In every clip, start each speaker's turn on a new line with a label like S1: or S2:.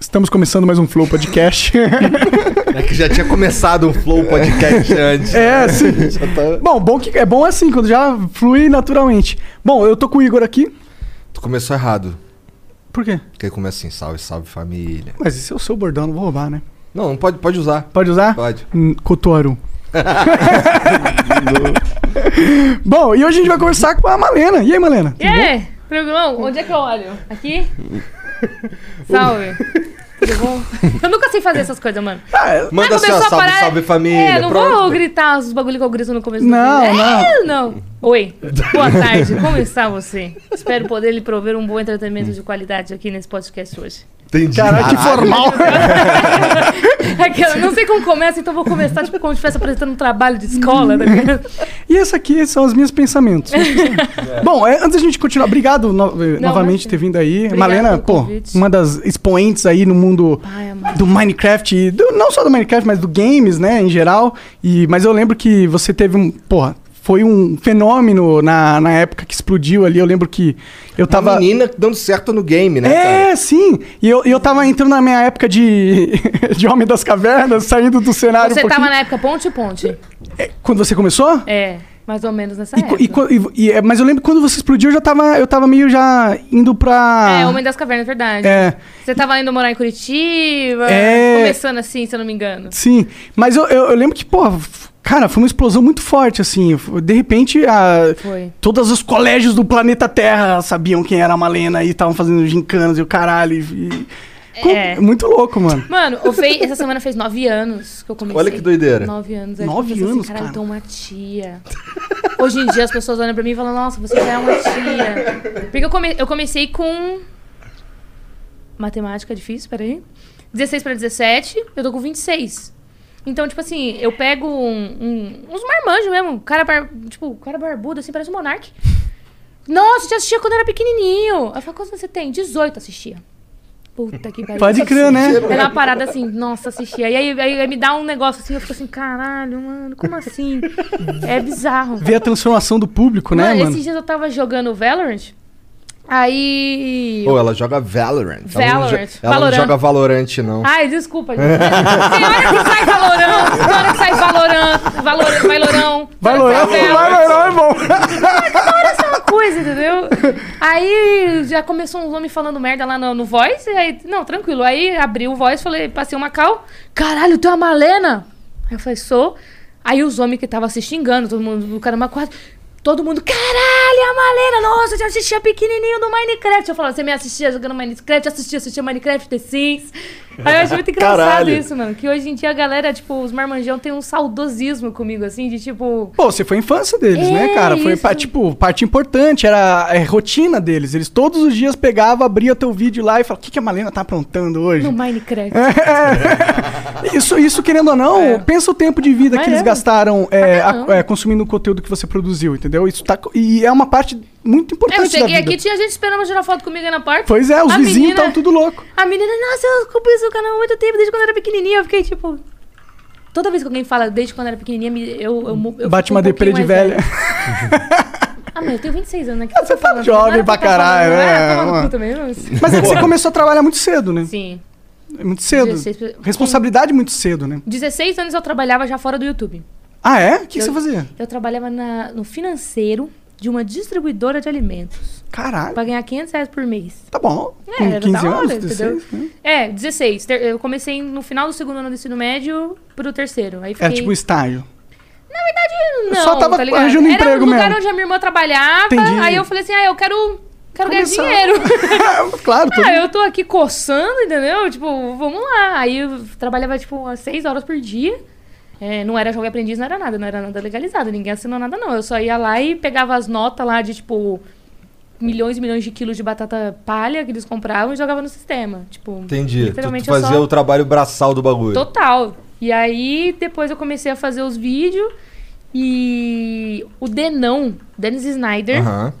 S1: Estamos começando mais um Flow Podcast.
S2: É que já tinha começado o Flow Podcast antes.
S1: é, sim. Bom, bom que, é bom assim, quando já flui naturalmente. Bbom, eu tô com o Igor aqui.
S2: Tu começou errado.
S1: Por quê?
S2: Porque aí começa assim, salve, salve família.
S1: Mas esse é o seu bordão, não vou roubar, né?
S2: Não, não pode, pode usar.
S1: Pode usar?
S2: Pode.
S1: Hum, Cotoru. bom, e hoje a gente vai conversar com a Malena. E aí, Malena?
S3: E aí? Tranquilão? Onde é que eu olho? Aqui? Salve. Tudo bom? Eu nunca sei fazer essas coisas, mano.
S1: é.
S2: Manda
S3: Ah,
S2: assim, ó,
S3: começou a
S2: salve,
S3: parar-
S2: salve família.
S3: É, não
S2: Pronto.
S3: vou gritar os bagulho que eu grito no começo
S1: Não,
S3: do vídeo. É, não. Oi, boa tarde, como está você? Espero poder lhe prover um bom entretenimento de qualidade aqui nesse podcast hoje.
S2: Entendi.
S1: Caraca, que formal.
S3: É que eu não sei como começa, então vou começar tipo como se estivesse apresentando um trabalho de escola. Tá ligado?
S1: E esse aqui são os meus pensamentos. Bom, é, antes da gente continuar, obrigado no- eh,
S3: Não,
S1: novamente
S3: imagina.
S1: por ter vindo aí.
S3: Obrigada
S1: Malena,
S3: pelo
S1: pô,
S3: convite.
S1: uma das expoentes aí no mundo
S3: Ai, amado.
S1: do Minecraft, e do- não só do Minecraft, mas do games, né, em geral. E, mas eu lembro que você teve um. Porra, foi um fenômeno na, na época que explodiu ali. Eu lembro que eu
S2: Tava...
S1: tava.
S2: menina dando certo no game, né,
S1: É,
S2: cara?
S1: sim. E eu, e eu tava entrando na minha época de, de Homem das Cavernas, saindo do cenário.
S3: Você
S1: um
S3: tava
S1: pouquinho.
S3: na época ponte-ponte?
S1: Quando você começou?
S3: É, mais ou menos nessa
S1: E co-
S3: época.
S1: E, co- e- e- é, mas eu lembro que quando você explodiu, eu já tava, eu tava meio já indo pra.
S3: É, Homem das Cavernas, verdade.
S1: Ah. É,
S3: Você tava indo morar em Curitiba,
S1: É.
S3: começando assim, se eu não me engano.
S1: sim. Mas eu, eu, eu lembro que, pô, f- cara, foi uma explosão muito forte, assim. F- De repente, a,
S3: Foi.
S1: todos os colégios do planeta Terra sabiam quem era a Malena e estavam fazendo gincanas e o caralho. E, Co-
S3: É.
S1: Muito louco, mano.
S3: Mano, eu fei- essa semana fez nove anos que eu comecei.
S2: Olha que doideira.
S3: Nove anos. Aí
S1: Nove
S3: eu pensei
S1: anos,
S3: assim, caralho,
S1: cara.
S3: eu tô uma tia. Hoje em dia as pessoas olham pra mim e falam, nossa, você já é uma tia. Porque eu, come- eu comecei com... Matemática difícil, peraí. 16 pra 17, eu tô com 26. Então, tipo assim, eu pego um- um- uns marmanjos mesmo. Cara bar- tipo, cara barbudo, assim, parece um monarque. Nossa, eu te assistia quando eu era pequenininho. Aí eu falo, quantos você tem? 18 assistia. Puta que pariu.
S1: Pode crer, né?
S3: Era uma parada assim, nossa, assistia. E aí, aí, aí me dá um negócio assim, eu fico assim, caralho, mano, como assim? É bizarro.
S1: Ver a transformação do público,
S3: mano,
S1: né, mano?
S3: esses dias eu tava jogando Valorant, aí...
S2: Ou ela joga Valorant. Ela não, jo-
S3: Valorant.
S2: ela não
S3: Valorant. Ah,
S2: joga Valorant, não.
S3: Ai, desculpa, gente. Tem hora que sai Valorant, tem hora que sai Valorant, Valorant, Valorão.
S1: Vai, Lorão, vai, Lorão, é bom.
S3: uma coisa, entendeu? Aí já começou um homem falando merda lá no, no Voice, e aí, não, tranquilo. Aí abri o Voice, falei, passei uma cal, caralho, tu é a Malena? Aí eu falei, sou. Aí os homens que estavam se xingando, todo mundo, o cara uma quase. Todo mundo, caralho, é a Malena, nossa, eu te assistia pequenininho no Minecraft. Eu falava, você me assistia jogando Minecraft, assistia, assistia Minecraft, The Sims. Aí eu acho muito engraçado
S2: Caralho.
S3: isso, mano. Que hoje em dia a galera, tipo, os marmanjão tem um saudosismo comigo, assim, de tipo...
S1: Pô, você foi a infância deles,
S3: É,
S1: né, cara? Foi,
S3: isso.
S1: pa- tipo, parte importante, era a é, rotina deles. Eles todos os dias pegavam, abria teu vídeo lá e falavam, o que, que a Malena tá aprontando hoje?
S3: No Minecraft.
S1: Isso, isso, querendo ou não, pensa o tempo de vida
S3: Mas
S1: que eles
S3: é.
S1: gastaram é,
S3: Pra caramba.
S1: a- é, consumindo o conteúdo que você produziu, entendeu? Isso tá, co- e é uma parte muito importante
S3: É, Eu cheguei
S1: da vida.
S3: aqui, tinha gente esperando tirar foto comigo aí na porta.
S1: Pois é, os
S3: A
S1: vizinhos
S3: menina-
S1: estavam tudo louco.
S3: A menina, nossa, eu acompanho seu canal há muito tempo, desde quando eu era pequenininha. Eu fiquei tipo. Toda vez que alguém fala desde quando eu era pequenininha, me- eu. eu, mu- eu
S1: Bate
S3: fico um
S1: uma
S3: pouquinho
S1: deprê de
S3: mais
S1: velha.
S3: Ah, mas eu tenho 26 anos, né? Que
S1: Você
S3: eu tô
S1: tá
S3: falando?
S1: jovem
S3: Não era
S1: pra
S3: eu estar
S1: caralho,
S3: falando,
S1: né?
S3: não era pra tomar no
S1: Mano.
S3: cu também, mas-
S1: Mas é que você começou a trabalhar muito cedo, né?
S3: Sim.
S1: É Muito cedo.
S3: 16.
S1: Responsabilidade muito cedo, né?
S3: 16 anos eu trabalhava já fora do YouTube.
S1: Ah, é? O que, que
S3: Eu-
S1: você fazia?
S3: Eu trabalhava na- no financeiro de uma distribuidora de alimentos.
S1: Caralho.
S3: Pra ganhar 500 reais por mês.
S1: Tá bom.
S3: É,
S1: Com
S3: era
S1: 15
S3: da hora,
S1: anos,
S3: entendeu?
S1: 16, né?
S3: É, 16. Ter- Eu comecei no final do segundo ano do ensino médio pro terceiro. Aí fiquei...
S1: Era tipo estágio.
S3: Na verdade, não.
S1: só tava
S3: tá ligado?
S1: arranjando
S3: Era
S1: emprego
S3: um lugar
S1: mesmo.
S3: onde a minha irmã trabalhava.
S1: Entendi.
S3: Aí eu falei assim, ah, eu quero Quero ganhar
S1: Começar.
S3: dinheiro.
S1: claro, todo
S3: Ah, eu tô aqui coçando, entendeu? Tipo, vamos lá. Aí eu trabalhava, tipo, umas seis horas por dia. É, não era jovem aprendiz, não era nada, não era nada legalizado, ninguém assinou nada, não. Eu só ia lá e pegava as notas lá de, tipo, milhões e milhões de quilos de batata palha que eles compravam e jogava no sistema. Tipo,
S2: Entendi. Tu, tu
S3: eu
S2: fazia o trabalho braçal do bagulho.
S3: Total. E aí, depois eu comecei a fazer os vídeos e o Denão, Dennis Snyder,
S2: Aham.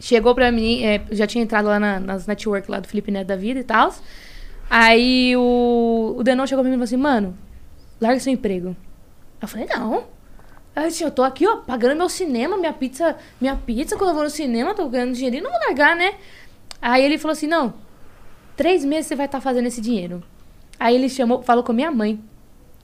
S3: chegou pra mim, é, já tinha entrado lá na- nas network lá do Felipe Neto da vida e tal. Aí o, o Denon chegou pra mim e falou assim, mano, larga seu emprego. Eu falei, não. Aí, assim, eu tô aqui, ó, pagando meu cinema, minha pizza, minha pizza, quando eu vou no cinema, eu tô ganhando dinheiro e não vou largar, né? Aí ele falou assim, não, três meses você vai estar fazendo esse dinheiro. Aí ele chamou, falou com a minha mãe.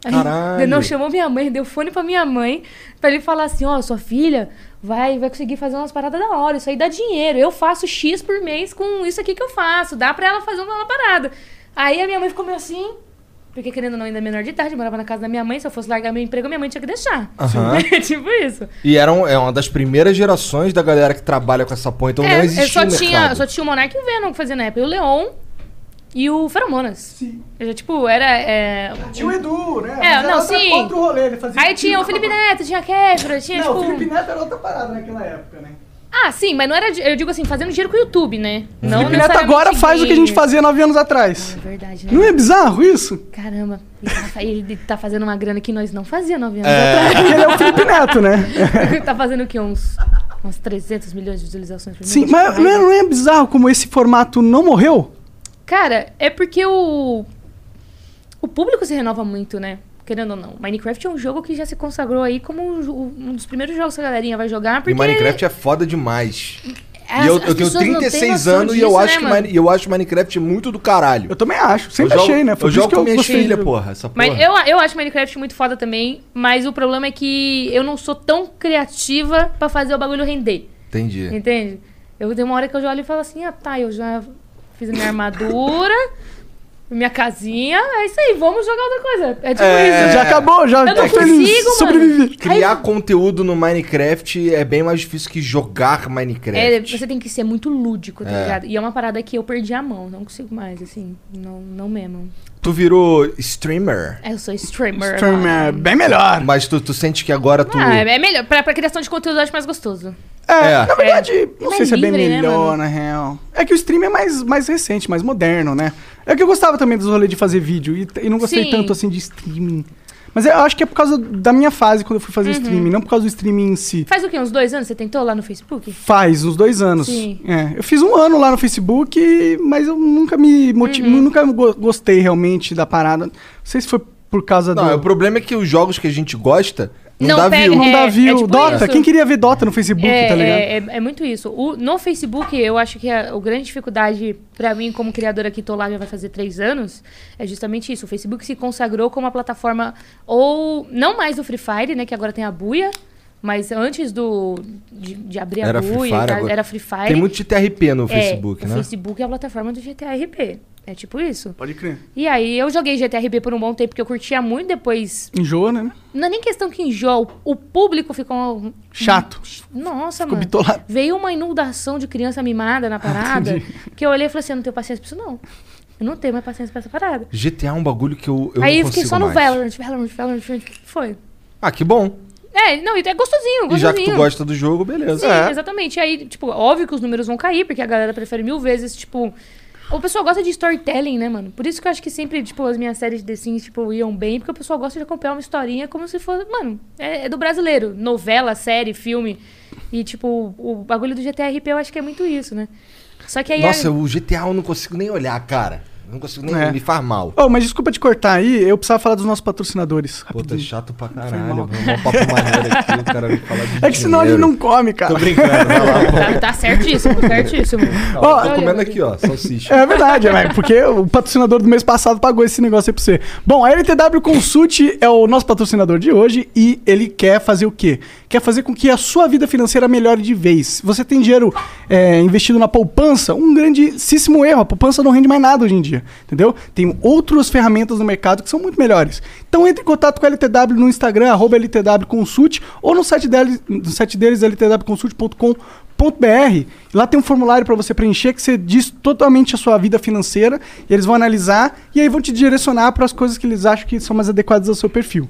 S3: Aí
S2: Caralho.
S3: Denon chamou minha mãe, deu fone pra minha mãe, pra ele falar assim, ó, sua filha vai, vai conseguir fazer umas paradas da hora, isso aí dá dinheiro, eu faço X por mês com isso aqui que eu faço, dá pra ela fazer uma parada. Aí a minha mãe ficou meio assim, porque querendo ou não, ainda menor de idade, eu morava na casa da minha mãe, se eu fosse largar meu emprego, minha mãe tinha que deixar.
S2: Aham.
S3: tipo isso.
S2: E era um- é uma das primeiras gerações da galera que trabalha com essa porra, então
S3: É,
S2: não
S3: eu
S2: existia
S3: só
S2: um
S3: tinha,
S2: mercado.
S3: só tinha o Monark e o Venom que fazia na época, e o Leon e o Feromonas. Sim. Eu já, tipo, era... é,
S1: Tinha o Edu, né?
S3: É, não, sim.
S1: Outro rolê, ele fazia
S3: Aí tinha o Felipe Neto, tinha a Kéfera, tinha,
S1: Não, o
S3: tipo...
S1: Felipe Neto era outra parada naquela época, né?
S3: Ah, sim, mas não era. de- Eu digo assim, fazendo dinheiro com o YouTube, né? Não
S1: O Neto agora
S3: necessariamente
S1: faz o que a gente
S3: gamer.
S1: fazia nove anos atrás.
S3: É Verdade,
S1: Não
S3: né?
S1: é bizarro isso?
S3: Caramba, ele tá, fa- ele tá fazendo uma grana que nós não fazia nove anos
S1: Porque ele é o Felipe Neto, né?
S3: atrás. tá fazendo o quê? Uns, uns 300 milhões de visualizações por
S1: Sim,
S3: mês?
S1: mas não é, não é bizarro como esse formato não morreu?
S3: Cara, é porque o. O público se renova muito, né? Querendo ou não. Minecraft é um jogo que já se consagrou aí como um jo- um dos primeiros jogos que a galerinha vai jogar. Porque
S2: E Minecraft é foda demais.
S3: as-
S2: e eu, eu
S3: as
S2: tenho
S3: pessoas não têm
S2: 36
S3: noção
S2: anos e eu
S3: disso,
S2: acho
S3: né,
S2: que
S3: mano?
S2: Mine- eu acho Minecraft muito do caralho.
S1: Eu também acho. Sempre
S2: eu jogo-
S1: achei, né? Foi
S2: eu
S1: por isso
S2: jogo
S1: que
S2: com
S1: eu
S2: minhas
S1: gostei.
S2: filhas, porra. Essa porra.
S3: Mas eu, eu acho Minecraft muito foda também, mas o problema é que eu não sou tão criativa pra fazer o bagulho render,
S2: Entendi.
S3: entende? Eu tenho uma hora que eu já olho e falo assim, ah tá, eu já fiz a minha armadura, minha casinha, é isso aí, vamos jogar outra coisa. É tipo
S2: É,
S3: isso.
S1: Já acabou, já
S3: Eu
S1: tô
S3: não
S1: feliz.
S3: consigo, mano.
S1: Sobrevivi.
S2: Criar
S3: Aí-
S2: conteúdo no Minecraft é bem mais difícil que jogar
S3: É,
S2: Minecraft.
S3: você tem que ser muito lúdico, tá
S2: É.
S3: ligado? E é uma parada que eu perdi a mão, não consigo mais, assim, não, não mesmo.
S2: Tu virou streamer,
S3: Eu sou streamer.
S1: Storm é
S3: mano.
S1: bem melhor.
S2: mas tu, tu sente que agora tu.
S3: Ah, é melhor, pra, pra criação de conteúdo eu acho mais gostoso.
S1: É,
S2: É.
S1: na verdade, não
S3: Mais
S1: sei se é bem
S3: livre, né,
S1: melhor,
S3: mano?
S1: na real. É que o stream é mais, mais recente, mais moderno, né? É que eu gostava também dos rolês de fazer vídeo e, e não gostei
S3: Sim.
S1: tanto assim de streaming. Mas eu acho que é por causa da minha fase quando eu fui
S3: Uhum.
S1: fazer streaming, não por causa do streaming em si.
S3: Faz o quê? Uns dois anos você tentou lá no Facebook?
S1: Faz uns dois anos.
S3: Sim.
S1: É, eu fiz um ano lá no Facebook, mas eu nunca me moti-
S3: Uhum.
S1: nunca go- gostei realmente da parada. Não sei se foi por causa
S2: Não, o
S1: do.
S2: problema é que os jogos que a gente gosta não,
S3: Não
S2: dá
S3: pega-
S2: view.
S1: Não
S3: É,
S1: dá
S3: é
S1: view.
S3: tipo
S1: Dota,
S3: isso.
S1: quem queria ver Dota no Facebook,
S3: É,
S1: tá ligado?
S3: é, é- é muito isso. O- no Facebook, eu acho que a, a grande dificuldade pra mim, como criadora que tô lá já vai fazer três anos, é justamente isso. O Facebook se consagrou como uma plataforma, ou não mais do Free Fire, né? Que agora tem a buia, mas antes do de, de abrir a
S2: Era Free
S3: buia,
S2: Fire
S3: tá?
S2: agora.
S3: era Free Fire.
S2: Tem muito de TRP no
S3: É,
S2: Facebook,
S3: O
S2: né?
S3: Facebook é a plataforma do GTRP. É tipo isso.
S1: Pode crer.
S3: E aí eu joguei GTRP por um bom tempo, porque eu curtia muito, depois.
S1: Enjoa, né?
S3: Não é nem questão que enjoa, o- o público ficou
S1: Chato.
S3: nossa,
S1: Ficou
S3: mano.
S1: bitolado.
S3: Veio uma inundação de criança mimada
S2: Ah,
S3: na parada. que eu olhei e falei assim: eu não tenho paciência pra isso, não. Eu não tenho mais paciência pra essa parada.
S2: GTA é um bagulho que eu, eu
S3: Aí
S2: não
S3: eu fiquei
S2: consigo
S3: só no
S2: mais.
S3: Valorant, Valorant, Valorant, Valorant. Foi.
S2: Ah, que bom.
S3: É, não, e é gostosinho, gostosinho.
S2: E já que tu gosta do jogo, beleza.
S3: Sim,
S2: É.
S3: exatamente. E aí, tipo, óbvio que os números vão cair, porque a galera prefere mil vezes, tipo. O pessoal gosta de storytelling, né, mano? Por isso que eu acho que sempre, tipo, as minhas séries de The Sims, tipo, iam bem, porque o pessoal gosta de acompanhar uma historinha como se fosse. Mano, é, é do brasileiro. Novela, série, filme. E, tipo, o bagulho do GTRP eu acho que é muito isso, né? Só que aí.
S2: Nossa,
S3: a...
S2: o GTA eu não consigo nem olhar, cara. Não consigo nem
S1: É.
S2: me far mal.
S1: Oh, mas desculpa te cortar aí, eu precisava falar dos nossos patrocinadores.
S2: Pô,
S1: Rapidinho.
S2: tá chato pra caralho.
S1: mal.
S2: mano. Um papo maneiro aqui, o cara me fala de
S1: é que senão ele
S2: dinheiro.
S1: não come, cara.
S2: Tô brincando, vai lá.
S3: Tá, tá certíssimo, certíssimo.
S1: Ó,
S2: Não, eu
S3: Então,
S2: tô
S3: olha,
S2: comendo
S3: olha.
S2: aqui, ó, salsicha.
S1: É verdade, né? porque o patrocinador do mês passado pagou esse negócio aí pra você. Bom, a LTW Consult é o nosso patrocinador de hoje e ele quer fazer o quê? Quer fazer com que a sua vida financeira melhore de vez. Se Você tem dinheiro é, investido na poupança, um grandíssimo erro. A poupança não rende mais nada hoje em dia, entendeu? Tem outras ferramentas no mercado que são muito melhores. Então entre em contato com a LTW no Instagram, arroba LTW Consult, ou no site, dele, no site deles, ltwconsult.com.br .br. Lá tem um formulário para você preencher que você diz totalmente a sua vida financeira, e eles vão analisar e aí vão te direcionar para as coisas que eles acham que são mais adequadas ao seu perfil.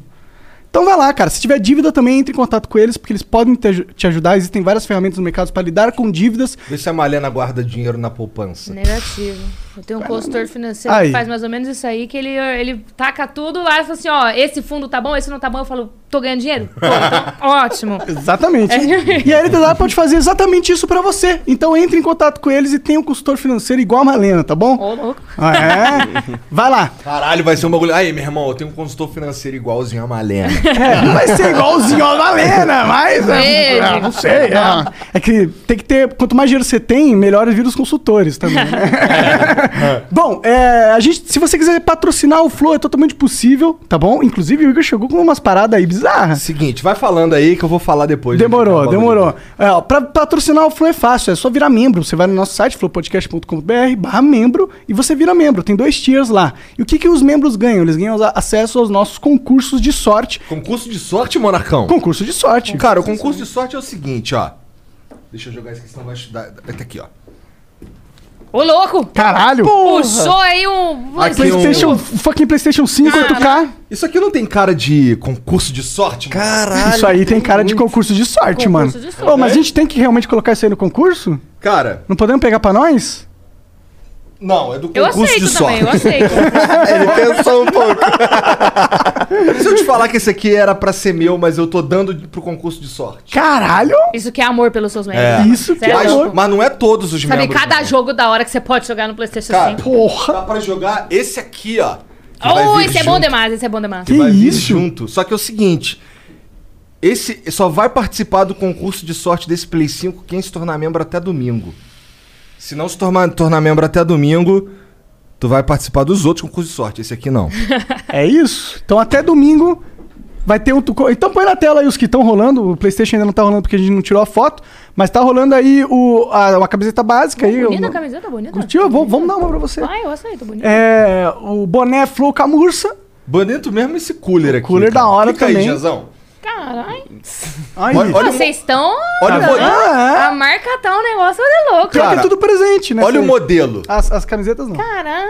S1: Então vai lá, cara. Se tiver dívida também, entre em contato com eles, porque eles podem te, aj- te ajudar. Existem várias ferramentas no mercado para lidar com dívidas.
S2: Vê se a Malena guarda dinheiro na poupança.
S3: Negativo. Eu tenho um consultor financeiro
S1: Aí.
S3: que faz mais ou menos isso aí, que ele, ele taca tudo lá e fala assim, ó, esse fundo tá bom, esse não tá bom. Eu falo, tô ganhando dinheiro? Tô, então, ótimo.
S1: Exatamente. e a LTW pode fazer exatamente isso para você. Então entre em contato com eles e tenha um consultor financeiro igual a Malena, tá bom?
S3: Ô, louco.
S1: É. Vai lá.
S2: Caralho, vai ser um bagulho. Aí, meu irmão, eu tenho um consultor financeiro igualzinho a Malena.
S1: É, não vai ser igualzinho a Malena, mas. é,
S3: Beijo.
S1: não sei. É, é que tem que ter. Quanto mais dinheiro você tem, melhores viram os consultores também. né? bom, é, a gente, se você quiser patrocinar o Flow, é totalmente possível, tá bom? Inclusive, o Igor chegou com umas paradas aí bizarras.
S2: Seguinte, vai falando aí que eu vou falar depois.
S1: Demorou,
S2: Gente,
S1: demorou. É, ó, pra patrocinar o Flow é fácil, é só virar membro. Você vai no nosso site, flowpodcast.com.br, barra membro, e você vira membro. Tem dois tiers lá. E o que, que os membros ganham? Eles ganham a- acesso aos nossos concursos de sorte.
S2: Concurso de sorte, Monarcão?
S1: Concurso de sorte.
S2: Cara, o concurso de sorte é o seguinte, ó. Deixa eu jogar isso aqui, senão vai estudar. Tá aqui, ó.
S3: Ô, louco!
S1: Caralho!
S3: Puxou aí um...
S2: Aqui
S3: esse-
S2: um-
S1: PlayStation, fucking PlayStation 5, 8K.
S2: Isso aqui não tem cara de concurso de sorte? mano?
S1: Isso aí tem cara de concurso de sorte,
S3: Concurso
S1: mano.
S3: de sorte.
S1: Ô, mas a gente tem que realmente colocar isso aí no concurso?
S2: Cara,
S1: Não podemos pegar pra nós?
S2: não, é do
S3: Eu
S2: concurso de
S3: aceito também,
S2: sorte.
S3: eu aceito.
S2: Ele pensou um pouco. Se eu te falar que esse aqui era pra ser meu, mas eu tô dando pro concurso de sorte.
S1: Caralho!
S3: Isso que é amor pelos seus membros.
S2: É.
S3: né?
S1: Isso que
S3: Cê é
S1: é
S2: Mas,
S3: louco.
S1: amor.
S2: mas não é todos os
S3: Sabe,
S2: membros.
S3: cada
S2: não.
S3: jogo da hora que você pode jogar no PlayStation
S2: Cara,
S3: 5.
S1: Porra!
S2: Dá pra jogar esse aqui, ó. que vai
S3: Oh,
S2: vir
S3: esse é
S2: junto.
S3: bom demais, esse é bom demais.
S2: que vai
S1: Que
S2: vir
S1: isso?
S2: junto. Só que é o seguinte, esse só vai participar do concurso de sorte desse Play 5 quem se tornar membro até domingo. Se não se tornar, tornar membro até domingo, tu vai participar dos outros concursos de sorte. Esse aqui não.
S1: É isso. Então até domingo vai ter um. tuco- Então põe na tela aí os que estão rolando. O PlayStation ainda não tá rolando porque a gente não tirou a foto. Mas tá rolando aí o, a, a camiseta básica aí.
S3: Tá Bonita
S1: o-
S3: a camiseta, bonita.
S1: Curtiu? Vou- vamos dar uma pra
S2: um
S1: você.
S3: Vai, eu aceito, bonita.
S1: É, o boné Flow Camurça.
S2: Bonito mesmo esse cooler aqui.
S1: cooler da hora
S2: Clica
S1: também.
S2: Aí, Jezão.
S3: Caralho.
S1: Aí.
S2: Olha- olha- o
S3: Vocês estão...
S2: Olha, o, mo-
S1: Ah,
S3: A marca tá um negócio de louco.
S1: pior que é
S2: cara,
S1: tudo presente, né?
S2: olha o
S1: Cê-
S2: modelo.
S1: As, as camisetas não.
S3: Caralho.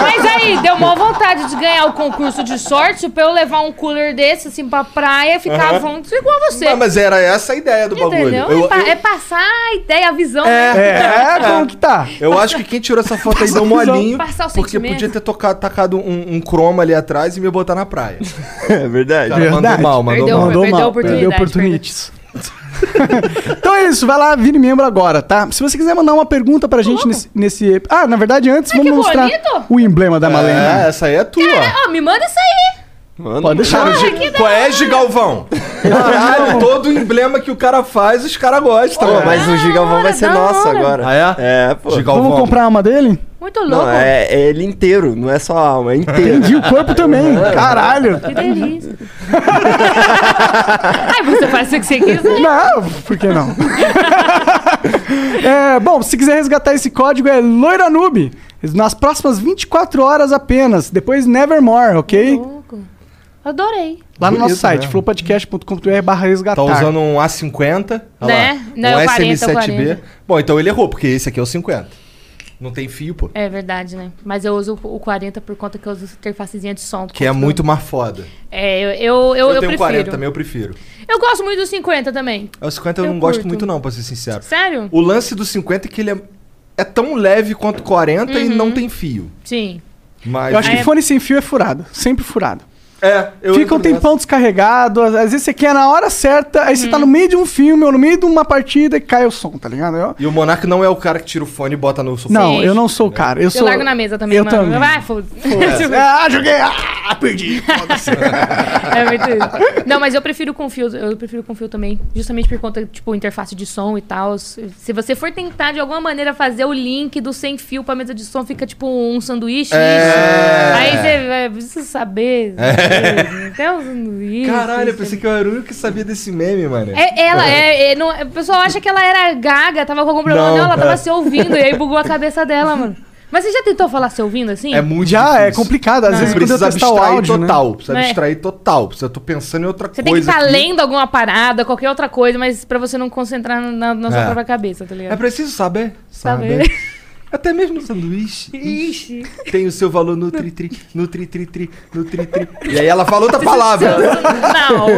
S3: Mas aí, deu maior vontade de ganhar o concurso de sorte pra eu levar um cooler desse, assim, pra praia e ficar avulso igual você.
S2: Ah, mas era essa a ideia do bagulho.
S3: Entendeu?
S2: Eu,
S3: é, pa-
S2: eu-
S3: é passar a ideia, a visão.
S1: É,
S3: né?
S1: como que tá?
S2: eu acho que quem tirou essa foto aí deu um molinho.
S3: Passar o
S2: Porque
S3: sentimento.
S2: podia ter tocado, tacado um, um croma ali atrás e me botar na praia.
S4: É
S2: O
S4: verdade.
S2: cara mandou
S1: Verdade.
S2: mal, mandou
S3: Perdeu,
S2: mal.
S3: foi- perdeu a oportunidade,
S1: Perdeu oportunites. então é isso, vai lá, vire membro agora, tá? Se você quiser mandar uma pergunta pra gente nesse, nesse. Ah, na verdade, antes vamos
S3: que
S1: mostrar
S3: bonito!
S1: o emblema da
S2: É,
S1: Malena.
S2: essa aí é tua.
S3: Ó, me manda isso aí.
S4: Mano,
S1: Pode deixar.
S2: Cara,
S3: que da
S2: qual é de Galvão? Caralho, todo emblema que o cara faz, os caras gostam.
S4: Pô,
S2: mano.
S4: mas o Gigavão vai ser
S3: Ah, da
S4: nosso
S3: hora.
S4: agora.
S2: Ah,
S4: é? pô.
S2: de Galvão.
S1: Vamos comprar uma dele?
S3: Muito louco.
S4: Não, é, é ele inteiro, não é só a alma, é inteiro.
S1: E o corpo também.
S2: É.
S1: Caralho.
S3: Que delícia. Ai, você faz o que você quiser.
S1: Não, por que não? É, bom, se quiser resgatar esse código é LoiraNoob. Nas próximas 24 horas apenas. Depois Nevermore, ok?
S3: Louco. Adorei.
S1: Lá no
S2: Bonito né?
S1: nosso site,
S2: mesmo.
S1: flowpodcast.com.br barra
S2: Tá
S1: resgatar.
S2: usando um A50, olha
S3: Ah, Né?
S2: lá,
S3: Não,
S2: um
S3: é o 40, é o
S2: SM7B. Bom, então ele errou, porque esse aqui é o 50. Não tem fio, pô.
S3: É verdade, né? Mas eu uso o 40 por conta que eu uso interfacezinha de som.
S2: Que é muito mais foda.
S3: É, eu, eu, eu, eu,
S2: eu tenho
S3: prefiro.
S2: 40 também, eu prefiro.
S3: Eu gosto muito do 50 também.
S2: É, O 50 eu,
S3: Eu
S2: não gosto
S3: curto.
S2: muito não, pra ser sincero.
S3: Sério?
S2: O lance do 50 é que ele é, é tão leve quanto o 40 e
S3: Uhum.
S2: não tem fio.
S3: Sim.
S2: Mas...
S1: Eu acho
S3: Ah,
S1: que
S3: é.
S1: fone sem fio é furado. Sempre furado.
S2: É, eu
S1: Fica um
S2: entro nessa.
S1: tempão descarregado, às às vezes você quer na hora certa, aí você tá no
S3: Uhum.
S1: meio de um filme ou no meio de uma partida e cai o som, tá ligado? Eu-
S2: E o Monark não é o cara que tira o fone e bota no sofá.
S1: Não, eu não sou o cara. Eu,
S3: Eu
S1: sou...
S3: largo na mesa também,
S1: eu
S3: mano.
S1: Também.
S3: Vai, foda-se.
S1: Ah, joguei! Ah, perdi! Foda-se.
S3: É muito isso. Não, mas eu prefiro com fio. Eu prefiro com fio também. Justamente por conta, tipo, interface de som e tal. Se você for tentar, de alguma maneira, fazer o link do sem fio pra mesa de som, fica tipo um sanduíche.
S2: É.
S3: Aí você vai, precisa saber. Até um sanduíche.
S2: Caralho, eu pensei que eu era o único que sabia desse meme, mano.
S3: É, ela, é, é, não, o pessoal acha que ela era gaga, tava com algum problema. Não,
S2: Não,
S3: ela tava
S2: é.
S3: se ouvindo e aí bugou a cabeça dela, mano. Mas você já tentou falar se ouvindo assim?
S2: É muito
S1: Já
S2: difícil.
S1: é complicado. Às
S2: Você
S1: vezes quando eu
S2: precisa
S1: testar o
S2: abstrair
S1: áudio, né?
S2: total. Precisa
S3: É.
S2: abstrair total. Precisa, eu tô pensando em outra
S3: Você tem que
S2: coisa.
S3: estar
S2: aqui.
S3: lendo alguma parada, qualquer outra coisa, mas pra você não concentrar na, na sua
S2: É.
S3: própria cabeça, tá ligado?
S2: É né? preciso saber.
S3: Saber.
S2: Até mesmo o sanduíche.
S3: Ixi.
S2: Tem o seu valor no tri-tri, no tri-tri-tri, no tri-tri. E aí ela fala outra palavra.
S3: Não. é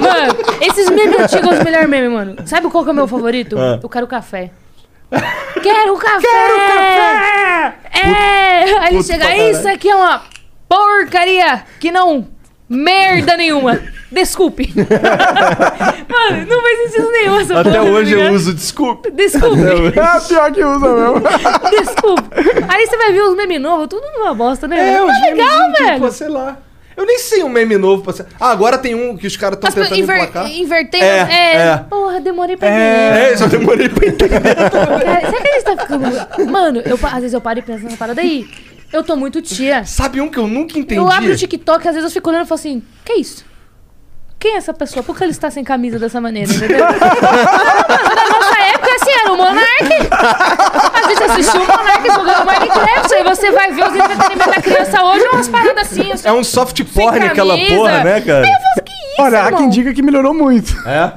S3: mano, esses memes antigos são os melhores memes, mano. Sabe qual que é o meu favorito? Eu quero café. Quero café! Quero café! É! Aí ele
S2: puto pra
S3: chega,
S2: caralho.
S3: isso aqui é uma porcaria que não merda nenhuma. Desculpe. mano, não faz sentido nenhum essa porra,
S2: Até
S3: tá
S2: hoje eu
S3: ligado?
S2: uso, desculpe.
S3: Desculpe,
S1: É pior que usa mesmo.
S3: desculpe. Aí você vai ver os memes novos, tudo uma bosta, né?
S2: É,
S3: velho?
S2: os
S3: tá legal,
S2: memezinhos, tipo,
S3: velho.
S2: sei lá. Eu nem sei um meme novo pra ser. Ah, agora tem um que os caras estão
S3: As pessoas
S2: tentando
S3: inver...
S2: emplacar.
S3: invertendo.
S2: É,
S3: É,
S2: é.
S3: Porra, demorei pra entender.
S2: É, isso eu demorei pra entender.
S3: Cara, será que a gente tá ficando. Mano, eu, pa- às vezes eu paro e penso nessa parada aí. Eu tô muito tia.
S2: Sabe um que eu nunca entendi?
S3: Eu abro o TikTok, às vezes eu fico olhando e falo assim: que isso? Quem é essa pessoa? Por que ele está sem camisa dessa maneira? Entendeu? Não, mano, na nossa época, assim, era o Monark. A gente assistiu o Monark jogando Minecraft. Aí você vai ver os entretenimentos da criança hoje, umas paradas assim. assim
S2: É um soft
S3: sem
S2: porn aquela
S3: camisa.
S2: porra, né, cara?
S3: Aí eu falo, que isso?
S1: Olha, há
S3: irmão?
S1: quem indica que melhorou muito.
S2: É?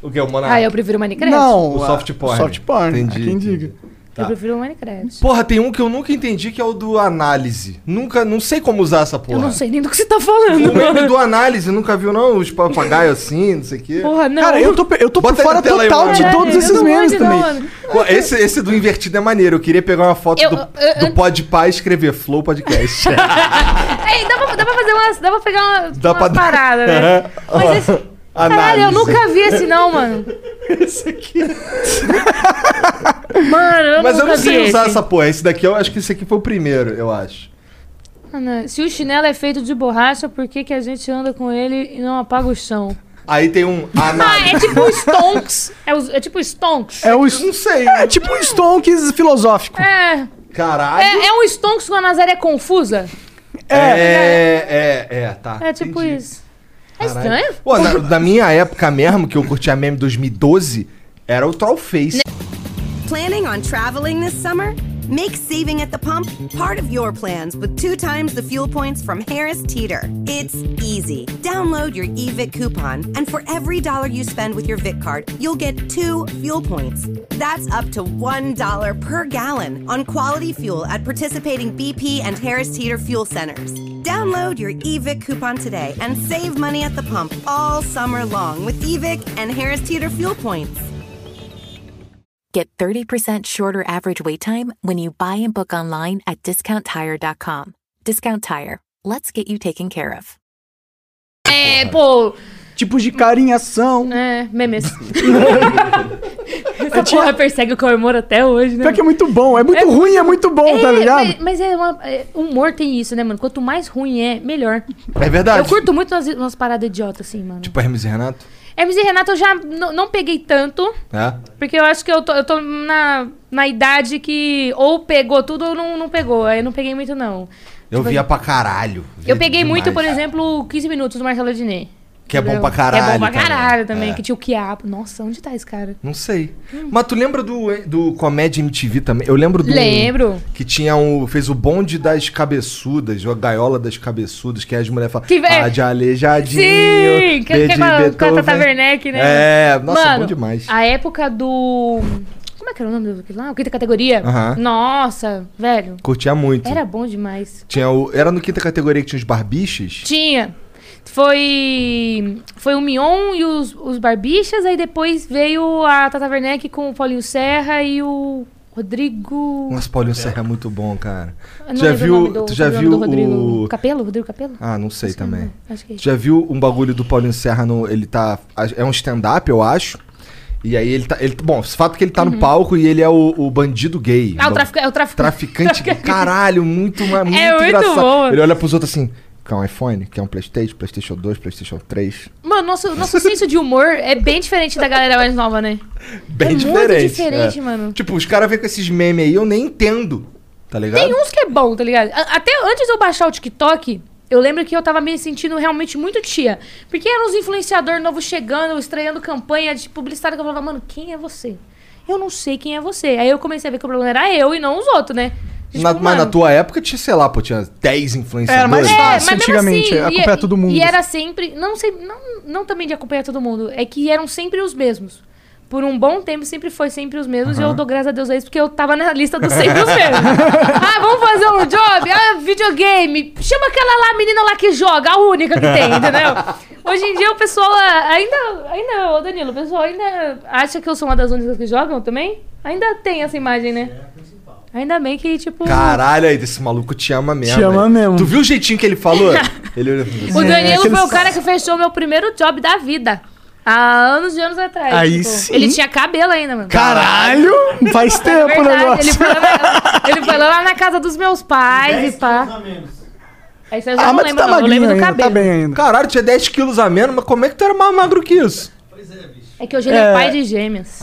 S2: O que? O Monark?
S3: Ah, eu prefiro o Minecraft.
S1: Não.
S2: O
S1: a-
S2: soft porn.
S1: o Soft porn.
S2: Entendi,
S1: há quem
S2: entendi.
S1: diga.
S2: Tá.
S3: Eu prefiro o Minecraft.
S2: Porra, tem um que eu nunca entendi que é o do análise. Nunca, não sei como usar essa porra. é
S3: Eu não sei nem do que você tá falando,
S2: O meme
S3: mano.
S2: do análise, nunca viu não? Os papagaios assim, não sei o quê.
S3: Porra, não.
S1: Cara, eu tô, eu tô por
S2: Bota aí na
S1: fora
S2: tela aí,
S1: total
S2: mano.
S1: de todos
S3: Caralho, eu
S1: esses
S3: não
S1: memes
S3: manjo,
S1: também.
S3: não, mano.
S2: Pô, esse, esse do invertido é maneiro. Eu queria pegar uma foto
S3: Eu-
S2: do,
S3: eu- eu-
S2: do Pod Pá e escrever Flow Podcast.
S3: Ei, dá pra, dá pra fazer umas. Dá pra pegar uma,
S2: Dá
S3: umas
S2: pra dar-
S3: paradas, né? Mas esse. Caralho, eu
S2: Análise.
S3: nunca vi esse não, mano.
S2: Esse aqui.
S3: Mano, eu
S2: Mas eu
S3: nunca
S2: não sei
S3: vi
S2: usar
S3: esse.
S2: essa porra. Esse daqui, eu acho que esse aqui foi o primeiro, eu acho.
S3: Mano, Ah, se o chinelo é feito de borracha, por que, que a gente anda com ele e não apaga o chão?
S2: Aí tem um
S3: Ah, é
S2: análise.
S3: tipo o Stonks. É, os- é tipo o Stonks.
S1: É, o,
S2: Eu não sei. né?
S1: é tipo um Stonks filosófico.
S3: É.
S2: Caralho.
S3: É, é um Stonks com a Nazaré confusa.
S2: É, é, é, tá.
S3: É tipo
S2: entendi.
S3: isso. É estranho?
S2: Pô, na, na minha época mesmo, que eu curtia meme 2012, era o Trollface.
S5: Planning on traveling this summer? Make saving at the pump part of your plans with two times the fuel points from Harris Teeter. It's easy. Download your EVIC coupon, and for every dollar you spend with your VIC card, you'll get two fuel points. That's up to $1 per gallon on quality fuel at participating BP and Harris Teeter fuel centers. Download your EVIC coupon today and save money at the pump all summer long with EVIC and Harris Teeter fuel points.
S6: Get 30% shorter average wait time when you buy and book online at discounttire.com. Discount Tire. Let's get you taken care of.
S3: É, pô.
S1: Tipos tipo de carinhação.
S3: É, memes. Essa porra persegue o Cauê Moura até hoje, né?
S1: É tipo Pior que é muito bom. É muito ruim, é muito bom, tá
S3: É,
S1: ligado?
S3: Mas, mas é uma, é, humor tem isso, né, mano? Quanto mais ruim é, melhor.
S2: É verdade.
S3: Eu curto muito umas, umas paradas idiotas, assim, mano.
S2: Tipo Hermes e Renato.
S3: Hermes e Renato eu já n- não peguei tanto,
S2: É.
S3: porque eu acho que eu tô, eu tô na, na idade que ou pegou tudo ou não, não pegou. Aí eu não peguei muito, não.
S2: Eu
S3: Tipo,
S2: via pra caralho. Via
S3: Eu peguei
S2: demais.
S3: muito, por exemplo, 15 minutos do Marcelo Adnet.
S2: Que é bom
S3: entendeu?
S2: pra caralho.
S3: É bom pra caralho também,
S2: É.
S3: que tinha o quiabo. Nossa, onde tá esse cara?
S2: Não sei. Mas tu lembra do, do Comédia MTV também? Eu lembro do.
S3: Lembro.
S2: Que tinha um. Fez o bonde das cabeçudas, ou a gaiola das cabeçudas, que as mulheres falam.
S3: Que ve-
S2: Ah, de aleijadinho.
S3: Sim, que-
S2: B
S3: que
S2: de
S3: com a- com a
S2: Beethoven."
S3: Tata Werneck, né?
S2: É, nossa, bom demais.
S3: A época do. Como é que era o nome do lá? O quinta categoria?
S2: Aham.
S3: Nossa, velho.
S2: Curtia muito.
S3: Era bom demais.
S2: Tinha o... Era no quinta categoria que tinha os barbiches?
S3: Tinha. Foi. Foi o Mion e os, os Barbichas, aí depois veio a Tata Werneck com o Paulinho Serra e o Rodrigo.
S2: Nossa, Paulinho Serra é muito bom, cara.
S3: Eu
S2: Tu
S3: não
S2: já
S3: lembro o
S2: viu,
S3: nome do-
S2: tu já
S3: do
S2: viu
S3: nome do Rodrigo
S2: o.
S3: Capelo? Rodrigo Capelo?
S2: Ah, não sei também.
S3: Acho que é.
S2: Tu já viu um bagulho do Paulinho Serra no. Ele tá. É um stand-up, eu acho. E aí ele tá. Ele, bom, o fato é que ele tá no palco e ele é o, o bandido gay.
S3: Uhum. Ah, o
S2: Bom,
S3: trafica- é o trafic-
S2: Traficante.
S3: traficante.
S2: Caralho, muito, ma- muito
S3: muito
S2: engraçado.
S3: bom.
S2: Ele olha pros outros assim. Quer um iPhone? Quer um Playstation? Playstation 2, Playstation 3.
S3: Mano, nosso, nosso senso de humor é bem diferente da galera mais nova, né?
S2: Bem
S3: muito
S2: É diferente.
S3: diferente, mano.
S2: Tipo, os caras vêm com esses memes aí, eu nem entendo. Tá ligado?
S3: Tem uns que é bom, tá ligado? A- Até antes de eu baixar o TikTok, eu lembro que eu tava me sentindo realmente muito tia. Porque eram uns influenciadores novos chegando, estreando campanha de publicitário que eu falava, mano, quem é você? Eu não sei quem é você. Aí eu comecei a ver que o problema era eu e não os outros, né? Tipo,
S2: Na- mas
S3: mano,
S2: na tua época tinha, sei lá, pô, tinha 10 influenciadores.
S1: Era mais
S3: É,
S1: fácil.
S3: mas mesmo
S1: antigamente,
S3: assim, e-
S1: acompanhar todo mundo.
S3: E era sempre, não sei, não, não também de acompanhar todo mundo, é que eram sempre os mesmos. Por um bom tempo sempre foi sempre os mesmos e eu dou graças a Deus a isso porque eu tava na lista dos sempre os mesmos. ah, vamos fazer um job, ah, videogame, chama aquela lá, menina lá que joga, a única que tem, entendeu? Hoje em dia o pessoal ah, ainda, ainda, ô Danilo, o pessoal ainda acha que eu sou uma das únicas que jogam também? Ainda tem essa imagem, né? Ainda bem que, tipo...
S2: Caralho, aí, esse maluco te ama mesmo.
S1: Te ama
S2: hein?
S1: mesmo.
S2: Tu viu o jeitinho que ele falou? assim, ele olhou pra você.
S3: O
S1: É,
S3: Danilo
S1: aqueles-
S3: foi o cara que fechou meu primeiro job da vida. Há anos e anos atrás. tipo,
S1: Aí sim.
S3: Ele tinha cabelo ainda, mano.
S1: Caralho! Faz tempo o
S3: É Verdade,
S1: negócio.
S3: ele foi, lá, ele foi lá na casa dos meus pais e pá. Aí você já
S1: Ah,
S3: não
S1: mas tu
S3: lembra,
S1: tá
S3: não. Eu
S1: magrinho
S3: lembro do
S1: ainda, tá
S3: cabelo.
S1: bem ainda.
S2: Caralho, tinha 10 quilos a menos, mas como é que tu era mais magro que isso?
S3: É que hoje ele
S1: É.
S3: é pai de gêmeas.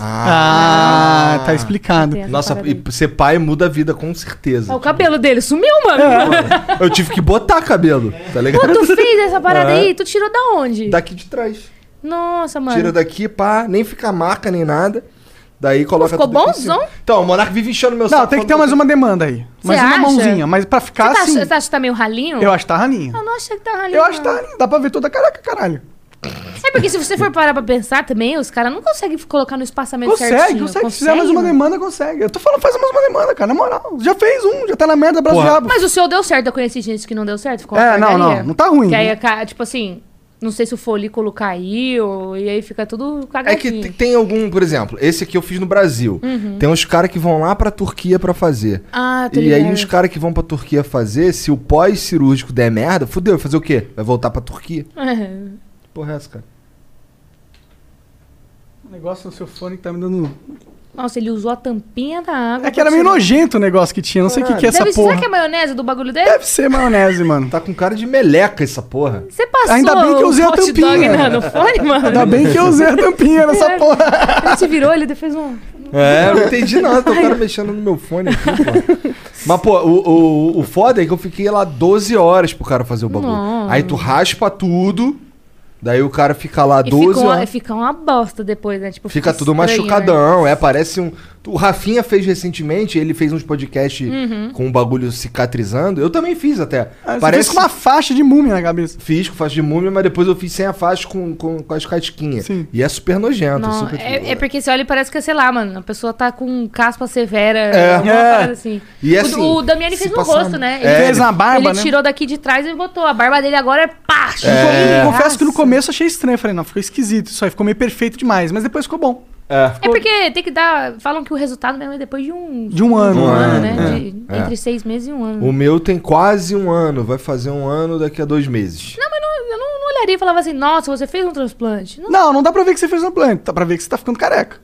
S1: Ah, tá explicado.
S3: Tem essa
S2: Nossa,
S3: parada aí.
S2: e ser pai muda a vida, com certeza.
S3: Ah, o cabelo dele sumiu, mano.
S1: É.
S2: Eu tive que botar cabelo, tá
S3: Pô,
S2: ligado?
S3: tu fez essa parada
S1: É.
S3: aí? Tu tirou da onde?
S2: Daqui de trás.
S3: Nossa, mano.
S2: Tira daqui, pá, nem fica marca nem nada. Daí coloca
S3: ficou
S2: tudo aqui em
S3: bonzão?
S2: cima. Então, o Monark vive enchendo meu
S1: Não, tem que ter mais
S2: falando
S1: uma demanda aí. Mais uma
S3: acha?
S1: mãozinha. Mas pra ficar
S3: Você tá,
S1: assim.
S3: ach- você acha que tá meio ralinho?
S1: Eu acho que tá raninha.
S3: Eu não achei que tá ralinho.
S1: Eu acho que
S3: não.
S1: tá raninha. Dá pra ver toda a caraca, caralho.
S3: É porque se você for parar pra pensar também, os caras não conseguem colocar no espaçamento
S1: Consegue,
S3: certinho.
S1: consegue. Se fizer mais uma
S3: mano?
S1: demanda, consegue. Eu tô falando, faz mais uma demanda, cara. Na moral. Já fez um, já tá na merda, abraço
S2: Porra.
S1: diabo.
S3: Mas o seu deu certo, eu conheci gente que não deu certo. Ficou
S1: É,
S3: uma
S1: não,
S3: porcaria.
S1: não, não tá ruim.
S3: Que aí, ca- tipo assim, não sei se o folículo caiu, e aí fica tudo
S2: É que
S3: cagadinho.
S2: te- tem algum, por exemplo, esse aqui eu fiz no Brasil.
S3: Uhum.
S2: Tem uns caras que vão lá pra Turquia pra fazer.
S3: Ah, tô
S2: E
S3: ligado.
S2: aí os caras que vão pra Turquia fazer, se o pós-cirúrgico der merda, fudeu, vai fazer o quê? Vai voltar pra Turquia?
S3: É.
S2: Porra, é essa, cara.
S1: O Um negócio no seu fone que tá me dando.
S3: Nossa, ele usou a tampinha da água.
S1: É que era meio nojento o negócio que tinha. Não sei o que, que é essa
S3: Deve,
S1: porra.
S3: será que é maionese do bagulho dele?
S1: Deve ser maionese, mano.
S2: Tá com cara de meleca essa porra.
S3: Você passou
S1: Ainda bem que eu usei a
S3: o hot dog
S1: tampinha.
S3: na, no fone, mano?
S1: Ainda bem que eu usei a tampinha nessa porra.
S3: Ele te virou, ele fez um...
S2: É, eu não entendi nada, tô o cara mexendo no meu fone aqui, pô. Mas, pô, o, o, o foda é que eu fiquei lá 12 horas pro cara fazer o bagulho.
S3: Nossa.
S2: Aí tu raspa tudo, daí o cara fica lá
S3: E
S2: 12
S3: fica uma,
S2: horas.
S3: fica uma bosta depois, né? Tipo,
S2: Fica tudo
S3: estranho, né?
S2: machucadão, é, parece um... O Rafinha fez recentemente, ele fez uns podcasts
S3: Uhum.
S2: com o bagulho cicatrizando. Eu também fiz até.
S1: Parece Ah, com uma faixa de múmia na cabeça.
S2: Fiz com faixa de múmia, mas depois eu fiz sem a faixa com, com, com as casquinhas.
S1: Sim.
S2: E é super nojento,
S3: Não,
S2: super tipo, né?
S3: é, é porque você olha e parece que, é, sei lá, mano, a pessoa tá com caspa severa, alguma
S1: É.
S3: parada assim.
S2: E
S3: o,
S2: assim,
S3: o Damiani
S2: se
S3: fez no
S2: passar-
S3: rosto, né?
S2: É,
S1: Fez na barba,
S3: ele
S1: né?
S3: tirou daqui de trás e botou. A barba dele agora é pá!
S1: Eu
S3: chupou.
S1: confesso que no começo eu achei estranho. Eu Falei, não, ficou esquisito isso aí. Ficou meio perfeito demais. Mas depois ficou bom.
S3: É porque tem que dar. Falam que o resultado mesmo é depois de um.
S1: De um ano,
S3: de
S1: é,
S3: né?
S1: é,
S3: De- Entre seis meses e um ano.
S2: O meu tem quase um ano, vai fazer um ano daqui a dois meses.
S3: Não, mas não- eu não, não olharia e falava assim, nossa, você fez um transplante. Não,
S1: Não, não dá pra ver que você fez um plano. Dá pra ver que você tá ficando careca.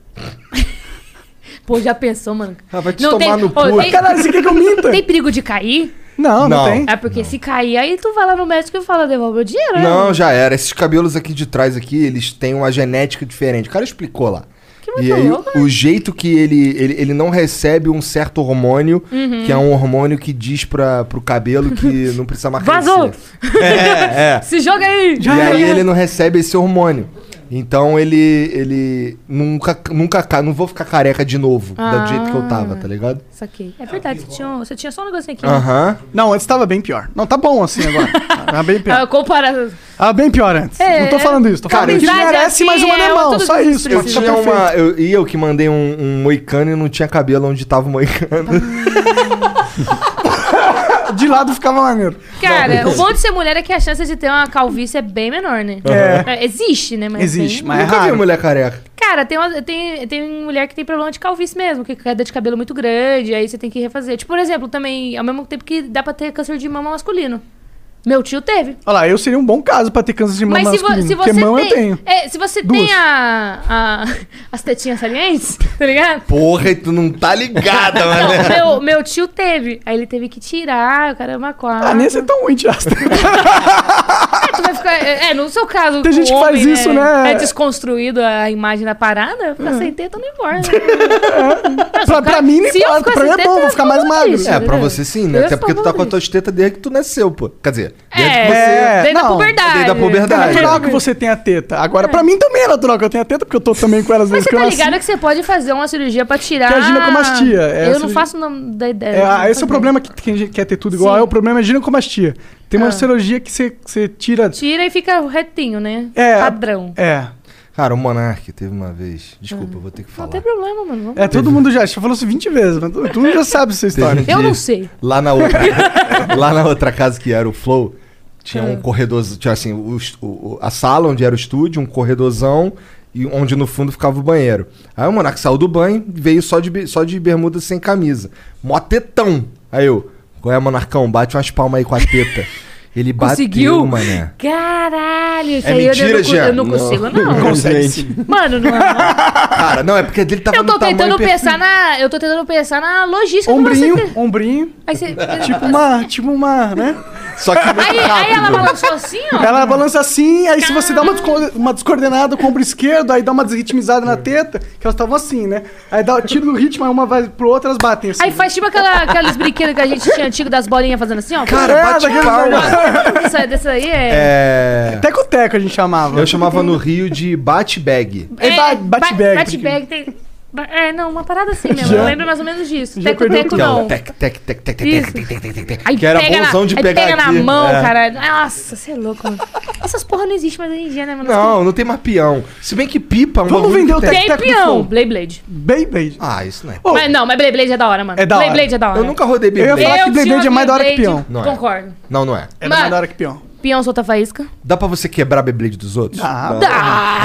S3: pô, já pensou, mano.
S2: Ah, vai te
S3: Não
S2: tomar
S3: tem-
S2: no
S3: Ô,
S2: cu.
S3: tem-
S1: Caralho, você quer que eu minta?
S3: Tem perigo de cair?
S1: Não, não,
S2: Não.
S1: tem.
S3: É porque se cair, aí tu vai lá no médico e fala, devolve meu dinheiro, né?
S2: Não, já era. Esses cabelos aqui de trás aqui, eles têm uma genética diferente. O cara explicou lá.
S3: Que muito
S2: e aí,
S3: louco, né?
S2: o jeito que ele, ele, ele não recebe um certo hormônio,
S3: Uhum.
S2: que é um hormônio que diz pra, pro cabelo que não precisa mais
S3: Vazou!
S2: crescer. É, é.
S3: Se joga aí!
S2: E aí ele não recebe esse hormônio. Então ele. ele nunca, nunca. ca- Não vou ficar careca de novo,
S3: Ah.
S2: do jeito que eu tava, tá ligado?
S3: Saquei. É verdade, você tinha, um- você tinha só um negocinho aqui. né?
S2: Aham.
S1: Não, antes tava bem pior. Não, tá bom assim agora. Tava bem pior.
S3: Ah, compara.
S1: Ah, bem pior antes.
S3: É,
S1: não tô falando isso. Tô falando
S3: cara,
S1: que
S3: amizade
S1: merece
S3: assim
S1: mais uma
S3: é
S1: demão.
S3: tudo
S1: só
S3: que
S1: isso.
S3: precisa.
S2: Eu
S1: pode ficar
S2: tinha uma.
S1: perfeito.
S2: Eu, e eu que mandei um, um moicano e não tinha cabelo onde tava o moicano.
S1: De lado ficava maneiro.
S3: Cara, o bom de ser mulher é que a chance de ter uma calvície é bem menor, né? É. Existe, né? Mas
S1: Existe,
S3: bem-
S1: mas é
S2: Nunca vi
S1: raro.
S2: mulher careca.
S3: Cara, tem, uma- tem, tem mulher que tem problema de calvície mesmo, que queda de cabelo muito grande, aí você tem que refazer. Tipo, por exemplo, também, ao mesmo tempo que dá pra ter câncer de mama masculino. Meu tio teve.
S1: Olha lá, eu seria um bom caso pra ter câncer de mama
S3: Mas se, vo-
S1: masculino.
S3: se
S1: porque
S3: você
S1: mão
S3: tem.
S1: eu tenho.
S3: é, se você
S1: Duas.
S3: tem a, a- as tetinhas salientes, tá ligado?
S2: Porra, e tu não tá ligada, mano.
S3: Não, meu, meu tio teve. Aí ele teve que tirar, o caramba, quatro.
S1: Ah, nem ser tão ruim de asta.
S3: Tu vai ficar. É, é, no seu caso.
S1: Tem
S3: com
S1: gente que faz isso, né? Hum.
S3: É desconstruído a imagem da parada, ficar sem teta não importa.
S1: pra, pra mim não
S3: se eu
S1: importa. Pra mim é
S3: ficasse
S1: bom,
S3: teta,
S1: vou ficar mais
S3: eu
S1: magro.
S3: fico
S2: É, pra você sim, né?
S3: Eu
S2: Até
S3: sou
S2: porque tu tá com a
S3: maluca.
S2: tua teta desde que tu nasceu, pô. Quer dizer,
S3: É,
S1: É,
S3: daí da
S1: não,
S3: puberdade.
S2: daí da
S1: É
S2: puberdade.
S1: natural que você tenha teta. Agora, pra mim também é natural que eu tenha teta, porque eu tô também com elas
S3: Mas
S1: desde
S3: você
S1: que eu
S3: tá
S1: nasci.
S3: ligado que você pode fazer uma cirurgia pra tirar...
S1: Que é a ginecomastia, é a
S3: eu não
S1: cirurgia-
S3: faço o nome da ideia.
S1: É,
S3: não
S1: ah, esse é
S3: faço
S1: o problema que quem quer ter tudo igual.
S3: Sim. Ah.
S1: É o problema é ginecomastia. Tem uma cirurgia que você- você tira.
S3: Tira e fica retinho, né?
S1: É.
S3: Padrão.
S1: É.
S2: Cara, o Monark teve uma vez. Desculpa, eu vou ter que
S3: Não
S2: falar.
S3: tem problema, mano. Vamos-
S1: É, todo mundo já, já falou isso 20 vezes, mas todo mundo já sabe essa história.
S2: Teve um
S3: Eu
S2: dia-
S3: não sei.
S2: Lá na outra, lá na outra casa que era o Flow, tinha
S3: É.
S2: um corredor, tinha assim, o est- o- o- a sala onde era o estúdio, um corredorzão e onde no fundo ficava o banheiro. Aí o Monark saiu do banho, veio só de, be- só de bermuda sem camisa. Mó tetão. Aí eu, qual é, Monarcão? Bate umas palmas aí com a teta. Ele bateu,
S3: Conseguiu?
S2: mané.
S3: Caralho, isso
S2: É
S3: aí eu- eu,
S2: mentira,
S3: não, cu-
S2: Jean?
S3: eu não
S2: Não.
S3: consigo, não.
S4: Infelizmente.
S3: Mano, não.
S2: Cara, não, é porque dele tava
S3: Eu
S2: no
S3: tô
S2: tamanho
S3: tentando
S2: perfeito.
S3: pensar na. Eu tô tentando pensar na logística
S1: Ombrinho,
S3: do você.
S1: ombrinho,
S3: Aí você.
S1: tipo uma, tipo uma, né?
S2: Só que muito
S3: Aí, aí ela
S2: rápido.
S3: balançou assim, ó.
S1: Ela balança assim, aí se você dá uma, desco- uma descoordenada com o ombro esquerdo, aí dá uma desritmizada na teta, que elas estavam assim, né? Aí dá o tiro do ritmo, aí uma vai pro outro, elas batem assim.
S3: Aí faz tipo aquela, aqueles brinquedos que a gente tinha antigo das bolinhas fazendo assim, ó.
S2: Cara, bate
S1: É, daquele-
S2: palma.
S3: Dessa, dessa aí é.
S2: É,
S1: Teco-teco a gente chamava.
S2: eu chamava no Rio de bate-bag.
S1: É, ba- bate bag, porque-
S3: Bate bag tem. ba- É, não, uma parada assim mesmo.
S1: Já.
S3: Eu lembro mais ou menos disso.
S1: Já
S3: Teco, teco,
S1: acordou?
S3: não.
S2: é Tec, tec, tec, tec, tec,
S3: Isso.
S2: tec, tec, tec, tec, tec.
S3: Aí
S2: Que era
S3: pega
S2: bonzão
S3: na,
S2: de
S3: aí
S2: pegar
S3: pega
S2: aqui.
S3: na mão,
S2: É.
S3: caralho. Nossa, você é louco, mano. Essas porra não existem mais hoje em dia, né, mano?
S2: Não, não tem mais peão. Se bem que pipa é um
S1: Vamos
S2: bagulho
S1: vender
S2: que
S1: o
S2: tem.
S1: tec-
S3: Tem
S1: Teco do
S3: peão.
S1: fogo.
S3: Beyblade.
S1: Beyblade.
S2: Ah, isso não é.
S1: Ô,
S3: Mas não, mas Beyblade é da hora, mano.
S1: É da hora.
S3: Beyblade é da hora.
S2: Eu nunca rodei
S1: ia
S2: beyblade.
S1: falar- que
S3: tinha
S1: Beyblade é
S3: uma
S1: mais da hora que
S3: Beyblade.
S2: peão. Não é.
S3: Concordo.
S2: Não, não é.
S1: Era
S3: Mano.
S1: mais da hora que peão.
S3: Peão solta faísca.
S2: Dá pra você quebrar beyblade dos outros?
S1: Ah,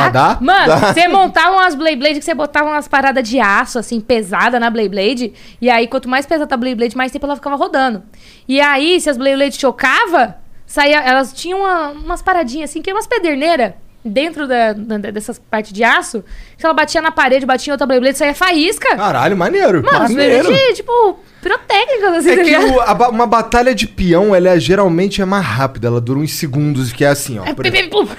S2: Ah, dá?
S3: Mano, você montava umas Beyblade que você botava umas paradas de aço, assim, pesada na Beyblade. E aí, quanto mais pesada a Beyblade, mais tempo ela ficava rodando. E aí, se as Beyblades chocavam, saía, elas tinham uma- umas paradinhas, assim, que é umas pederneiras dentro da, da- dessas partes de aço. Que ela batia na parede, batia em outra Beyblade, saía faísca.
S2: Caralho, Ah, maneiro.
S3: Mano, as
S1: maneiro.
S3: Beyblade, tipo, pirotécnicas, assim,
S2: É
S3: tá
S2: que
S3: ligado?
S2: o- a ba- uma batalha de peão, ela é- geralmente é mais rápida. Ela dura uns segundos, que é assim, ó. por
S3: Pim, pim,
S2: exemplo.
S3: pum.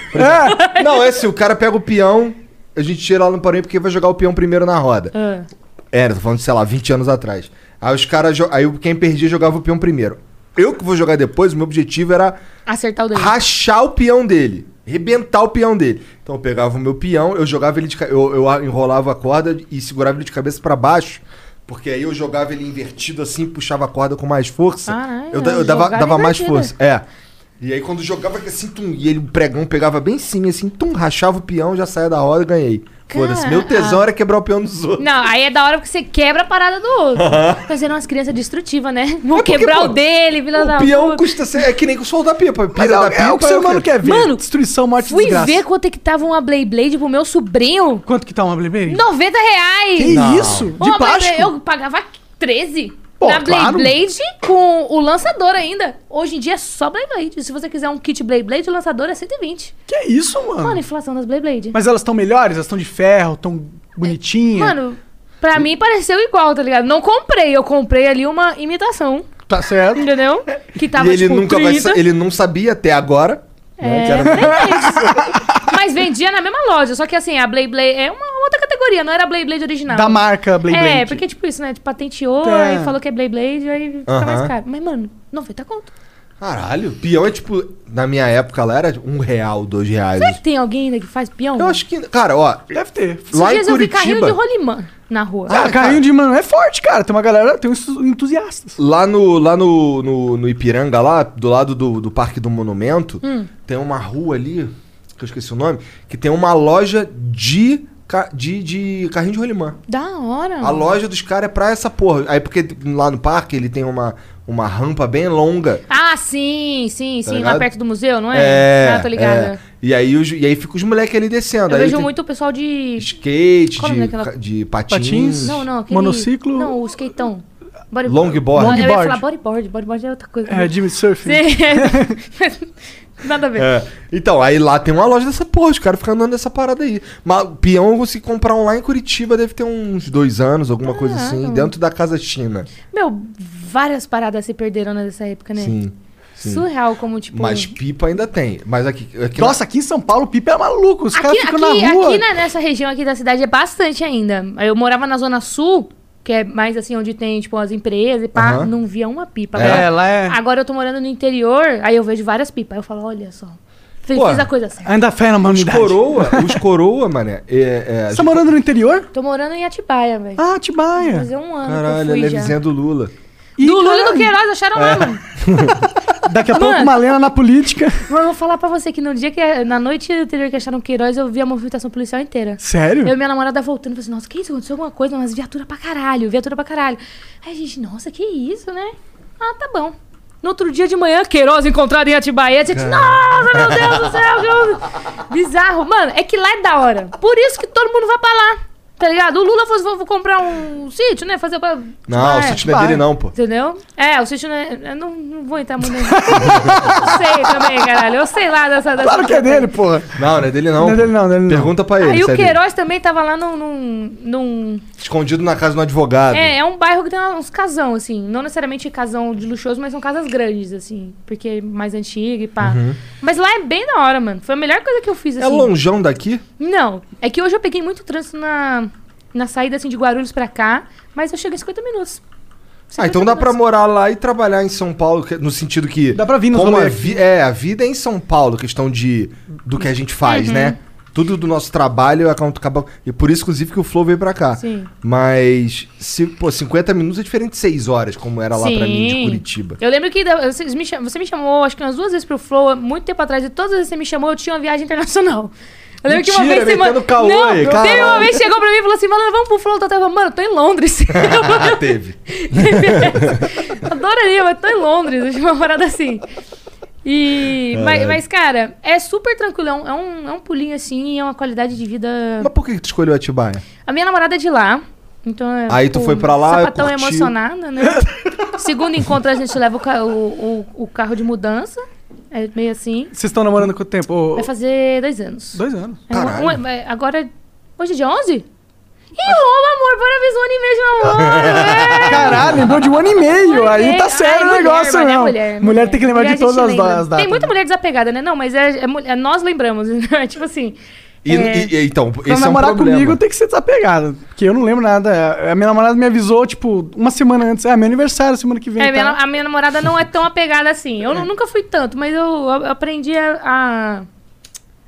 S2: Não, é assim, o cara pega o peão, a gente tira ela no porém porque vai jogar o peão primeiro na roda.
S3: Ah.
S2: É, tô falando, de, sei lá, 20 anos atrás. Aí os caras. jo- Aí quem perdia jogava o peão primeiro. Eu que vou jogar depois, o meu objetivo era
S3: Acertar o dedo.
S2: rachar o peão dele. Rebentar o peão dele. Então eu pegava o meu peão, eu jogava ele de ca- eu, eu a- enrolava a corda e segurava ele de cabeça pra baixo. Porque aí eu jogava ele invertido assim, puxava a corda com mais força.
S3: Caralho,
S2: eu, da- eu dava,
S3: jogada
S2: dava mais
S3: invertida.
S2: força. É. E aí quando jogava assim, tum, e ele o pregão pegava bem em cima, assim, tum, rachava o peão, já saía da roda e ganhei. Foda-se. Meu tesão era quebrar o peão dos outros.
S3: Não, aí é da hora porque você quebra a parada do outro. Mas eram umas crianças destrutivas, né? Vão
S2: porque,
S3: quebrar
S2: pô,
S3: o dele, vila da
S2: o peão
S3: puta.
S2: custa. ser- É que nem o sol da pipa. Pira
S1: Mas é,
S2: da
S1: o-
S2: pipa,
S1: é o que o ser humano quer ver.
S3: Mano,
S1: Destruição, morte e
S3: Fui
S1: desgraça.
S3: ver quanto é que tava uma Beyblade pro meu sobrinho.
S1: Quanto que tá uma Beyblade?
S3: 90 reais.
S1: Que isso? De
S3: Uma
S1: plástico?
S3: Beyblade- Eu pagava 13.
S1: Pô,
S3: na
S1: claro.
S3: Beyblade com o lançador ainda. Hoje em dia é só Beyblade. Se você quiser um kit Beyblade, o lançador é 120.
S1: Que isso,
S2: Ah.
S1: mano?
S3: Mano, a inflação das Beyblade.
S1: Mas elas estão melhores? Elas estão de ferro, tão bonitinhas?
S3: Mano, pra mim pareceu igual, tá ligado? Não comprei, eu comprei ali uma imitação,
S1: Tá certo.
S3: entendeu? Que tava
S2: e ele
S3: tipo,
S2: nunca vai.
S3: 30.
S2: sa- Ele não sabia até agora.
S1: É,
S2: né,
S3: É.
S2: que era-
S3: Mas vendia na mesma loja, só que assim, a Beyblade é uma outra categoria, não era a Beyblade original.
S1: Da marca Beyblade.
S3: É, porque tipo isso, né? Tipo, patenteou,
S1: Tá.
S3: aí falou que é Beyblade, aí fica
S2: Aham.
S3: mais caro. Mas, mano, 90 conto.
S2: Caralho. Peão é tipo. Na minha época lá era um real, dois reais.
S3: Será que tem alguém ainda que faz peão?
S2: Eu acho que. Cara, ó.
S1: Deve ter.
S3: Esses
S2: lá em
S3: dias eu vi carrinho
S2: Curitiba.
S3: de rolimã na rua.
S1: Ah, carrinho de mano é forte, cara. Tem uma galera, tem uns entusiastas.
S2: Lá, no, lá no, no, no Ipiranga, lá, do lado do, do Parque do Monumento,
S3: Hum.
S2: tem uma rua ali, que eu esqueci o nome, que tem uma loja de, ca- de, de carrinho de rolimã.
S3: Da hora.
S2: A loja dos caras é pra essa porra. Aí porque lá no parque ele tem uma, uma rampa bem longa.
S3: Ah, sim, sim,
S2: Tá
S3: sim. lá
S2: ligado?
S3: perto do museu, não é? ah, tô ligada.
S2: é. E aí, os- e aí fica os moleques ali descendo.
S3: Eu
S2: aí
S3: vejo
S2: tem
S3: muito o pessoal de...
S2: skate,
S3: Qual o
S2: de,
S3: nome daquela-
S2: de patins.
S1: Patins?
S3: Não, não. Aquele...
S1: Monociclo?
S3: Não, o skatão. Bodyboard.
S2: Longboard.
S3: Eu ia
S1: Longboard.
S3: falar bodyboard. Bodyboard é outra coisa.
S1: É, Jimmy Surfing.
S3: Sim. Nada a ver.
S2: É. Então, aí lá tem uma loja dessa porra, os caras ficam andando nessa parada aí. Mas o peão eu consegui comprar um lá em Curitiba, deve ter uns dois anos, alguma coisa assim, dentro da Casa China.
S3: Meu, várias paradas se perderam nessa época, né?
S2: Sim.
S3: Surreal como, tipo...
S2: Mas pipa ainda tem. Mas aqui. aqui na-
S1: Nossa, aqui em São Paulo o Pipe é maluco. Os
S3: Aqui, é-
S1: caras ficam
S3: aqui,
S1: na rua.
S3: aqui na- nessa região aqui da cidade é bastante ainda. Eu morava na Zona Sul que é mais assim, onde tem, tipo, as empresas e pá,
S2: Aham.
S3: não via uma pipa.
S2: É,
S3: Agora-
S1: lá é-
S3: Agora eu tô morando no interior, aí eu vejo várias pipas. Aí eu falo, olha só, fiz,
S2: Pô,
S3: fiz a coisa certa.
S1: Ainda fé na
S2: Os
S1: humanidade.
S2: coroa, os coroa, mané. É, é,
S1: Você tá morando no interior?
S3: Tô morando em Atibaia, velho.
S1: Ah, Tibaia.
S3: Fazer um ano
S2: Caralho,
S3: que eu
S2: ela é
S3: fui já.
S2: vizinha do Lula.
S1: Ih,
S3: Do Lula e do
S1: caralho, É.
S3: Queiroz, acharam lá, mano.
S1: Daqui a pouco
S3: Mano.
S1: Malena na política.
S3: Mano, eu vou falar pra você que no dia que... Na noite anterior que acharam o Queiroz, eu vi a movimentação policial inteira.
S1: Sério?
S3: Eu e minha namorada voltando, falei assim, nossa, que isso? Aconteceu alguma coisa? Mas viatura pra caralho, viatura pra caralho. Aí a gente, nossa, que isso, né? Ah, tá bom. No outro dia de manhã, Queiroz encontrado em Atibaia. A gente, nossa, meu Deus do céu. que- Bizarro. Mano, é que lá é da hora. Por isso que todo mundo vai pra lá. Tá ligado? O Lula fosse, vou, vou comprar um sítio, né? Fazer pra...
S2: Não, o
S3: Atibaia.
S2: sítio não é dele, não, pô.
S3: Entendeu? É, o sítio não é... Eu não, não vou entrar muito... nesse- sei também, caralho. Eu sei lá dessa... dessa
S1: Claro que é dele, porra.
S2: Não, não é dele, não.
S1: Não é dele, não, não é dele, não.
S2: Pergunta pra ele.
S3: Aí
S2: se
S3: Ah, o
S2: é dele.
S3: Queiroz também tava lá num- num- num
S2: Escondido na casa do advogado.
S3: É, é um bairro que tem uns casão, assim. Não necessariamente casão de luxuoso, mas são casas grandes, assim. Porque é mais antiga e pá. Mas lá é bem da hora, mano. Foi a melhor coisa que eu fiz, assim.
S2: Uhum. É longeão daqui?
S3: Não. É que hoje eu peguei muito trânsito na, na saída, assim, de Guarulhos pra cá. Mas eu cheguei em 50 minutos.
S2: Ah, então dá pra morar lá e trabalhar em São Paulo, que- no sentido que.
S1: Dá pra vir nos
S2: como
S1: rolê
S2: a
S1: aqui.
S2: vi- É, a vida é em São Paulo, questão de do que a gente faz,
S3: Uhum.
S2: né? Tudo do nosso trabalho acaba- acaba. E por isso, inclusive, que o Flow veio pra cá.
S3: Sim.
S2: Mas, se, pô, 50 minutos é diferente de 6 horas, como era lá pra mim, de
S3: Sim.
S2: Curitiba.
S3: Eu lembro que da- vocês me cham- você me chamou, acho que umas duas vezes pro Flow, muito tempo atrás, e todas as vezes que você me chamou, eu tinha uma viagem internacional. Eu lembro que uma
S2: Mentira,
S3: vez você
S2: metendo caô
S3: Não,
S2: aí,
S3: teve uma
S2: caralho.
S3: vez que chegou pra mim e falou assim: Mano, vamos pro Flow. Eu tava, mano, eu tô em Londres.
S2: Ah, teve.
S3: Adoraria, mas tô em Londres, deixa uma parada assim. E. Mas, mas, cara, é super tranquilo. É um, é um- é um pulinho assim, é uma qualidade de vida.
S2: Mas por que que tu escolheu Atibaia?
S3: A minha namorada é de lá. Então é,
S2: Aí tu
S3: pô,
S2: foi pra lá,
S3: Sapatão
S2: curtiu.
S3: emocionada, né? Segundo encontro, a gente leva o, ca- o- o- o carro de mudança. É meio assim.
S1: Vocês estão namorando quanto tempo? Ô,
S3: Vai fazer dois anos.
S1: Dois anos.
S3: É, um-
S2: Caralho.
S3: um- é, agora. Hoje é dia 11? Ih, Roma, amor, parabéns, um ano e meio de namoro. é.
S1: Caralho, lembrou de um ano e meio.
S3: Mulher,
S1: Aí tá
S3: ai,
S1: sério o
S3: mulher,
S1: negócio,
S3: mano, é
S1: não.
S3: mulher,
S1: Mulher, tem que lembrar
S3: Mulher
S1: de
S3: a gente
S1: todas as
S3: lembra.
S1: datas.
S3: Tem muita mulher desapegada, né? Não, mas é, é mul- é nós lembramos. né? tipo assim.
S2: E,
S3: É.
S2: e- e- então,
S1: Pra
S2: esse é um
S1: namorar
S2: problema.
S1: comigo tem que ser desapegado. Porque eu não lembro nada. A minha namorada me avisou, tipo, uma semana antes. É, meu aniversário, semana que vem.
S2: Então.
S3: é,
S1: tá?
S3: minha- a minha namorada não é tão apegada assim.
S2: É.
S3: Eu nu- nunca fui tanto, mas eu, eu aprendi a, a,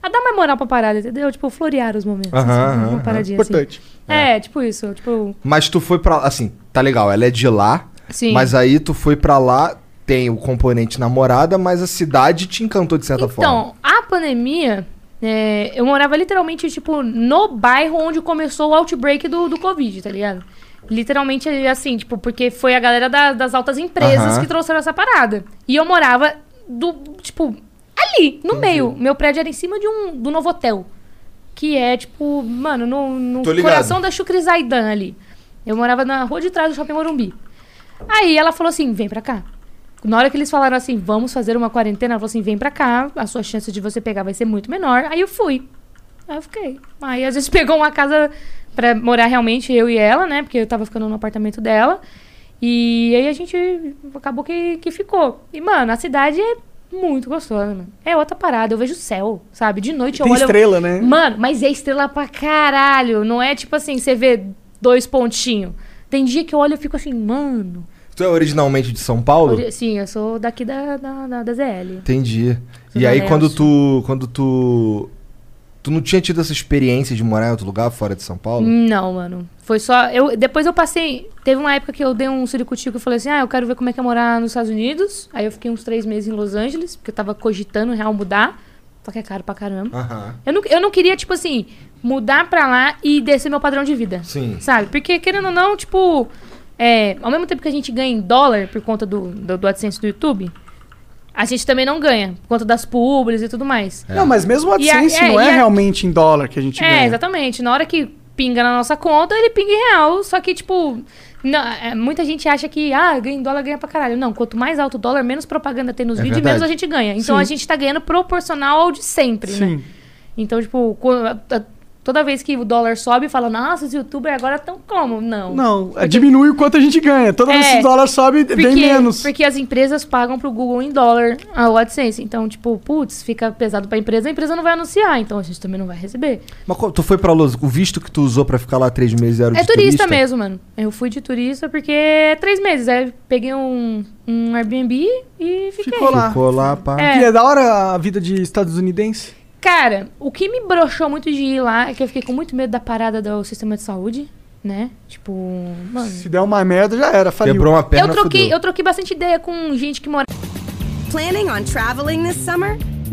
S3: a dar mais moral pra parada, entendeu? Tipo, florear os momentos.
S2: Aham,
S3: assim,
S2: aham,
S3: uma paradinha assim.
S1: Importante.
S3: É, tipo isso. Tipo,
S2: Mas tu foi pra lá, assim, tá legal, ela é de lá,
S3: Sim.
S2: mas aí tu foi pra lá, tem o componente namorada, mas a cidade te encantou de certa forma.
S3: Então, a pandemia, é, eu morava literalmente, tipo, no bairro onde começou o outbreak do, do Covid, tá ligado? Literalmente assim, tipo, porque foi a galera da- das altas empresas
S2: Aham.
S3: que trouxeram essa parada. E eu morava do, tipo, ali, no meio. Meu prédio era em cima de um, do novo hotel. Que é, tipo, mano, no, no
S2: Tô ligado.
S3: coração da Chucri Zaidan ali. Eu morava na rua de trás do Shopping Morumbi. Aí ela falou assim: vem pra cá. Na hora que eles falaram assim, vamos fazer uma quarentena, ela falou assim: vem pra cá, a sua chance de você pegar vai ser muito menor. Aí eu fui. Aí eu fiquei. Aí a gente pegou uma casa pra morar realmente, eu e ela, né? Porque eu tava ficando no apartamento dela. E aí a gente acabou que, que ficou. E, mano, a cidade é muito gostosa, mano. É outra parada, eu vejo o céu, sabe? De noite eu
S1: Tem
S3: olho.
S1: estrela, né?
S3: Mano, mas é estrela pra caralho. Não é tipo assim, você vê dois pontinhos. Tem dia que eu olho e fico assim, mano.
S2: Tu é originalmente de São Paulo?
S3: Ori- Sim, eu sou daqui da, da, da, da ZL.
S2: Entendi. E
S3: Zona
S2: aí quando
S3: Leste.
S2: tu, quando tu, tu não tinha tido essa experiência de morar em outro lugar fora de São Paulo?
S3: Não, mano. Foi só. Eu, depois eu passei. Teve uma época que eu dei um suricutico que eu falei assim: ah, eu quero ver como é que é morar nos Estados Unidos. Aí eu fiquei uns três meses em Los Angeles, porque eu tava cogitando real mudar. Só que é caro pra caramba.
S2: Aham.
S3: Eu não, eu não queria, tipo assim, mudar pra lá e descer meu padrão de vida.
S2: Sim.
S3: Sabe? Porque, querendo ou não, tipo, é, ao mesmo tempo que a gente ganha em dólar por conta do, do, do AdSense do YouTube, a gente também não ganha, por conta das publis e tudo mais.
S2: É.
S1: Não, mas mesmo o
S3: E a-
S1: AdSense
S3: é,
S1: não é
S3: e a-
S1: realmente em dólar que a gente
S3: É,
S1: ganha.
S3: exatamente. Na hora que pinga na nossa conta, ele pinga em real. Só que, tipo, na- é, muita gente acha que, ah, ganha em dólar, ganha pra caralho. Não, quanto mais alto o dólar, menos propaganda tem nos
S2: É
S3: vídeos e
S2: verdade.
S3: menos a gente ganha. Então
S1: Sim.
S3: a gente tá ganhando proporcional ao de sempre, né?
S1: Sim.
S3: Então, tipo, co- a- a- Toda vez que o dólar sobe, fala, nossa, os youtubers agora estão como? Não.
S1: Não, É
S2: é
S1: diminui o quanto a gente ganha. Toda vez que
S3: É,
S1: o dólar sobe, bem menos.
S3: Porque as empresas pagam pro Google em dólar a AdSense. Então, tipo, putz, fica pesado pra empresa, a empresa não vai anunciar, então a gente também não vai receber.
S2: Mas qual- tu foi pra Los... O visto que tu usou pra ficar lá três meses era o
S3: É
S2: de
S3: turista, mesmo, mano. Eu fui de turista porque é três meses. Aí eu peguei um, um Airbnb e fiquei.
S1: Ficou lá.
S2: Ficou lá, pá.
S3: É.
S1: E é da hora a vida de estadunidense?
S3: Cara, o que me broxou muito de ir lá é que eu fiquei com muito medo da parada do sistema de saúde, né? Tipo, mano.
S1: Se der uma merda, já era. Faliu.
S2: Quebrou uma perna,
S3: Eu troquei,
S2: fudeu.
S3: eu troquei bastante ideia com gente que mora.
S5: Planning on traveling this summer?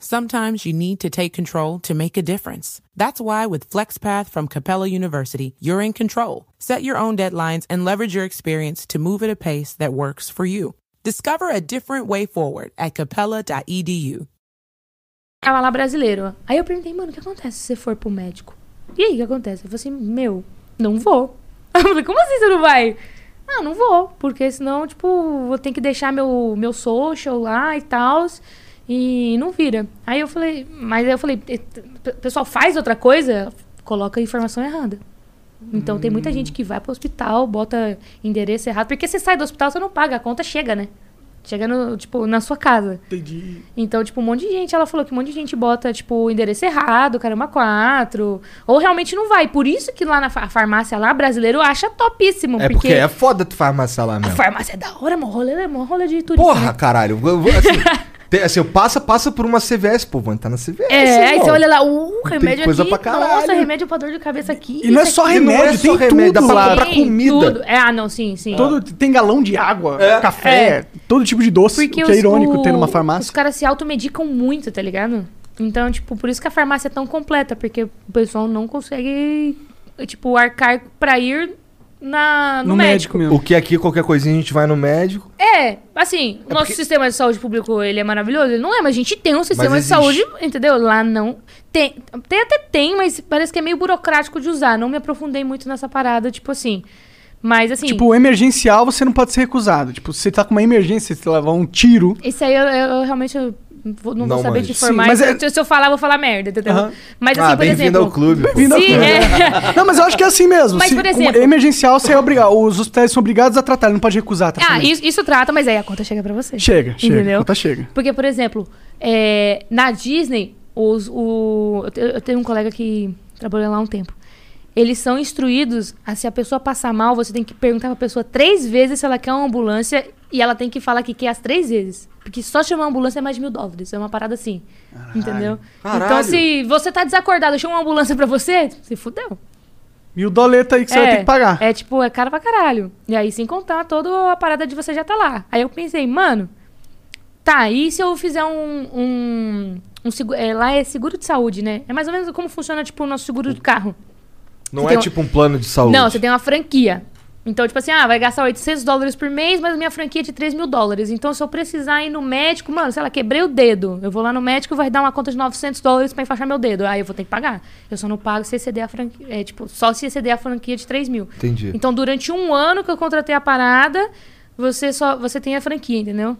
S7: Sometimes you need to take control to make a difference. That's why with FlexPath from Capella University, you're in control. Set your own deadlines and leverage your experience to move at a pace that works for you. Discover a different way forward at E capella.edu.
S3: Tava lá brasileiro. Aí eu perguntei, mano, o que acontece se você for pro médico? E aí, o que acontece? Eu falei assim, meu, não vou. Eu falei, como assim você não vai? Ah, não vou, porque senão, tipo, vou ter que deixar meu, meu social lá e tal. E não vira. Aí eu falei, mas aí eu falei, "E- p- pessoal, faz outra coisa, coloca a informação errada. Então tem muita gente que vai pro hospital, bota endereço errado, porque você sai do hospital, você não paga, a conta chega, né? Chega no, tipo, na sua casa.
S1: Entendi.
S3: Então, tipo, um monte de gente, ela falou que um monte de gente bota, tipo, o endereço errado, caramba, quatro. Ou realmente não vai. Por isso que lá na fa- farmácia lá, brasileiro acha topíssimo.
S2: É porque é foda tu farmácia lá
S3: a
S2: mesmo.
S3: farmácia é da hora, mó rolê, é mó rolê de turista.
S2: Porra,
S3: né?
S2: caralho. Eu vou- assim, tem- assim, eu passa, passa por uma CVS, pô, mano, tá na CVS.
S3: É, aí
S2: irmão.
S3: você olha lá, uh, remédio
S2: coisa
S3: aqui.
S2: pra caralho.
S3: nossa, remédio pra dor de cabeça aqui.
S1: E não é
S3: isso
S1: só
S3: aqui.
S2: E não é
S1: remédio,
S2: só
S1: tem
S2: remédio, dá
S1: tudo
S2: pra
S1: lá.
S2: comprar
S3: Tem
S2: comida.
S3: Tudo. É, ah, não, sim, sim.
S1: Todo, tem galão de água, café,
S3: É.
S1: todo tipo de doce,
S3: Porque
S1: o que é
S3: os-
S1: irônico
S3: o-
S1: ter numa
S3: Os
S1: farmácia.
S3: caras se automedicam muito, tá ligado? Então, tipo, por isso que a farmácia é tão completa, porque o pessoal não consegue, tipo, arcar pra ir na, no, médico.
S2: O que é aqui, qualquer coisinha, a gente vai no médico.
S3: É, assim, o nosso sistema de saúde público, ele é maravilhoso? Ele não é, mas a gente tem um sistema de
S2: existe.
S3: saúde, entendeu? Lá não. Tem, tem até tem, mas parece que é meio burocrático de usar. Não me aprofundei muito nessa parada, tipo assim. Mas assim.
S1: Tipo, emergencial você não pode ser recusado. Tipo, se você tá com uma emergência, se você levar um tiro.
S3: Esse aí eu, eu- eu realmente eu vou- não,
S2: Não
S3: vou saber
S2: manjo.
S3: te
S1: Sim,
S3: informar.
S1: mas
S3: Se-
S1: é-
S3: se, eu falar, eu vou falar merda, entendeu?
S1: Aham.
S3: Mas assim,
S2: ah,
S3: por
S2: bem-vindo
S3: exemplo.
S2: ao clube. pô.
S1: Bem-vindo ao
S3: Sim,
S1: clube.
S3: é.
S1: Não, mas eu acho que é assim mesmo.
S3: Mas,
S1: se,
S3: por
S1: um-
S3: exemplo-
S1: emergencial, você é obrigado. Os hospitais são obrigados a tratar, ele não pode recusar tá
S3: Ah,
S1: tratamento.
S3: isso, isso trata, mas aí a conta chega pra você.
S1: Chega, chega.
S3: Entendeu?
S1: A conta chega.
S3: Porque, por exemplo, é, na Disney, os, o, eu te- eu tenho um colega que trabalhou lá há um tempo. Eles são instruídos a se a pessoa passar mal, você tem que perguntar pra pessoa três vezes se ela quer uma ambulância e ela tem que falar que quer as três vezes. Porque só chamar uma ambulância é mais de mil dólares. É uma parada assim. Entendeu? Então,
S2: Caralho.
S3: se você tá desacordado, eu chamo uma ambulância pra você, se fudeu.
S1: E o doleta aí que você vai ter que pagar.
S3: É tipo, é caro pra caralho. E aí, sem contar toda a parada de você já tá lá. Aí eu pensei, mano, tá, e se eu fizer um. um, um segu- é, lá é seguro de saúde, né? É mais ou menos como funciona, tipo, o nosso seguro do carro.
S2: Não
S3: Você
S2: é
S3: tem um-
S2: tipo um plano de saúde.
S3: Não, você tem uma franquia. Então, tipo assim, ah, vai gastar 800 dólares por mês, mas minha franquia é de 3 mil dólares. Então, se eu precisar ir no médico, mano, sei lá, quebrei o dedo. Eu vou lá no médico e vai dar uma conta de 900 dólares pra enfaixar meu dedo. Aí eu vou ter que pagar. Eu só não pago se exceder a franquia. É, tipo, só se exceder a franquia de 3 mil.
S2: Entendi.
S3: Então, durante um ano que eu contratei a parada, você só você tem a franquia, entendeu?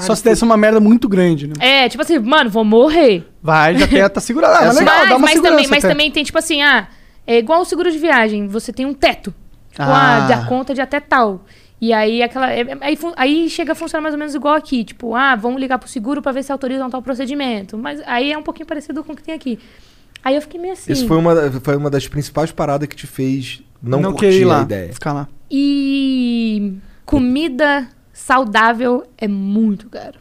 S1: Só se desse uma merda muito grande, né?
S3: É, tipo assim, mano, vou morrer.
S1: Vai, já até tá segurado. Ah, mas
S2: Essa-
S1: legal,
S3: mas,
S1: dá uma
S3: mas,
S1: segurança
S3: também, mas
S1: até.
S3: também tem, tipo assim, ah, é igual o seguro de viagem, você tem um teto. Tipo,
S1: Ah.
S3: ah, da conta de até tal. E aí aquela. é- é- Aí, fun- aí chega a funcionar mais ou menos igual aqui. Tipo, ah, vamos ligar pro seguro pra ver se autorizam tal procedimento. Mas aí é um pouquinho parecido com o que tem aqui. Aí eu fiquei meio assim.
S2: Isso foi uma, foi uma das principais paradas que te fez não,
S1: Não quer
S2: curtir
S1: ir lá,
S2: a ideia.
S1: ficar lá.
S3: E comida saudável é muito caro.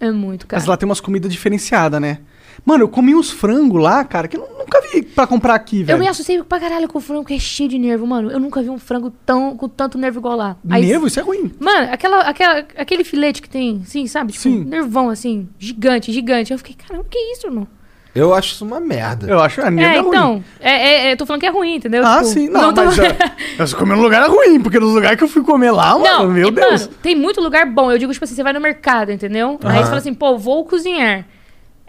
S3: É muito caro.
S1: Mas lá tem umas comidas diferenciadas, né? Mano, eu comi uns frango lá, cara, que eu nunca vi pra comprar aqui, velho.
S3: Eu me assustei pra caralho com o frango, que é cheio de nervo, mano. Eu nunca vi um frango tão, com tanto nervo igual lá. Aí-
S1: Nervo, isso é ruim.
S3: Mano, aquela, aquela, aquele filete que tem, assim, sabe? Tipo,
S1: Sim.
S3: nervão, assim, gigante, gigante. Eu fiquei, caramba, que isso, irmão?
S2: Eu acho isso uma merda.
S1: Eu acho a
S3: É,
S1: Nívia ruim.
S3: então. É, é- é, tô falando que é ruim, entendeu?
S1: Ah,
S3: Tipo,
S1: sim. Não,
S3: tô-
S1: mas é, eu só comi no lugar ruim, porque nos lugares que eu fui comer lá, mano,
S3: Não,
S1: meu
S3: e,
S1: Deus.
S3: mano, tem muito lugar bom. Eu digo, tipo assim, você vai no mercado, entendeu? Aí você fala assim, pô, vou cozinhar.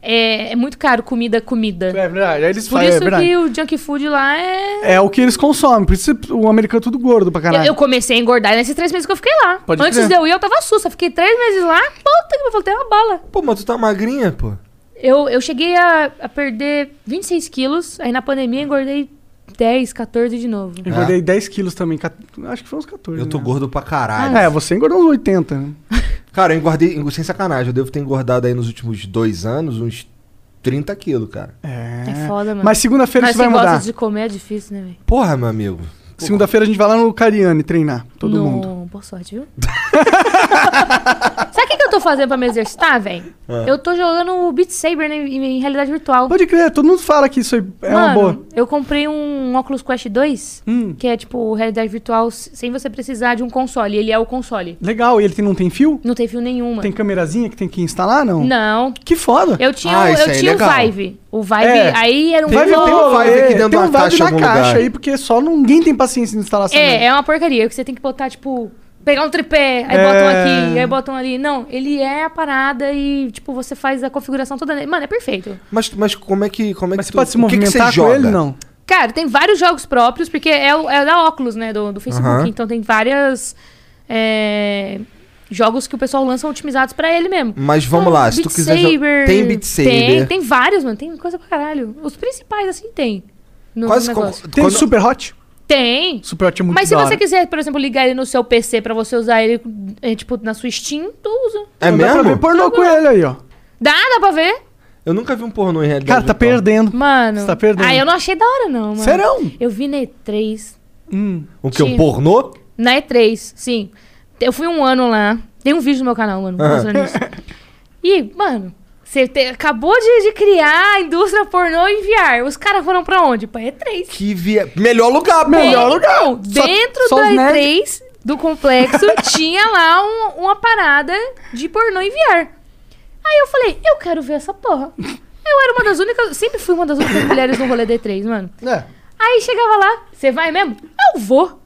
S3: É, é muito caro comida, comida.
S1: É verdade, aí eles
S3: Por
S1: falam, é
S3: isso
S1: verdade.
S3: que o junk food lá é.
S1: É o que eles consomem, por isso o americano é tudo gordo pra
S3: Eu,
S1: caralho.
S3: eu comecei a engordar nesses três meses que eu fiquei lá.
S1: Pode
S3: Antes
S1: crer.
S3: de eu ir, eu tava sussa. Fiquei três meses lá, puta que eu faltei uma bala.
S2: Pô, mas tu tá magrinha, pô.
S3: Eu, eu cheguei a, a perder 26 quilos, aí na pandemia engordei 10, 14 de novo.
S1: Engordei 10 quilos também, cat- acho que foi uns 14.
S2: É. Eu tô
S1: né?
S2: gordo pra
S3: Ah,
S2: caralho.
S1: É, você engordou uns 80, né?
S3: é.
S2: Cara, eu engordei, sem sacanagem, eu devo ter engordado aí nos últimos dois anos uns 30 quilos, cara.
S3: É foda, mano.
S1: Mas segunda-feira
S3: Mas
S1: isso vai
S3: gosta
S1: mudar.
S3: de tipo- comer é difícil, né, velho?
S2: Porra, meu amigo.
S1: Segunda-feira a gente vai lá no Cariani treinar, todo
S3: Não,
S1: mundo.
S3: boa sorte, viu? Sabe o que, que eu tô fazendo pra me exercitar, velho? Eu tô jogando o Beat Saber né, em, em realidade virtual.
S1: Ah. Pode crer, todo mundo fala que isso aí é uma
S3: Mano,
S1: boa.
S3: eu comprei um Oculus Quest 2,
S1: Hum.
S3: que é tipo realidade virtual s- sem você precisar de um console. Ele é o console.
S1: Legal, e ele tem, não tem fio?
S3: Não tem fio nenhuma.
S1: Tem um. câmerazinha que tem que instalar, não?
S3: Não.
S1: Que foda.
S3: Eu tinha,
S2: Ah,
S3: o-
S2: isso
S3: eu
S2: aí é
S3: tinha o
S2: legal.
S3: Vive. O Vive,
S1: É.
S3: aí era um
S1: Vai
S2: Tem
S1: ver,
S2: um
S1: tem
S3: jogo-
S1: um
S2: vibe aqui dentro de
S1: tem
S2: uma
S1: um vibe
S2: caixa em
S1: na
S2: algum
S1: caixa
S2: lugar.
S1: aí, porque só ninguém tem paciência né? em instalar essa merda.
S3: É, é uma porcaria, que você tem que botar, tipo, pegar um tripé, aí
S1: É.
S3: botam aqui, aí botam ali. Não, ele é a parada e, tipo, você faz a configuração toda nele. Mano, é perfeito.
S2: Mas, mas como é que. Como é
S1: Mas
S2: que
S1: você
S2: tu-
S1: pode se
S2: o que que
S1: movimentar
S2: você
S1: com
S2: joga?
S1: ele, não?
S3: Cara, tem vários jogos próprios, porque é, o- é da Oculus, né, do, do Facebook.
S2: Aham.
S3: Então tem várias. é, jogos que o pessoal lança otimizados pra ele mesmo.
S2: Mas vamos
S3: Então,
S2: lá, se tu
S3: Beat
S2: quiser jo-
S3: Saber,
S2: Tem Beat Saber.
S3: Tem, tem vários, mano. Tem coisa pra caralho. Os principais, assim, tem. No,
S2: Quase
S3: no
S2: como.
S3: negócio.
S1: Tem
S2: quando-
S1: Super Hot?
S3: Tem.
S1: Super Hot é muito
S3: Mas se
S1: da
S3: você
S1: hora.
S3: quiser, por exemplo, ligar ele no seu PC pra você usar ele, é, tipo, na sua Steam, tu usa.
S2: É
S1: Não dá pra ver
S2: mesmo?
S1: pornô com ele aí, ó.
S3: Dá, dá pra ver?
S2: Eu nunca vi um pornô em realidade.
S1: Cara, tá
S2: virtual.
S1: perdendo.
S3: Mano.
S1: Você tá perdendo.
S3: Ah, eu não achei da hora, não, mano.
S1: Serão?
S3: Eu vi na E3.
S1: Hum.
S2: O que? Um
S3: Sim.
S2: pornô?
S3: Na E3, sim. Eu fui um ano lá. Tem um vídeo no meu canal, mano, mostrando isso. E, mano, você te- acabou de, de criar a indústria pornô em VR. Os caras foram pra onde? Pra E3.
S2: Que via. Melhor lugar,
S1: Melhor
S2: pô.
S1: lugar.
S3: Então,
S1: Só-
S3: dentro
S1: só os
S3: da
S1: nerds.
S3: E3 do complexo tinha lá um- uma parada de pornô em VR. Aí eu falei, eu quero ver essa porra. Eu era uma das únicas, sempre fui uma das únicas mulheres no rolê da E3, mano.
S1: É.
S3: Aí chegava lá, você vai mesmo? Eu vou.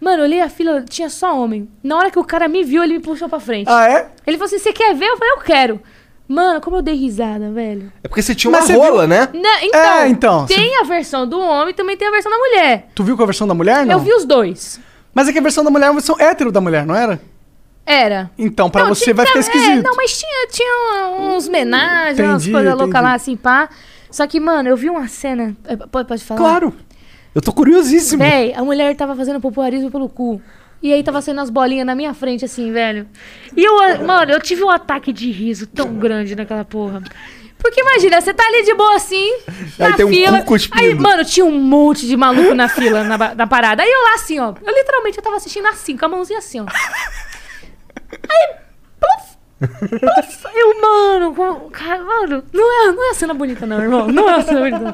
S3: Mano, eu olhei a fila, tinha só homem. Na hora que o cara me viu, ele me puxou pra frente.
S1: Ah, é?
S3: Ele falou assim: você quer ver? Eu falei, eu quero. Mano, como eu dei risada, velho.
S2: É porque você tinha uma
S1: Mas você
S2: rola, né?
S3: Não, então,
S1: É, então,
S3: tem a versão do homem também tem a versão da mulher.
S1: Tu viu com a versão da mulher, não?
S3: Eu vi os dois.
S1: Mas é que a versão da mulher é uma versão hétero da mulher, não era?
S3: Era.
S1: Então, pra
S3: Não,
S1: você
S3: tinha-
S1: vai ficar
S3: é,
S1: esquisito.
S3: não, mas tinha, tinha uns homenagens, umas
S1: Entendi,
S3: coisas loucas
S1: entendi.
S3: lá, assim, pá. Só que, mano, eu vi uma cena. é, p- Pode, pode falar?
S2: Claro. Eu tô curiosíssimo.
S3: Véi, a mulher tava fazendo popularismo pelo cu. E aí tava saindo as bolinhas na minha frente, assim, velho. E eu, mano, eu tive um ataque de riso tão grande naquela porra. Porque imagina, você tá ali de boa assim, na
S2: Aí tem um
S3: fila.
S2: cu cuspindo.
S3: aí, mano, tinha um monte de maluco na fila, na, ba- na parada. Aí eu lá assim, ó. Eu literalmente eu tava assistindo assim, com a mãozinha assim, ó. Eu, mano, com- cara, mano, não é, não é uma cena bonita, não, irmão. Não é uma cena bonita. não.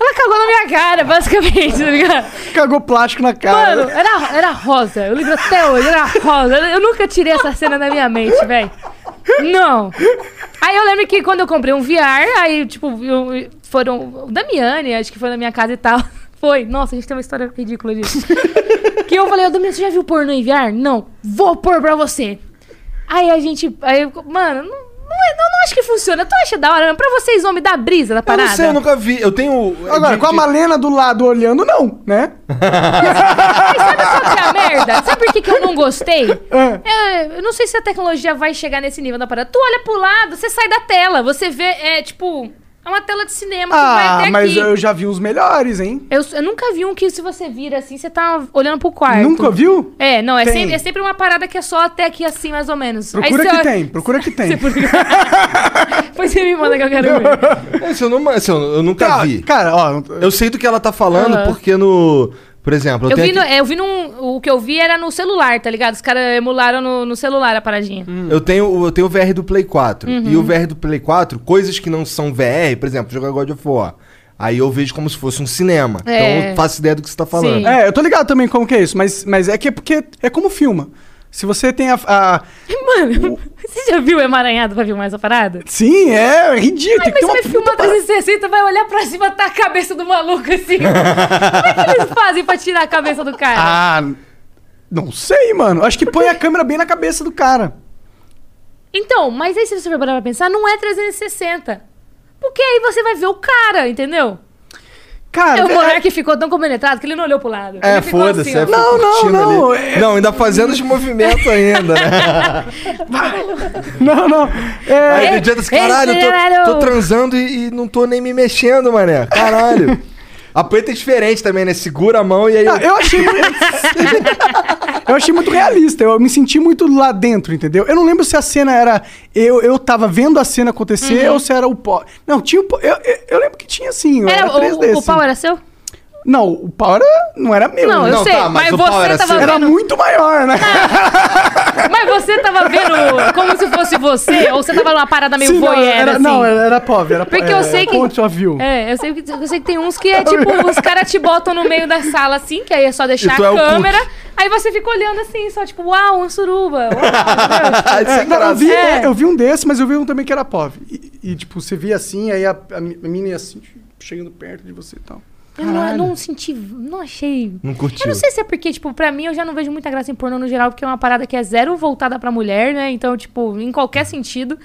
S3: Ela cagou na minha cara, basicamente, tá ligado?
S1: Cagou plástico na cara.
S3: Mano, era, era rosa. Eu lembro até hoje, era rosa. Eu nunca tirei essa cena da minha mente, velho. Não. Aí eu lembro que quando eu comprei um VR, aí, tipo, eu- foram. O Damiani, acho que foi na minha casa e tal. Foi. Nossa, a gente tem uma história ridícula disso. que eu falei, ô Damiani, você já viu pornô em VR? Não. Vou pôr pra você. Aí a gente. Aí, eu- mano, não, não, é- não, não acho que funciona. Tu acha da hora? não? Pra vocês, homem, dá brisa da
S2: Eu
S3: parada.
S2: não sei, eu nunca vi. Eu tenho. eh,
S1: Agora,
S2: de-
S1: com a
S2: de-
S1: Malena do lado olhando, não, né?
S3: Mas sabe qual que é a merda? Sabe por que, que eu não gostei? É, eu não sei se a tecnologia vai chegar nesse nível da parada. Tu olha pro lado, você sai da tela, você vê, é tipo, é uma tela de cinema que vai
S1: Ah,
S3: até
S1: mas
S3: aqui.
S1: eu já vi uns melhores, hein?
S3: Eu, eu nunca vi um que se você vira assim, você tá olhando pro quarto.
S1: Nunca viu?
S3: É, não, é
S1: Tem.
S3: sempre, é sempre uma parada que é só até aqui assim, mais ou menos. Aí
S1: Procura
S3: você
S1: que
S3: olha-
S1: tem, procura que tem.
S3: Depois você me manda que eu quero ver.
S2: Esse eu, não, esse eu, eu nunca
S1: Cara,
S2: vi.
S1: Cara, ó,
S2: Eu sei do que ela tá falando
S3: Aham.
S2: porque no. Por exemplo, eu,
S3: Eu
S2: tenho.
S3: vi, no,
S2: aqui-
S3: é, eu vi num. O que eu vi era no celular, tá ligado? Os caras emularam no, no Uhum. celular a paradinha.
S1: Hum.
S2: Eu tenho, eu tenho o VR do Play 4. E o VR do Play 4, coisas que não são VR, por exemplo, jogar God of War. Aí eu vejo como se fosse um cinema.
S3: É.
S2: Então eu faço ideia do que você tá falando.
S3: Sim.
S1: É, eu tô ligado também como que é isso, mas, mas é que é porque é como filma. Se você tem a. a-
S3: Mano, você já viu o emaranhado pra filmar essa parada?
S1: Sim, é ridículo.
S3: Ai,
S1: tem que ter
S3: mas você
S1: uma
S3: vai filmar
S1: puta-
S3: 360, vai olhar pra cima, tá a cabeça do maluco assim. Como é que eles fazem pra tirar a cabeça do cara?
S1: Ah. Não sei, mano. Acho que põe a câmera bem na cabeça do cara.
S3: Então, mas aí se você for parar pra pensar, não é 360. Porque aí você vai ver o cara, entendeu?
S1: Cara,
S3: É o
S1: é-
S3: Monark ficou tão compenetrado que ele não olhou pro lado.
S2: É,
S3: Ele ficou
S2: foda-se.
S3: assim, ó.
S2: é,
S1: Não,
S2: ficou
S1: não,
S2: curtindo
S1: não,
S2: ali.
S1: é-
S2: Não, ainda fazendo os movimentos ainda, né?
S1: não, não. É,
S2: Aí no dia desse
S3: Ei,
S2: caralho, eu tô,
S3: caralho.
S2: tô transando e, e não tô nem me mexendo, mané. Caralho. A punheta é diferente também, né? Segura a mão e aí.
S1: Ah, eu achei muito... eu achei muito realista. Eu me senti muito lá dentro, entendeu? Eu não lembro se a cena era eu eu tava vendo a cena acontecer
S3: Uhum.
S1: ou se era o pó. Não, tinha o pó. Eu, eu, eu lembro que tinha sim, eu era,
S3: Era,
S1: 3D.
S3: o, o
S1: assim.
S3: pau era seu?
S1: Não, o pau era não era meu.
S3: Não, eu
S2: Não,
S3: sei,
S2: tá, mas
S3: mas,
S2: o pau
S3: você
S2: era
S3: tava
S2: seu.
S1: Era
S3: vendo.
S1: muito maior, né?
S3: Mas você tava vendo como se fosse você? Ou você tava numa parada meio
S1: Sim, não,
S3: voyeur,
S1: era,
S3: assim?
S1: não, era, era pobre, era
S3: Porque
S1: era
S3: eu sei que.
S1: Point of
S2: tipo.
S1: view.
S3: É, eu sei, que- eu sei que tem uns que é tipo, os caras te botam no meio da sala assim, que aí é só deixar
S2: E tu é
S3: a
S2: o
S3: câmera. Aí você fica olhando assim, só tipo, uau, uma suruba. Uau, meu Deus.
S1: É, não, eu, vi,
S3: É.
S1: é, eu vi um desse, mas eu vi um também que era pobre. E, e, tipo, você via assim, aí a, a, mi- a mina ia assim, chegando perto de você e tal.
S3: eu não, não senti, não achei.
S2: Não curtiu.
S3: Eu não sei se é porque, tipo, pra mim eu já não vejo muita graça em pornô no geral, porque é uma parada que é zero voltada pra mulher, né? Então, tipo, em qualquer sentido.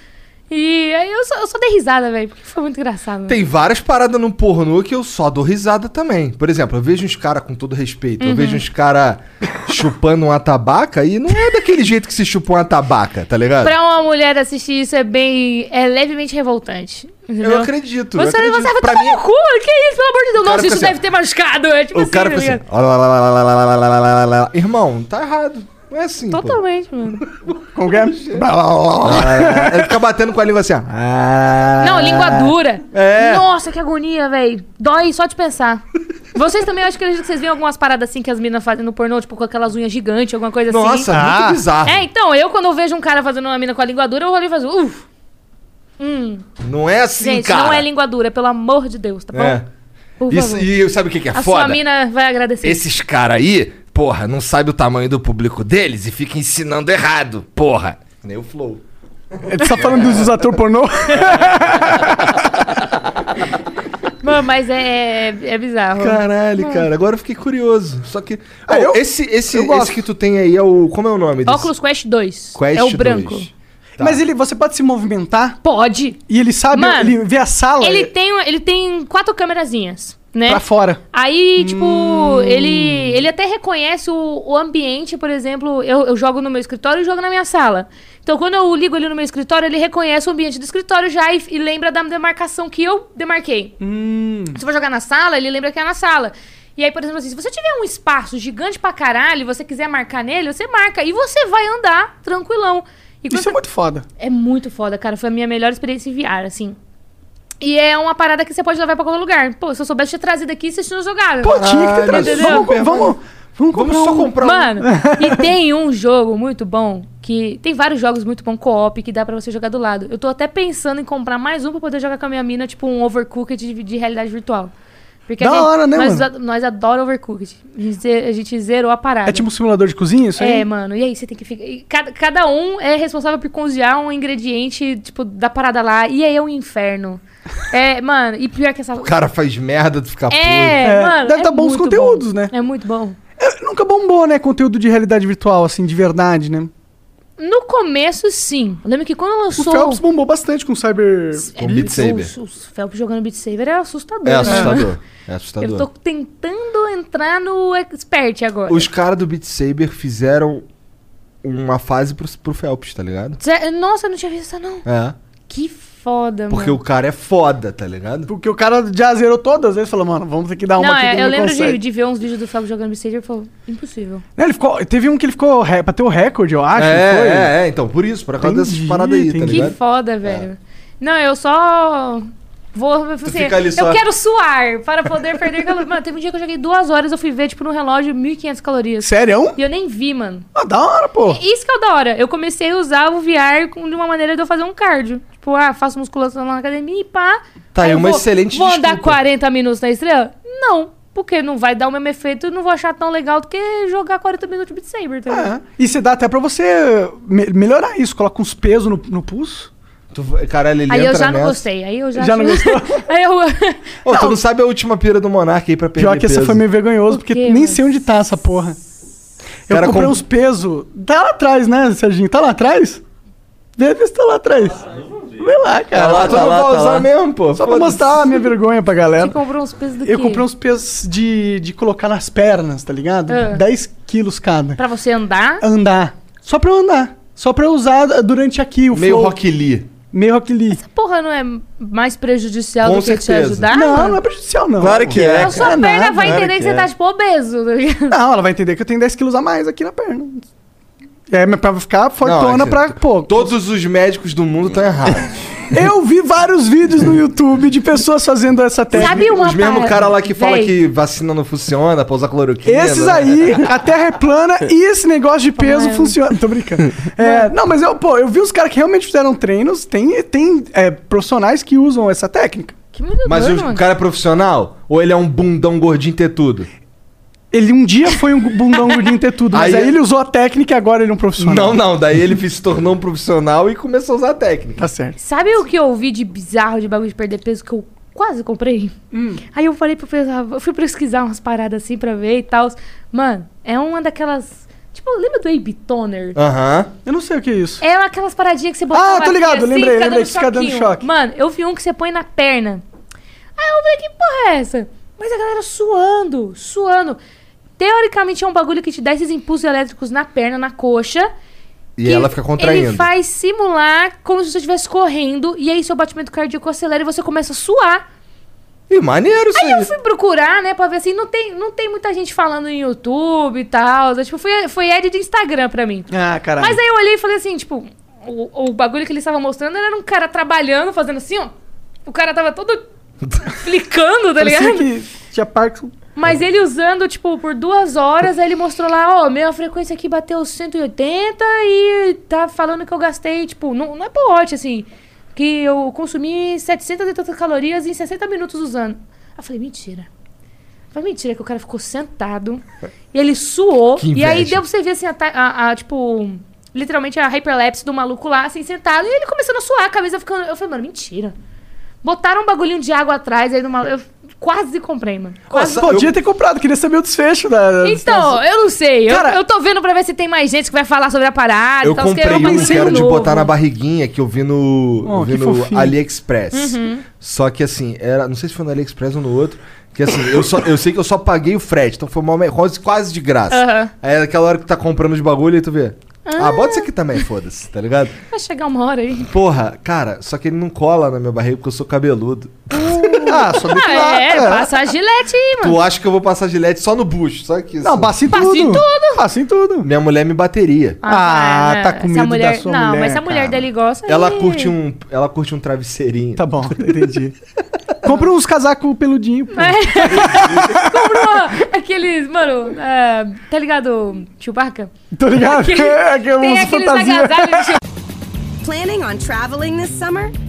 S3: E aí eu só, eu só dei risada, velho, porque foi muito engraçado. né?
S2: Tem várias paradas no pornô que eu só dou risada também. Por exemplo, eu vejo uns caras, com todo respeito, eu vejo uns caras chupando uma tabaca e não é daquele jeito que se chupa uma tabaca, tá ligado?
S3: Pra uma mulher assistir isso é bem. é levemente revoltante. Entendeu?
S2: Eu acredito. eu
S3: Você,
S2: acredito.
S3: você vai
S2: pra
S3: tomar
S2: mim,
S3: no cu, que isso, pelo amor de Deus.
S2: cara
S3: Nossa,
S2: fica
S3: isso
S2: assim,
S3: deve ter machucado. É tipo
S2: o
S3: assim,
S2: cara
S3: tá
S2: fica assim.
S3: ligado?
S2: "Ó, lá, lá, lá, lá, lá, lá, lá, lá, lá, lá, lá, lá." Irmão, tá errado. Não é assim. pô.
S3: Totalmente, mano.
S1: Como que é?
S2: Ah, Ele fica batendo com a língua assim, ó. Ah.
S3: Não, língua dura.
S2: É.
S3: Nossa, que agonia, velho. Dói só de pensar. Vocês também, eu acho que acredito que vocês veem algumas paradas assim que as meninas fazem no pornô, tipo com aquelas unhas gigantes, alguma coisa assim.
S2: Nossa,
S1: Ah.
S2: muito bizarro.
S3: É, então, eu quando eu vejo um cara fazendo uma mina com a língua dura, eu olho e faço, uff. Hum,
S2: Não é assim,
S3: gente,
S2: cara.
S3: não é língua dura, pelo amor de Deus, tá bom?
S2: É.
S3: Por
S2: Isso,
S3: favor.
S2: e sabe o que, que é
S3: a
S2: foda?
S3: sua mina vai agradecer.
S2: Esses caras aí, porra, não sabe o tamanho do público deles e fica ensinando errado, porra. Nem o Flow.
S1: Você tá falando dos dos atores pornô?
S3: Mano, mas é, é, é bizarro. Hum.
S2: Caralho, cara, agora eu fiquei curioso. Só que.
S1: Ah,
S2: Ô,
S1: eu-
S2: esse, esse,
S1: eu gosto.
S2: esse que tu tem aí é o. Como é o nome desse?
S3: Oculus Quest 2.
S2: Quest
S3: é o branco.
S2: 2.
S1: Mas ele, você pode se movimentar
S3: Pode.
S1: e ele sabe,
S3: Mano,
S1: ele vê a sala
S3: Ele tem, um, ele tem quatro câmerazinhas, né?
S1: é- pra Hum. fora.
S3: Aí, tipo, ele, ele até reconhece o, o ambiente, por exemplo, eu, eu jogo no meu escritório e jogo na minha sala. Então, quando eu ligo ele no meu escritório, ele reconhece o ambiente do escritório já e, e lembra da demarcação que eu demarquei.
S1: Hum.
S3: Se for jogar na sala, ele lembra que é na sala. E aí, por exemplo, assim, se você tiver um espaço gigante pra caralho e você quiser marcar nele, você marca. E você vai andar tranquilão. E quando
S1: Isso é muito foda.
S3: é muito foda, cara. Foi a minha melhor experiência em VR, assim. E é uma parada que você pode levar pra qualquer lugar. Pô, se eu soubesse ter trazido aqui, vocês tinham jogado.
S1: Pô, tinha que ter
S2: Caralho,
S1: trazido.
S3: entendeu?
S1: Vamos, vamos, vamos,
S2: Vamos
S1: comprar
S2: só
S1: um-
S2: comprar um.
S3: Mano, e tem um jogo muito bom que. Tem vários jogos muito bons co-op que dá pra você jogar do lado. Eu tô até pensando em comprar mais um pra poder jogar com a minha mina, tipo um overcooked de, de realidade virtual. Porque a
S1: Da
S3: gente-
S1: hora, né,
S3: nós,
S1: mano?
S3: a- nós adora overcooked. A gente, ze- a gente zerou a parada.
S1: É tipo um simulador de cozinha, isso aí?
S3: É, mano, e aí você tem que ficar. e Cada, cada um é responsável por cozinhar um ingrediente, tipo, da parada lá. E aí é um inferno. É, mano, e pior que essa.
S2: O cara faz merda de ficar
S3: É,
S1: É,
S3: mano.
S1: deve
S3: é
S1: dar bons
S3: muito
S1: conteúdos,
S3: bom.
S1: né?
S3: É muito bom.
S1: É, Nunca bombou, né? Conteúdo de realidade virtual, assim, de verdade, né?
S3: No começo, sim. Eu lembro que quando
S1: O
S3: lançou. É,
S1: Phelps bombou bastante com Cyber.
S2: Com Beat Saber.
S3: O, o Felps jogando Beat Saber é assustador.
S2: É
S3: né, mano?
S2: assustador. É assustador.
S3: Eu tô tentando entrar no expert agora.
S2: Os caras do Beat Saber fizeram uma fase pro, pro Phelps, tá ligado?
S3: Zé- Nossa, eu não tinha visto isso, não.
S2: É.
S3: Que foda,
S2: Porque
S3: mano.
S2: o cara é foda, tá ligado?
S1: Porque o cara já zerou todas, né? ele falou, mano, vamos ter que dar uma
S3: Não,
S1: aqui
S3: é,
S1: que
S3: eu
S1: não
S3: lembro
S1: consegue.
S3: de, de ver uns vídeos do Felps jogando Beat Saber e falou: impossível.
S1: Não, ele ficou, teve um que ele ficou ré- bateu o recorde, eu Ah, acho. não foi?
S2: é, é, então, por isso, por causa dessas
S1: Entendi,
S2: paradas aí, tá
S1: entendi.
S3: Que
S2: ligado?
S3: foda, velho. Não, eu só. Vou. Assim,
S2: fica ali só.
S3: Eu quero suar para poder perder calor. Mano, teve um dia que eu joguei duas horas, eu fui ver, tipo, no relógio, 1.500 calorias.
S1: Sério?
S3: E eu nem vi, mano.
S1: Ah, da hora, pô.
S3: Isso que é o da hora. Eu comecei a usar o VR com- de uma maneira de eu fazer um cardio. Tipo, ah, faço musculação lá na academia e pá.
S2: Tá, é
S3: eu
S2: uma excelente
S3: Vou andar
S2: desculpa.
S3: 40 minutos na estrela? Não. Porque não vai dar o mesmo efeito e não vou achar tão legal do que jogar 40 minutos de Beat Saber,
S2: Ah,
S3: tá ligado?
S1: É. E você dá até pra você me- melhorar isso, coloca uns pesos no, no pulso.
S2: Tu, vai- caralho, ele
S3: Aí
S2: entra
S3: eu já não
S2: nessa. É.
S3: gostei. Aí eu já.
S1: Já não gostou?
S3: aí eu.
S2: Ô, tu não sabe a última pira do Monark aí pra perder
S1: Pior que essa
S2: peso.
S1: foi meio vergonhoso,
S3: Por
S1: porque
S3: quê,
S1: nem
S3: mas-
S1: sei onde tá essa porra. Eu
S2: Cara,
S1: comprei
S2: com-
S1: uns pesos. Tá lá atrás, né, Serginho? Tá lá atrás? Vê vê se tá lá atrás. Vê lá, cara.
S4: Tá lá,
S2: Tu não
S4: tá lá,
S2: vai
S4: tá
S2: usar
S4: lá.
S2: mesmo,
S1: Só
S2: pô.
S1: pra
S2: Foda-se.
S1: mostrar a minha vergonha pra
S3: Você
S1: galera.
S3: comprou uns pesos do quê?
S1: Eu comprei uns pesos de, de colocar nas pernas, tá ligado?
S3: Ah.
S1: 10 quilos cada.
S3: Pra você andar?
S1: Andar. Só pra eu andar. Só pra eu usar durante aqui o
S2: Meio
S1: flow.
S2: Rock Lee.
S1: Meio Rock Lee.
S3: Porra, não é mais prejudicial
S2: Com
S3: do que te
S2: certeza.
S3: ajudar?
S1: Não,
S3: mano?
S1: não é prejudicial, não.
S4: Claro que é.
S3: Ah, A sua
S1: cara,
S3: perna
S1: nada,
S3: vai
S4: claro
S3: entender que,
S4: que
S3: você
S4: é.
S3: tá tipo obeso, tá ligado?
S1: Não, ela vai entender que eu tenho 10 quilos a mais aqui na perna. É, mas pra ficar fortona
S2: Não, é que-
S1: pra. Pô,
S2: Todos os médicos do mundo estão errados.
S1: eu vi vários vídeos no YouTube de pessoas fazendo essa técnica.
S3: Sabe uma
S2: os mesmos
S3: parada,
S2: cara lá que fala
S3: véi?
S2: que vacina não funciona pra usar cloroquina. né?
S1: Esses aí, a terra é plana e esse negócio de peso
S3: Mano.
S1: funciona. Tô brincando. É, não, mas eu, pô, eu vi os caras que realmente fizeram treinos, tem, tem é, profissionais que usam essa técnica.
S3: Que muito
S2: Mas
S3: doido,
S2: o
S3: né, mano.
S2: cara é profissional? Ou ele é um bundão gordinho ter tudo?
S1: Ele um dia foi um bundão gordinho ter tudo, mas aí, é-
S2: Aí-
S1: ele usou a técnica e agora ele é um profissional.
S2: Não, não. Daí ele se tornou um profissional e começou a usar a técnica.
S1: Tá certo.
S3: Sabe o que eu ouvi de bizarro de bagulho de perder peso que eu quase comprei? Aí eu falei pro pessoal, eu fui pesquisar umas paradas assim pra ver e tal. Mano, é uma daquelas. Tipo, lembra do Abe Toner?
S2: Aham.
S1: Eu não sei o que é isso.
S3: É aquelas paradinhas que você botava assim,
S1: Ah, tô ligado, lembrei,
S3: fica
S1: lembrei,
S3: dando
S1: fica dando
S3: choquinho.
S1: choque.
S3: Mano, eu vi um que você põe na perna. Aí eu falei, que porra é essa? Mas a galera suando, suando. Teoricamente é um bagulho que te dá esses impulsos elétricos na perna, na coxa.
S2: E
S3: que
S2: ela fica contraindo.
S3: Ele faz simular como se você estivesse correndo. E aí seu batimento cardíaco acelera e você começa a suar.
S2: Ih, maneiro isso
S3: Aí eu
S2: aí.
S3: fui procurar, né, pra ver assim, não tem, não tem muita gente falando em YouTube e tal. Eu, Tipo, foi, foi ad de Instagram pra mim.
S1: Ah, caralho.
S3: Mas aí eu olhei e falei assim, tipo, o, o bagulho que ele estava mostrando era um cara trabalhando, fazendo assim, ó. O cara tava todo flicando, tá
S1: Parecia
S3: ligado?
S1: que tinha Parkinson.
S2: É.
S3: Mas ele usando, tipo, por duas horas, aí ele mostrou lá, ó, minha frequência aqui bateu 180 e tá falando que eu gastei, tipo, não, não é pote, assim, que eu consumi 700 e tantas calorias em 60 minutos usando. Aí eu falei, mentira. Eu Falei, mentira, que o cara ficou sentado e ele suou.
S2: Que
S3: E aí
S2: inveja.
S3: deu pra você ver, assim, a, ta- a- a, tipo, literalmente a hyperlapse do maluco lá, assim, sentado, e ele começando a suar, a cabeça ficando. Eu falei, mano, mentira. Botaram um bagulhinho de água atrás aí no maluco. Eu quase comprei, mano.
S1: Nossa, podia ter comprado, queria saber o desfecho da. da-
S3: Então, eu não sei. Eu-
S1: Cara-
S3: eu, tô vendo pra ver se tem mais gente que vai falar sobre a parada.
S2: Eu
S3: e tal, se
S2: comprei
S3: tem alguma
S2: um que
S3: Então, coisa
S2: era de
S3: novo.
S2: botar na barriguinha que eu vi no,
S1: Oh,
S2: eu
S1: que
S2: vi no
S1: fofinho.
S2: AliExpress.
S3: Uhum.
S2: Só que assim, era, não sei se foi no AliExpress ou no outro, que assim, eu, só, eu sei que eu só paguei o frete, então foi uma, me- quase, quase de graça.
S3: Aham.
S2: Aí é aquela hora que tá comprando os bagulho e tu vê. Ah, bota isso aqui também, foda-se, tá ligado?
S3: Vai chegar uma hora aí.
S2: Porra, cara, só que ele não cola na minha barriga porque eu sou cabeludo.
S1: Ah, só
S3: Ah,
S1: depilar,
S3: é,
S1: cara.
S3: passa a gilete aí, mano.
S2: Tu acha que eu vou passar gilete só no bucho, só que
S1: Não, passa em tudo.
S3: Passa em
S1: tudo. Passa em tudo.
S2: Minha mulher me bateria.
S1: Ah,
S3: vai,
S1: tá
S3: né?
S1: com
S3: Se
S1: medo
S3: a
S1: da
S3: mulher...
S1: sua
S3: Não,
S1: mulher,
S3: mas se a mulher
S1: cara.
S3: dele gosta...
S2: Ela
S3: aí-
S2: curte um, ela curte um travesseirinho.
S1: Tá bom, entendi. Compra uns casacos peludinho, pô.
S3: É. Comprou aqueles, mano, é, tá ligado, Chewbacca?
S1: Tô ligado? É, que eu
S3: Tem
S1: uso
S3: aqueles
S1: fantasia.
S3: agasalhos de
S5: Planning on traveling this summer?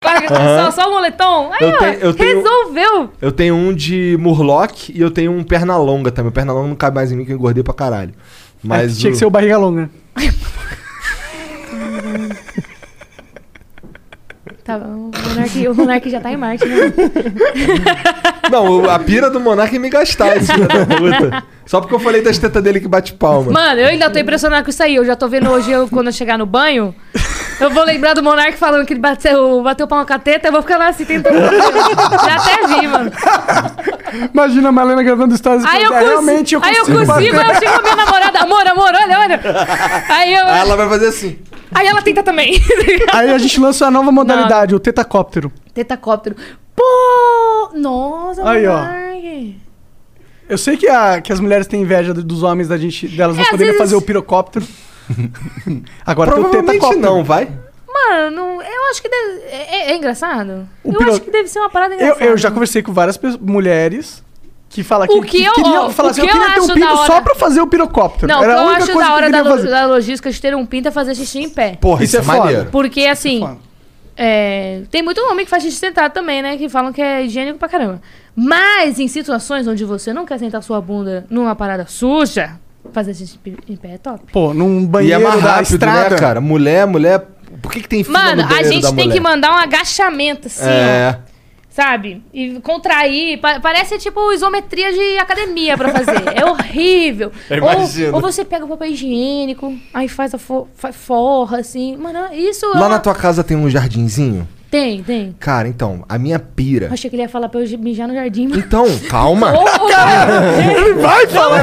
S3: Chewbacca, só, só o moletom. Aí,
S2: Eu
S3: ó,
S2: tenho- eu tenho-
S3: resolveu.
S2: Eu tenho um de Murloc e eu tenho um perna longa também. O perna longa não cabe mais em mim que eu engordei pra caralho. Mas
S1: É, Tinha
S2: o-
S1: que ser o barriga longa.
S3: Tá bom. O Monark, o Monark já tá em Marte, né?
S2: Não, o- a pira do Monark é me gastar, esse filho da puta. Só porque eu falei das tetas dele que bate palma.
S3: Mano, eu ainda tô impressionado com isso aí. Eu já tô vendo hoje, eu, quando eu chegar no banho, eu vou lembrar do Monark falando que ele bateu, bateu palma com a teta, eu vou ficar lá assim tentando. já até vi, mano.
S1: Imagina a Malena gravando stories e
S3: Aí eu,
S1: falando, "É,
S3: consigo,
S1: realmente eu
S3: aí eu
S1: consigo.
S3: consigo, aí eu chego com a minha namorada, amor, amor, olha, olha. Aí, eu,
S2: Aí ela vai fazer assim.
S3: aí ela tenta também.
S1: Aí a gente lança a nova modalidade, o tetacóptero.
S3: Tetacóptero. Pô! Nossa,
S1: Aí, ó.
S3: Monark.
S1: Eu sei que, a- que as mulheres têm inveja do- dos homens da gente, delas não
S3: É, às
S1: poderem
S3: vezes-
S1: fazer o pirocóptero. Agora tem o
S2: Provavelmente
S1: tetacóptero.
S2: não, vai.
S3: Mano, eu acho que deve. É, é- é engraçado?
S1: O
S3: eu
S1: piro-
S3: acho que deve ser uma parada
S1: Eu,
S3: engraçada.
S1: eu já conversei com várias pe- mulheres que falam que,
S3: O que eu-
S1: queriam
S3: ó,
S1: falar
S3: o
S1: assim,
S3: que
S1: eu queria
S3: eu
S1: ter um
S3: acho
S1: pinto
S3: da hora-
S1: só pra fazer o pirocóptero.
S3: Não, o que
S1: Era a
S3: eu
S1: única
S3: acho
S1: coisa
S3: da
S1: que eu
S3: hora da,
S1: queria
S3: lo-
S1: fazer.
S3: da logística de ter um pinto é fazer xixi em pé.
S2: Porra,
S1: Isso
S2: isso,
S1: é
S2: é
S1: foda.
S2: maneiro.
S3: Porque assim.
S1: Foda.
S3: é, tem muito homem que faz xixi sentado também, né? Que falam que é higiênico pra caramba. Mas em situações onde você não quer sentar sua bunda numa parada suja, fazer xixi pi- em pé é top.
S1: Pô, num
S2: E é
S1: banheiro
S2: mais
S1: da
S2: rápido,
S1: estrada.
S2: né, cara? Mulher, mulher. Por que, que tem fila
S3: Mano,
S2: no
S3: a
S2: banheiro
S3: gente
S2: da
S3: tem que
S2: mulher?
S3: mandar um agachamento, assim, ó.
S2: É.
S3: sabe? E contrair. pa- parece tipo isometria de academia pra fazer. é horrível.
S2: Eu
S3: Ou,
S2: imagino.
S3: ou você pega o papel higiênico, aí faz a fo- fa- forra, assim. Mano, isso.
S2: Lá
S3: é uma-
S2: na tua casa tem um jardinzinho?
S3: Tem, tem.
S2: Cara, então, a minha pira.
S3: Eu achei que ele ia falar pra eu mijar no jardim. mas-
S2: Então, calma.
S3: Ou, ou-
S1: Vai falar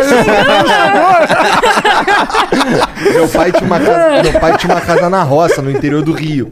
S2: Meu pai, tinha uma casa, meu pai tinha uma casa na roça, no interior do Rio.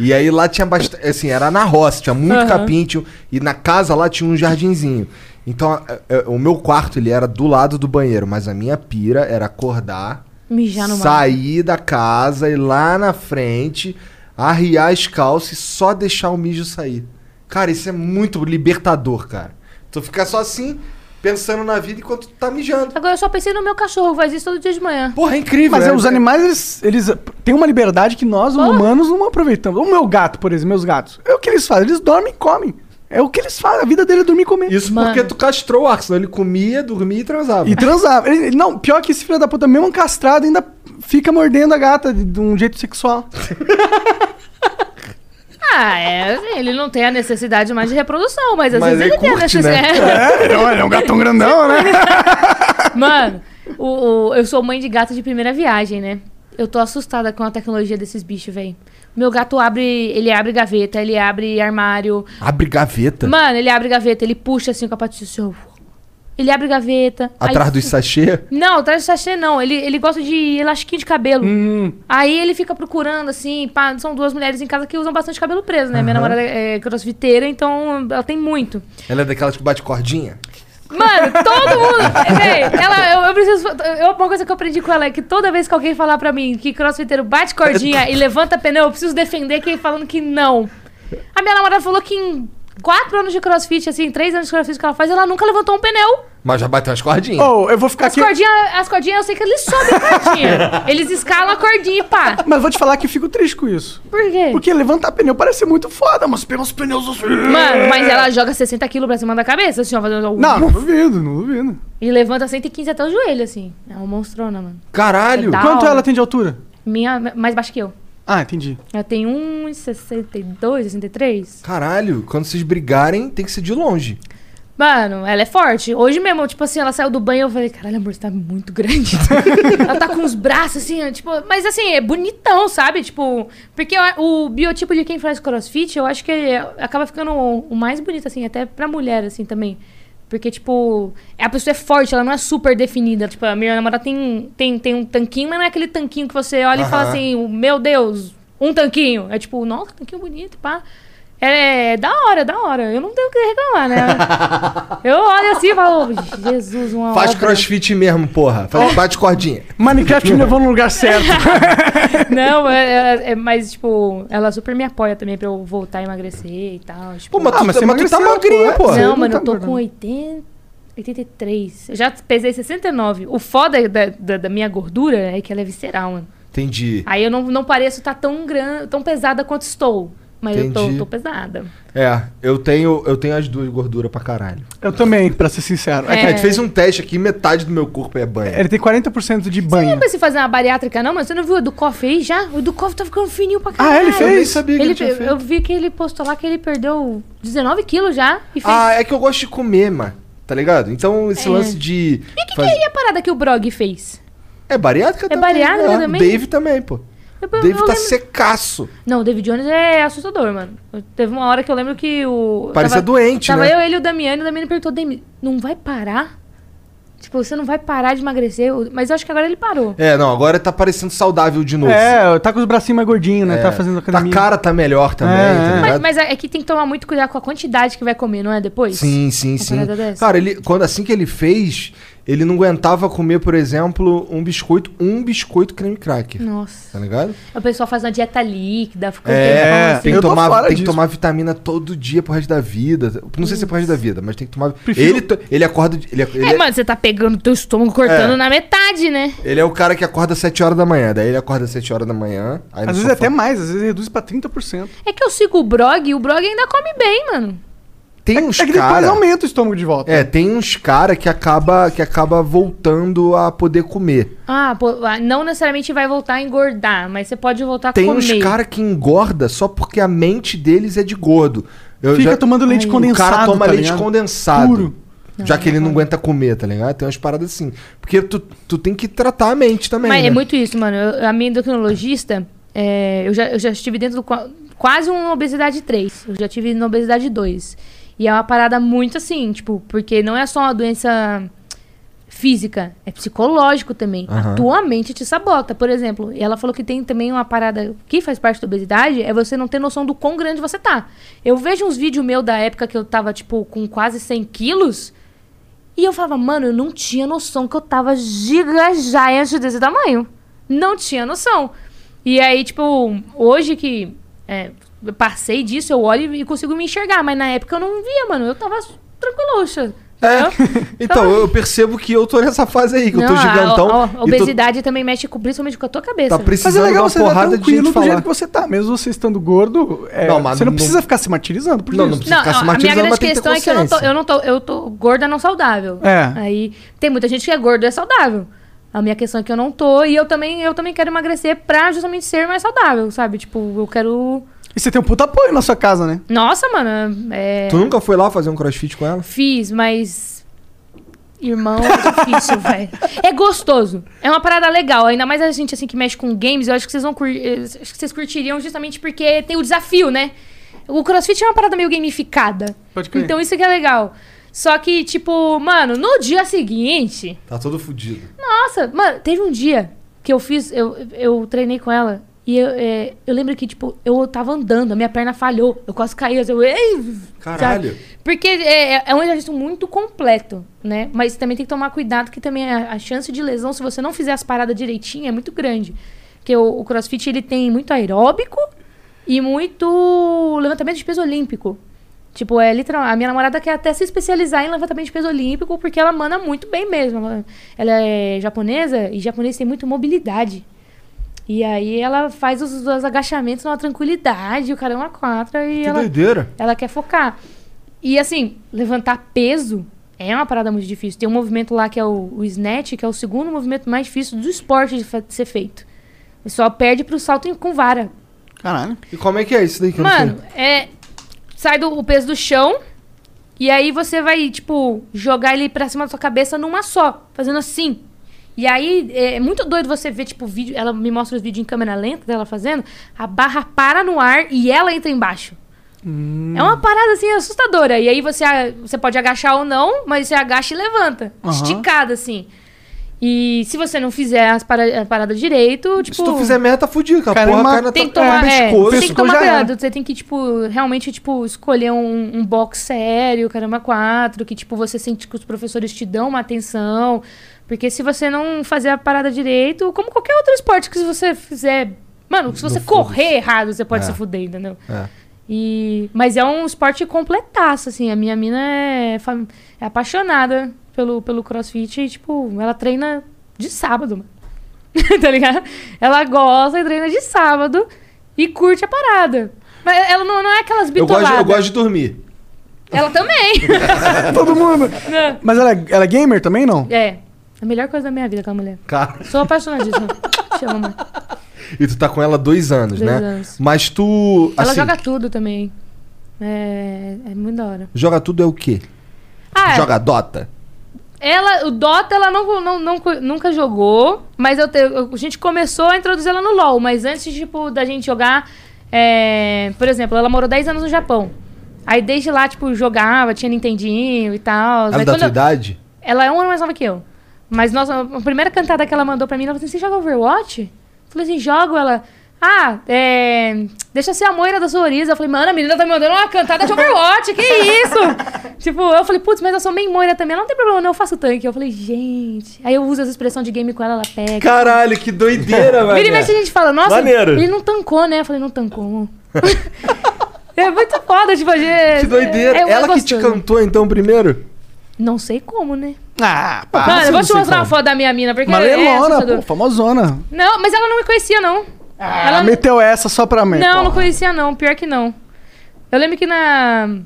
S2: E aí lá tinha bastante. Assim, era na roça, tinha muito capim. tinha- um, e na casa lá tinha um jardinzinho. Então, a- a- o meu quarto, ele era do lado do banheiro, mas a minha pira era acordar,
S3: mijar no mar.
S2: sair da casa e lá na frente, arriar as calças e só deixar o mijo sair. Cara, isso é muito libertador, cara. Tu ficar só assim, pensando na vida enquanto tu tá mijando.
S3: Agora eu só pensei no meu cachorro, faz isso todo dia de manhã.
S2: Porra, é incrível.
S1: Mas
S2: né?
S1: é, os animais, eles, eles têm uma liberdade que nós, humanos, não aproveitamos. O meu gato, por exemplo, meus gatos. É o que eles fazem, eles dormem e comem. É o que eles fazem, a vida dele é dormir e comer.
S2: Isso
S3: Mano.
S2: porque tu castrou o ar, senão ele comia, dormia e transava.
S1: E transar. Ele- ele- não, pior que esse filho da puta, mesmo castrado, ainda fica mordendo a gata de, de um jeito sexual.
S3: Ah, é. Ele não tem a necessidade mais de reprodução, mas às
S2: Mas
S3: vezes
S2: ele
S3: ele tem a
S2: curte, né?
S3: necessidade.
S1: É, olha, é um gatão grandão, né?
S3: Mano, o, o- eu sou mãe de gato de primeira viagem, né? Eu tô assustada com a tecnologia desses bichos, velho. Meu gato abre. Ele abre gaveta, ele abre armário.
S2: Abre gaveta
S3: Mano, ele abre gaveta, ele puxa assim com a patinha. Assim, ó. ele abre gaveta. aí-
S2: atrás dos sachê.
S3: Não, atrás do sachê não. Ele, ele gosta de elastiquinho de cabelo. Aí ele fica procurando, assim, pá, são duas mulheres em casa que usam bastante cabelo preso, né? Minha namorada é crossfiteira, então ela tem muito.
S2: Ela é daquelas que bate cordinha.
S3: Mano, todo mundo. é, Véi, ela, eu, eu preciso. Eu, uma coisa que eu aprendi com ela é que toda vez que alguém falar pra mim que crossfiteiro bate cordinha e levanta pneu, eu preciso defender quem falando que não. A minha namorada falou que em quatro anos de crossfit, assim, três anos de crossfit que ela faz, ela nunca levantou um pneu.
S2: Mas já bateu umas cordinhas.
S1: Ou eu vou ficar
S3: As
S1: aqui.
S3: cordinhas, as cordinhas eu sei que eles sobem a cordinha. Eles escalam a cordinha e pá.
S1: Mas vou te falar que eu fico triste com isso.
S3: Por quê?
S1: Porque levantar pneu parece ser muito foda, mas pega uns pneus assim.
S3: Mano, mas ela joga 60 quilos pra cima da cabeça, assim, ó, fazendo.
S1: Não, não duvido, não duvido.
S3: E levanta 115 até o joelho, assim. É uma monstrona, mano.
S2: Caralho.
S3: É da-
S1: Quanto
S3: hora.
S1: ela tem de altura?
S3: Minha, mais baixa que eu. um
S1: Ah, entendi.
S3: Ela tem 1,62, 63.
S2: Caralho, quando vocês brigarem, tem que ser de longe.
S3: Mano, ela é forte. Hoje mesmo, tipo assim, ela saiu do banho e eu falei, caralho, amor, você tá muito grande. ela tá com os braços, assim, ó, tipo... Mas, assim, é bonitão, sabe? Tipo... Porque eu- o biotipo de quem faz crossfit, eu acho que é- acaba ficando o o mais bonito, assim, até pra mulher, assim, também. Porque, tipo, a pessoa é forte, ela não é super definida. Tipo, a minha namorada tem, tem, tem um tanquinho, mas não é aquele tanquinho que você olha e fala assim, meu Deus, um tanquinho. É tipo, nossa, tanquinho bonito, pá. É, é da hora, é da hora. Eu não tenho o que reclamar, né? Eu olho assim e falo, Jesus, uma
S2: Faz
S3: obra.
S2: crossfit mesmo, porra. Faz, bate cordinha.
S1: Minecraft me levou no lugar certo.
S3: Não, é, é- é- mas, tipo, ela super me apoia também pra eu voltar a emagrecer e tal. Tipo,
S2: Pô, mas,
S1: Ah,
S2: tu,
S1: mas
S2: mas,
S1: você
S2: tu tá
S1: emagreceu,
S2: magrinha,
S1: pô.
S2: pô.
S1: você
S3: não,
S1: não
S3: mano,
S1: tá
S3: eu tô
S1: engordando.
S3: com 80, 83. Eu já pesei 69. O foda da, da, da minha gordura é que ela é visceral, mano.
S2: Entendi.
S3: tá Aí eu não, não pareço estar tão, gran, tão pesada quanto estou. Mas eu
S2: Entendi.
S3: tô, tô pesada.
S2: É, eu tenho, eu tenho as duas gorduras pra caralho.
S1: Eu também, pra ser sincero.
S2: É.
S1: É
S2: que
S1: que
S2: a gente fez um teste aqui, metade do meu corpo é banho.
S1: Ele tem 40% de banho.
S3: Não precisa fazer uma bariátrica, não, mas você não viu o Dukoff aí já? O Dukoff tá ficando fininho pra caralho.
S1: Ah, ele fez?
S2: Eu nem sabia que ele,
S3: Ele-
S2: tinha feito.
S3: eu vi que ele postou lá que ele perdeu 19 quilos já. E fez.
S2: Ah, é que eu gosto de comer, mano. Tá ligado? Então esse
S3: É.
S2: lance de.
S3: e o que, que
S2: faz-
S3: é a parada que o Brog fez?
S2: É bariátrica também.
S3: bariátrica
S2: né?
S3: também?
S2: O Dave também, pô.
S3: Eu-
S2: O
S3: eu-
S2: Dave
S3: eu
S2: tá
S3: lembro-
S2: secaço.
S3: Não, o David Jones é assustador, mano. Eu- teve uma hora que eu lembro que o.
S2: Parecia
S3: tava,
S2: doente,
S3: Tava
S2: né?
S3: eu, ele e o Damiano, e o Damiano perguntou, Dami, não vai parar? Tipo, você não vai parar de emagrecer? O- Mas eu acho que agora ele parou.
S2: É, não, agora tá parecendo saudável de novo.
S1: É, tá com os bracinhos mais gordinhos, né? Tá fazendo academia.
S2: A cara É. tá melhor também,
S1: É,
S2: tá
S1: é.
S2: ligado?
S3: Mas, mas é que tem que tomar muito cuidado com a quantidade que vai comer, não é? Depois?
S2: Sim, sim,
S3: Uma
S2: sim.
S3: parada dessa.
S2: Cara, ele, quando, assim que ele fez, ele não aguentava comer, por exemplo, um biscoito, um biscoito creme cracker.
S3: Nossa.
S2: Tá ligado?
S3: O pessoal faz uma dieta líquida, fica um tempão
S2: É,
S3: assim.
S2: tem, que
S1: Eu tô
S2: tomar,
S1: fora
S2: tem que
S1: disso.
S2: tomar vitamina todo dia pro resto da vida. Não sei se é pro resto da vida, mas tem que tomar.
S1: Prefiro-
S2: Ele, to- ele acorda. de- Ele, ele,
S3: É, mano, você tá pegando teu estômago, cortando
S2: É.
S3: na metade, né?
S2: ele é o cara que acorda às 7 horas da manhã. Daí ele acorda às 7 horas da manhã. Aí no
S1: Às vezes é
S2: sofá-
S1: até mais, às vezes reduz pra 30%.
S3: É que eu sigo o Brog e o Brog ainda come bem, mano.
S2: Tem
S1: É
S2: uns
S1: que depois
S2: cara.
S1: aumenta o estômago de volta.
S2: É, tem uns cara que acaba, que acaba voltando a poder comer.
S3: Ah, pô, ah, não necessariamente vai voltar a engordar, mas você pode voltar a
S2: Tem
S3: comer.
S2: uns cara que engorda só porque a mente deles é de gordo. Eu
S1: Fica
S2: já- Hum,
S1: tomando leite
S2: O
S1: condensado.
S2: cara toma
S1: tá
S2: leite
S1: ligado?
S2: condensado.
S1: Puro.
S2: Já que ele
S3: Ah.
S2: não aguenta comer, tá ligado? Tem umas paradas assim. Porque tu, tu tem que tratar a mente também.
S3: Mas
S2: né?
S3: é muito isso, mano. Eu- a minha endocrinologista, é, eu, já, eu já estive dentro do qua- quase uma obesidade 3. Eu já tive na obesidade 2. E é uma parada muito assim, tipo, porque não é só uma doença física, é psicológico também.
S2: Aham.
S3: A tua mente te sabota, por exemplo. E ela falou que tem também uma parada que faz parte da obesidade, é você não ter noção do quão grande você tá. Eu vejo uns vídeos meu da época que eu tava, tipo, com quase 100 quilos, e eu falava, mano, eu não tinha noção que eu tava giga giant desse tamanho. Não tinha noção. E aí, tipo, hoje que é, eu passei disso, eu olho e consigo me enxergar. Mas na época eu não via, mano. Eu tava tranquiluxa. entendeu?
S2: Então, eu percebo que eu tô nessa fase aí, que eu tô
S3: Não, a-
S2: gigantão.
S3: A, a
S2: e tô-
S3: obesidade é também mexe com, principalmente com a tua cabeça.
S2: Tá
S3: velho.
S1: Mas
S2: precisando
S1: é legal
S2: de
S1: você
S2: uma
S1: estar
S2: porrada de
S1: tranquilo
S2: gente
S1: do jeito
S2: falar.
S1: que você tá. Mesmo você estando gordo, é,
S2: Não, mas
S1: você não
S2: não-
S1: precisa ficar se martirizando por
S2: Não, não
S1: isso.
S2: precisa
S3: Não,
S2: ficar se
S3: não, a minha
S2: martirizando,
S3: grande
S2: mas tem que ter
S3: questão é que eu não, tô,
S2: consciência.
S3: eu não tô. Eu tô gorda não saudável.
S1: É.
S3: Aí tem muita gente que é gordo e é saudável. A minha questão é que eu não tô. E eu também, eu também quero emagrecer pra justamente ser mais saudável, sabe? Tipo, eu quero.
S1: E você tem um puta apoio na sua casa, né?
S3: Nossa, mano, é.
S2: Tu nunca foi lá fazer um crossfit com ela?
S3: Fiz, mas. Irmão, é difícil, velho. É gostoso. É uma parada legal. Ainda mais a gente assim que mexe com games, eu acho que vocês vão cur... eh, acho que vocês curtiriam justamente porque tem o desafio, né? O CrossFit é uma parada meio gamificada.
S1: Pode crer.
S3: Então isso que é legal. Só que, tipo, mano, no dia seguinte.
S2: Tá todo fudido.
S3: Nossa, mano, teve um dia que eu fiz, eu, eu treinei com ela. E eu, é, eu lembro que, tipo, eu tava andando, a minha perna falhou, eu quase caí, eu, ei,
S2: Caralho.
S3: sabe? Porque é, é- é um exercício muito completo, né? Mas também tem que tomar cuidado que também a, a chance de lesão, se você não fizer as paradas direitinho, é muito grande. Porque o, o crossfit, ele tem muito aeróbico e muito levantamento de peso olímpico. Tipo, é literal. A minha namorada quer até se especializar em levantamento de peso olímpico porque ela manda muito bem mesmo. Ela, ela é japonesa e japonês tem muito mobilidade. E aí ela faz os, os agachamentos numa tranquilidade, o caramba quatro e
S2: Que
S3: ela...
S2: doideira.
S3: Ela quer focar. E assim, levantar peso é uma parada muito difícil. Tem um movimento lá que é o, o snatch, que é o segundo movimento mais difícil do esporte de, fa- de ser feito. E Só perde pro salto em- com vara.
S1: Caralho.
S2: E como é que é isso daí que eu não
S3: Mano,
S2: sei?
S3: é. Sai do o peso do chão. E aí você vai, tipo, jogar ele pra cima da sua cabeça numa só, fazendo assim. E aí é muito doido você ver, tipo, vídeo. Ela me mostra os vídeos em câmera lenta dela fazendo. A barra para no ar e ela entra embaixo.
S2: Hum.
S3: É uma parada assim assustadora. E aí você, a- você pode agachar ou não, mas você agacha e levanta.
S1: Aham.
S3: Esticada, assim. E se você não fizer as para- a parada direito, tipo.
S2: Se tu fizer merda, tá fudido. que a
S1: Cara,
S2: porra
S1: é uma-
S2: cai na
S3: Tem que
S2: tua-
S3: tomar,
S2: no
S3: é,
S2: pescoço.
S3: tem que
S1: Pescoço
S3: tomar
S1: já era.
S3: cuidado. Você tem que, tipo, realmente, tipo, escolher um, um box sério, caramba, quatro, que, tipo, você sente que os professores te dão uma atenção. Porque se você não fazer a parada direito, como qualquer outro esporte que se você fizer... Mano, se você correr errado, você pode
S2: É.
S3: se fuder, entendeu?
S2: É.
S3: E... Mas é um esporte completaço, assim. A minha mina é, fam- é apaixonada pelo, pelo crossfit e, tipo, ela treina de sábado, mano. tá ligado? Ela gosta e treina de sábado e curte a parada. Mas ela não, não é aquelas
S2: Eu
S3: bitoladas.
S2: gosto, eu gosto de dormir.
S3: Ela também.
S1: Todo mundo. Mas ela é, ela é gamer também, não?
S3: é. A melhor coisa da minha vida aquela mulher.
S2: Cara,
S3: Sou apaixonadíssima. Te amo. amor.
S2: e tu tá com ela há dois anos,
S3: Dois
S2: né?
S3: anos.
S2: Mas tu.
S3: Ela
S2: assim,
S3: joga tudo também. É, é muito da hora.
S2: joga tudo é o quê?
S3: Ah,
S2: Joga Dota.
S3: Ela, o Dota, ela não, não, não- nunca jogou, mas eu, te- eu- a gente começou a introduzir ela no LoL, mas antes, tipo, da gente jogar, é, por exemplo, ela morou 10 anos no Japão. Aí desde lá, tipo, jogava, tinha Nintendinho e tal.
S2: Ela
S3: Aí
S2: é da
S3: quando
S2: tua
S3: eu-
S2: idade?
S3: ela é um ano mais nova que eu. Mas nossa, a primeira cantada que ela mandou pra mim, ela falou assim: você joga Overwatch? Eu falei assim, jogo ela. Ah, é. Deixa ser a moira da sua oriza. Eu falei, mano, a menina tá me mandando uma cantada de Overwatch, que isso? tipo, eu falei, putz, mas eu sou meio moira também. Ela não tem problema, não, eu faço tanque. Eu falei, gente. Aí eu uso as expressões de game com ela, ela pega.
S4: Caralho, que doideira,
S3: Vira e mexe a gente fala, nossa,
S4: Maneiro.
S3: ele não tancou, né? Eu falei, não tancou. é muito foda, tipo, a gente.
S2: Que doideira.
S3: é- é
S2: ela que te
S3: gostoso.
S2: cantou então primeiro?
S3: Não sei como, né?
S1: Ah, pá.
S3: Mano,
S1: você
S3: eu vou
S1: não
S3: te
S1: sei
S3: mostrar
S1: como.
S3: uma foto da minha mina, porque é
S1: Marelona,
S3: assustador.
S1: pô, Ah, famosona.
S3: Não, mas ela não me conhecia, não.
S1: Ela
S3: ela
S1: meteu essa só pra mim.
S3: Não,
S1: porra.
S3: não conhecia, não. Pior que não. Eu lembro que na...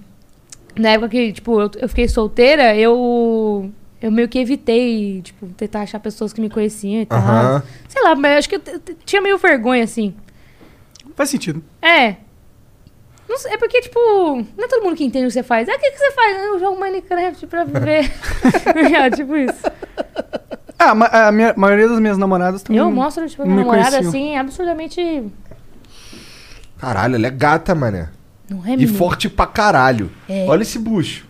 S3: Na época que, tipo, eu, eu fiquei solteira, eu... Eu meio que evitei, tipo, tentar achar pessoas que me conheciam e tal.
S2: Aham.
S3: Sei lá, mas eu acho que eu t- t- tinha meio vergonha, assim.
S1: Faz sentido.
S3: É. Não sei, é porque, tipo, não é todo mundo que entende o que você faz. Ah, o que, que você faz? "Ah, Eu jogo Minecraft pra viver. é, tipo isso.
S1: Ah, ma- a minha- a maioria das minhas namoradas também.
S2: Hum.
S3: Eu mostro, tipo, a minha
S1: me
S3: namorada,
S1: conheciam.
S3: assim, absurdamente...
S2: Caralho, ela é gata, mané.
S3: Não é
S2: E
S3: menina.
S2: forte pra caralho.
S3: É.
S2: Olha esse bucho.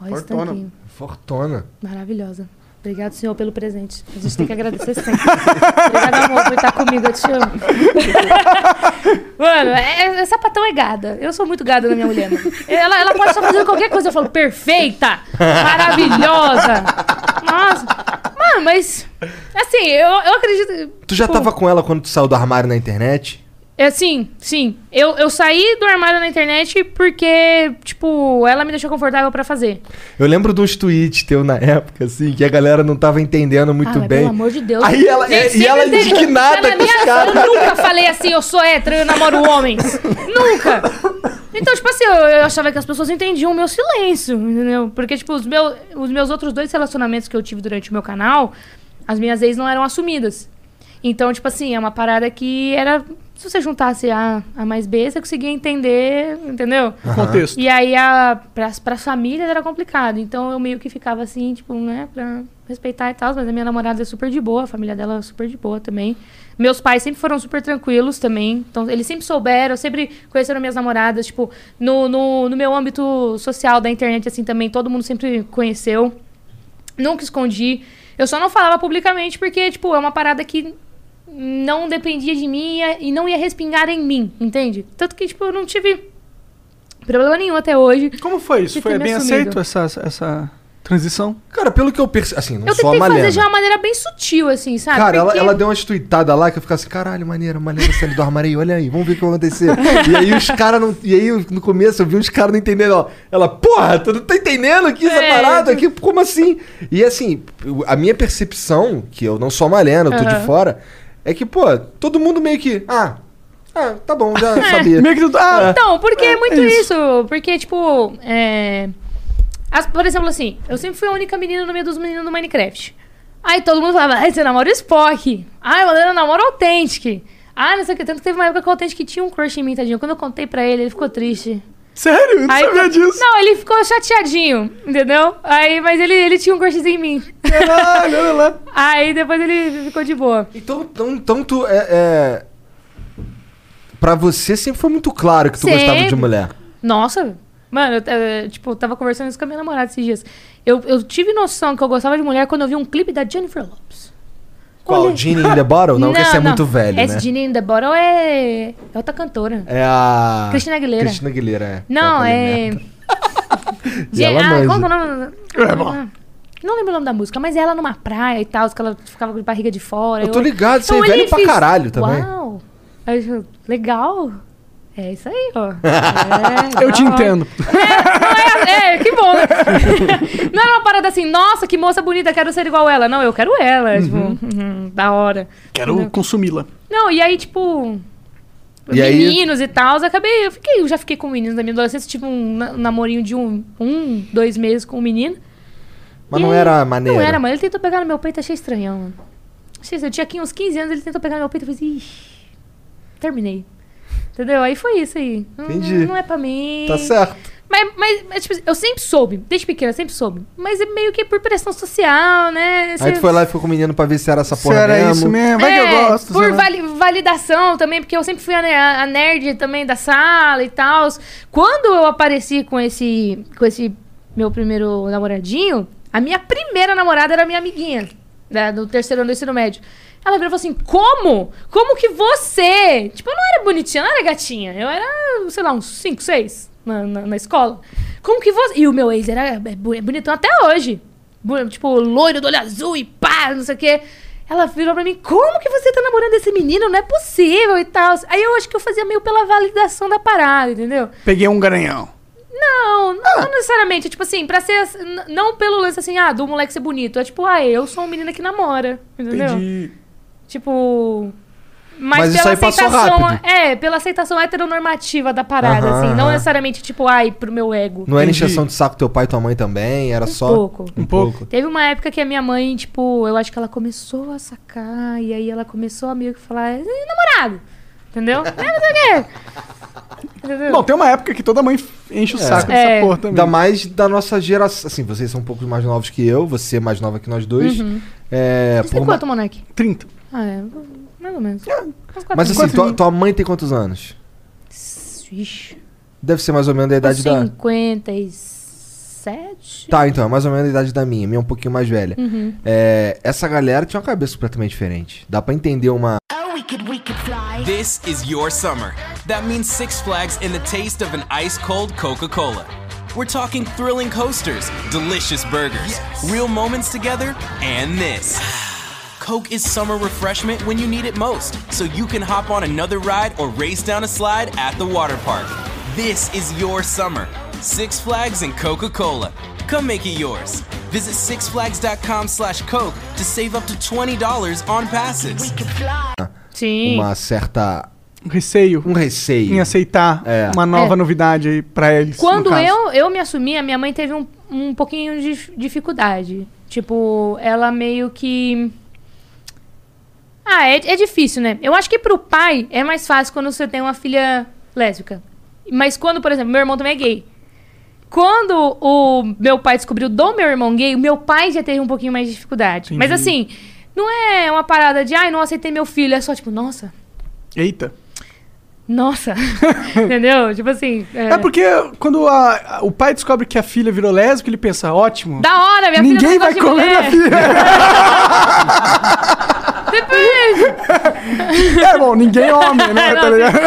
S3: Olha esse
S1: Fortona.
S3: tanquinho.
S2: Fortona.
S3: Maravilhosa. Obrigado, senhor, pelo presente. A gente tem que agradecer sempre. Obrigado, amor, por estar comigo. Eu te amo. Mano, é, é sapatão é gada. Eu sou muito gada na minha mulher. mano. Ela, ela pode estar fazendo qualquer coisa. Eu falo, perfeita, maravilhosa. Nossa. Mano, mas... Assim, eu, eu acredito...
S2: Tu já
S3: Pô.
S2: tava com ela quando tu saiu do armário na internet?
S3: É, sim, sim. Eu, eu saí do armário na internet porque, tipo, ela me deixou confortável pra fazer.
S2: Eu lembro de uns tweets teu na época, assim, que a galera não tava entendendo muito
S3: Ah, mas
S2: bem.
S3: Pelo amor de Deus. né?
S2: Aí ela- é, e- e
S3: sempre
S2: ela
S3: teve-
S2: indignada
S3: Tá na
S2: com os
S3: minha-
S2: caras.
S3: Eu nunca falei assim, eu sou hétero, eu namoro homens. nunca. Então, tipo assim, eu, eu achava que as pessoas entendiam o meu silêncio, entendeu? Porque, tipo, os, meu, os meus outros dois relacionamentos que eu tive durante o meu canal, as minhas ex não eram assumidas. Então, tipo assim, é uma parada que era... Se você juntasse A, a mais B, você conseguia entender, entendeu?
S1: Contexto.
S3: E aí, a, pras, pras famílias era complicado. Então, eu meio que ficava assim, tipo, né, pra respeitar e tal. Mas a minha namorada é super de boa, a família dela é super de boa também. Meus pais sempre foram super tranquilos também. Então, eles sempre souberam, sempre conheceram minhas namoradas. Tipo, no, no, no meu âmbito social da internet, assim, também, todo mundo sempre conheceu. Nunca escondi. Eu só não falava publicamente porque, tipo, é uma parada que não dependia de mim e- e não ia respingar em mim, entende? Tanto que, tipo, eu não tive problema nenhum até hoje.
S1: Como foi isso?
S3: De
S1: Foi
S3: ter me
S1: bem
S3: assumido.
S1: aceito essa, essa transição?
S2: Cara, pelo que eu percebi. Assim, não
S3: Eu
S2: sou a
S3: tentei fazer
S2: Malena.
S3: de uma maneira bem sutil, assim, sabe?
S2: Cara, ela,
S3: Porque-
S2: ela deu umas tuitadas lá que eu ficava assim, caralho, maneiro, maneiro saindo do armário aí, olha aí, vamos ver o que vai acontecer. e aí os caras não. E aí no começo eu vi os caras não entendendo, ó. Ela, porra, tu não tá entendendo que essa
S3: É.
S2: parada aqui? Como assim? E assim, eu- a minha percepção, que eu não sou a Malena, eu tô de
S3: Aham.
S2: fora, é que, pô, todo mundo meio que. Ah, ah, tá bom, já sabia.
S1: Meio que tudo. Ah,
S3: Então, porque é muito isso. Porque, tipo, é... as- por exemplo, assim, eu sempre fui a única menina no meio dos meninos do Minecraft. Aí todo mundo falava, ai, você namora o Spock. Ai, Madonna namora o Authentic. Ah, não sei o que. Tanto que teve uma época que o Authentic tinha um crush em mim, tadinho. Quando eu contei pra ele, ele ficou triste.
S1: sério? Eu não
S3: Aí-
S1: sabia disso.
S3: Não, ele ficou chateadinho, entendeu? Aí, mas ele, ele tinha um crushzinho em mim.
S1: Caralho, olha lá.
S3: Aí depois ele ficou de boa.
S2: Então, então, então tu é, é. Pra você sempre foi muito claro que tu gostava de
S3: Sempre.
S2: mulher.
S3: Nossa, mano, eu, eh, tipo, eu tava conversando isso com a minha namorada esses dias. Eu, eu tive noção que eu gostava de mulher quando eu vi um clipe da Jennifer Lopes.
S2: Qual?
S3: Olha-
S2: Genie in the Bottle? Não, que esse é muito velho,
S3: Esse
S2: né?
S3: Genie in the Bottle é, é outra cantora.
S2: É a.
S3: Cristina Aguilera.
S2: Cristina Aguilera, é.
S3: Não,
S2: Aquela
S3: é...
S2: merda. E
S3: Je-
S2: ela
S3: ah,
S2: manja.
S3: como que é o nome? Não lembro o nome da música, mas ela numa praia e tal, que ela ficava com barriga de fora. Então
S2: Eu tô ligado, isso aí é
S3: ele
S2: velho pra caralho também.
S3: Uau! Aí eu- Legal! É isso aí, ó. É,
S1: Eu te
S3: da hora.
S1: entendo.
S3: É, é, que bom. né? Não era uma parada assim, nossa, que moça bonita, quero ser igual ela. Não, eu quero ela. Tipo, uhum, da hora.
S1: Quero consumi-la.
S3: Não, e aí, tipo.
S2: E aí-
S3: meninos e tal, eu acabei, eu fiquei, eu já fiquei com meninos na minha adolescência, tive um na- namorinho de um, um, dois meses com um menino.
S2: Mas
S3: E
S2: não
S3: aí-
S2: era Tá maneiro.
S3: Não era, mano. Ele tentou pegar no meu peito, achei estranhão, mano. Achei estranho. Eu tinha aqui uns 15 anos, ele tentou pegar no meu peito, eu falei, assim, ixi, terminei. Entendeu? Aí foi isso aí. Não-
S2: Entendi.
S3: Não é pra mim.
S2: Tá certo.
S3: Mas, mas, mas, tipo, eu sempre soube, desde pequena, eu sempre soube. Mas é meio que por pressão social, né?
S2: Aí
S3: Você-
S2: tu foi lá e ficou com o menino pra ver se era essa
S1: Se
S2: porra
S1: era
S2: mesmo.
S1: isso mesmo, vai que eu
S3: É,
S1: gosto. né? sei
S3: Por
S1: lá.
S3: vali- validação também, porque eu sempre fui a, ne- a nerd também da sala e tal. Quando eu apareci com esse, com esse meu primeiro namoradinho, a minha primeira namorada era minha amiguinha, da- do terceiro ano do ensino médio. Ela virou e falou assim: Como? Como que você? Tipo, eu não era bonitinha, eu não era gatinha. Eu era, sei lá, uns 5, 6 na, na, na escola. Como que você. E o meu ex era é bu- é bonitão até hoje. Bu- Tipo, loiro do olho azul e pá, não sei o quê. Ela virou pra mim, como que você tá namorando esse menino? Não é possível e tal. Aí eu acho que eu fazia meio pela validação da parada, entendeu?
S1: Peguei um garanhão.
S3: Não, não,
S2: Ah.
S3: não necessariamente. Tipo assim, pra ser. ass- n- Não pelo lance assim, ah, do moleque ser bonito. É tipo, ah, eu sou uma menina que namora. Entendeu?
S1: Entendi.
S3: Tipo.
S2: Mas
S3: Mas,
S2: isso
S3: pela
S2: aí passou
S3: aceitação.
S2: rápido.
S3: É, pela aceitação heteronormativa da parada,
S2: Aham,
S3: assim. Não
S2: aham.
S3: necessariamente, tipo, ai, pro meu ego.
S2: Não era
S1: Entendi.
S2: encheção de saco teu pai e tua mãe também, era
S3: um
S2: só.
S3: pouco.
S1: Um pouco.
S3: Teve uma época que a minha mãe, tipo, eu acho que ela começou a sacar, e aí ela começou a meio que falar, "Eh, namorado, entendeu? Não, não sei o quê. Entendeu?
S1: Não, É. tem uma época que toda mãe enche o saco dessa
S3: É.
S1: porra também.
S2: Ainda mais da nossa geração. Assim, vocês são um pouco mais novos que eu, você é mais nova que nós dois. É,
S3: Uhum. Você
S2: por
S3: tem
S2: ma-
S3: quanto, Monark?
S1: 30.
S3: Ah, é, mais ou menos. Uns quatro
S2: Mas
S3: anos.
S2: assim, tua, tua mãe tem quantos anos?
S3: Ixi,
S2: Deve ser mais ou menos da idade da.
S3: 57?
S2: Tá, então, é mais ou menos a idade da minha. A minha é um pouquinho mais velha.
S3: Uhum.
S2: É, essa galera tinha uma cabeça completamente diferente. Dá pra entender uma.
S8: This is your summer. That means Six Flags and the taste of an ice cold Coca Cola. We're talking thrilling coasters, delicious burgers, real moments together, and this. Coke is summer refreshment when you need it most, so you can hop on another ride or race down a slide at the water park. This is your summer. Six Flags and Coca-Cola. Come make it yours. Visit sixflags.com slash Coke to save up to $20 on passes.
S3: Sim.
S2: uma certa.
S1: Um receio
S2: um receio.
S1: em aceitar
S2: É.
S1: uma nova
S3: É.
S1: novidade aí pra eles. no
S3: Quando
S1: caso.
S3: eu, eu me assumi, a minha mãe teve um, um pouquinho de dif- dificuldade. Tipo, ela meio que. Ah, é, é difícil, né? Eu acho que pro pai é mais fácil quando você tem uma filha lésbica. Mas quando, por exemplo, meu irmão também é gay. Quando o meu pai descobriu do meu irmão gay, o meu pai já teve um pouquinho mais de dificuldade. Mas assim, não é uma parada de, ai, não aceitei meu filho. É só tipo, nossa,
S1: Eita.
S3: nossa. Entendeu? Tipo assim.
S1: É, porque quando a- a- o pai descobre que a filha virou lésbica, ele pensa, ótimo.
S3: Da hora, minha filha
S1: Ninguém
S3: não
S1: vai
S3: gosta de
S1: comer minha
S3: mulher.
S1: filha.
S3: Depende. assim.
S1: é bom, ninguém é homem, né? tá ligado?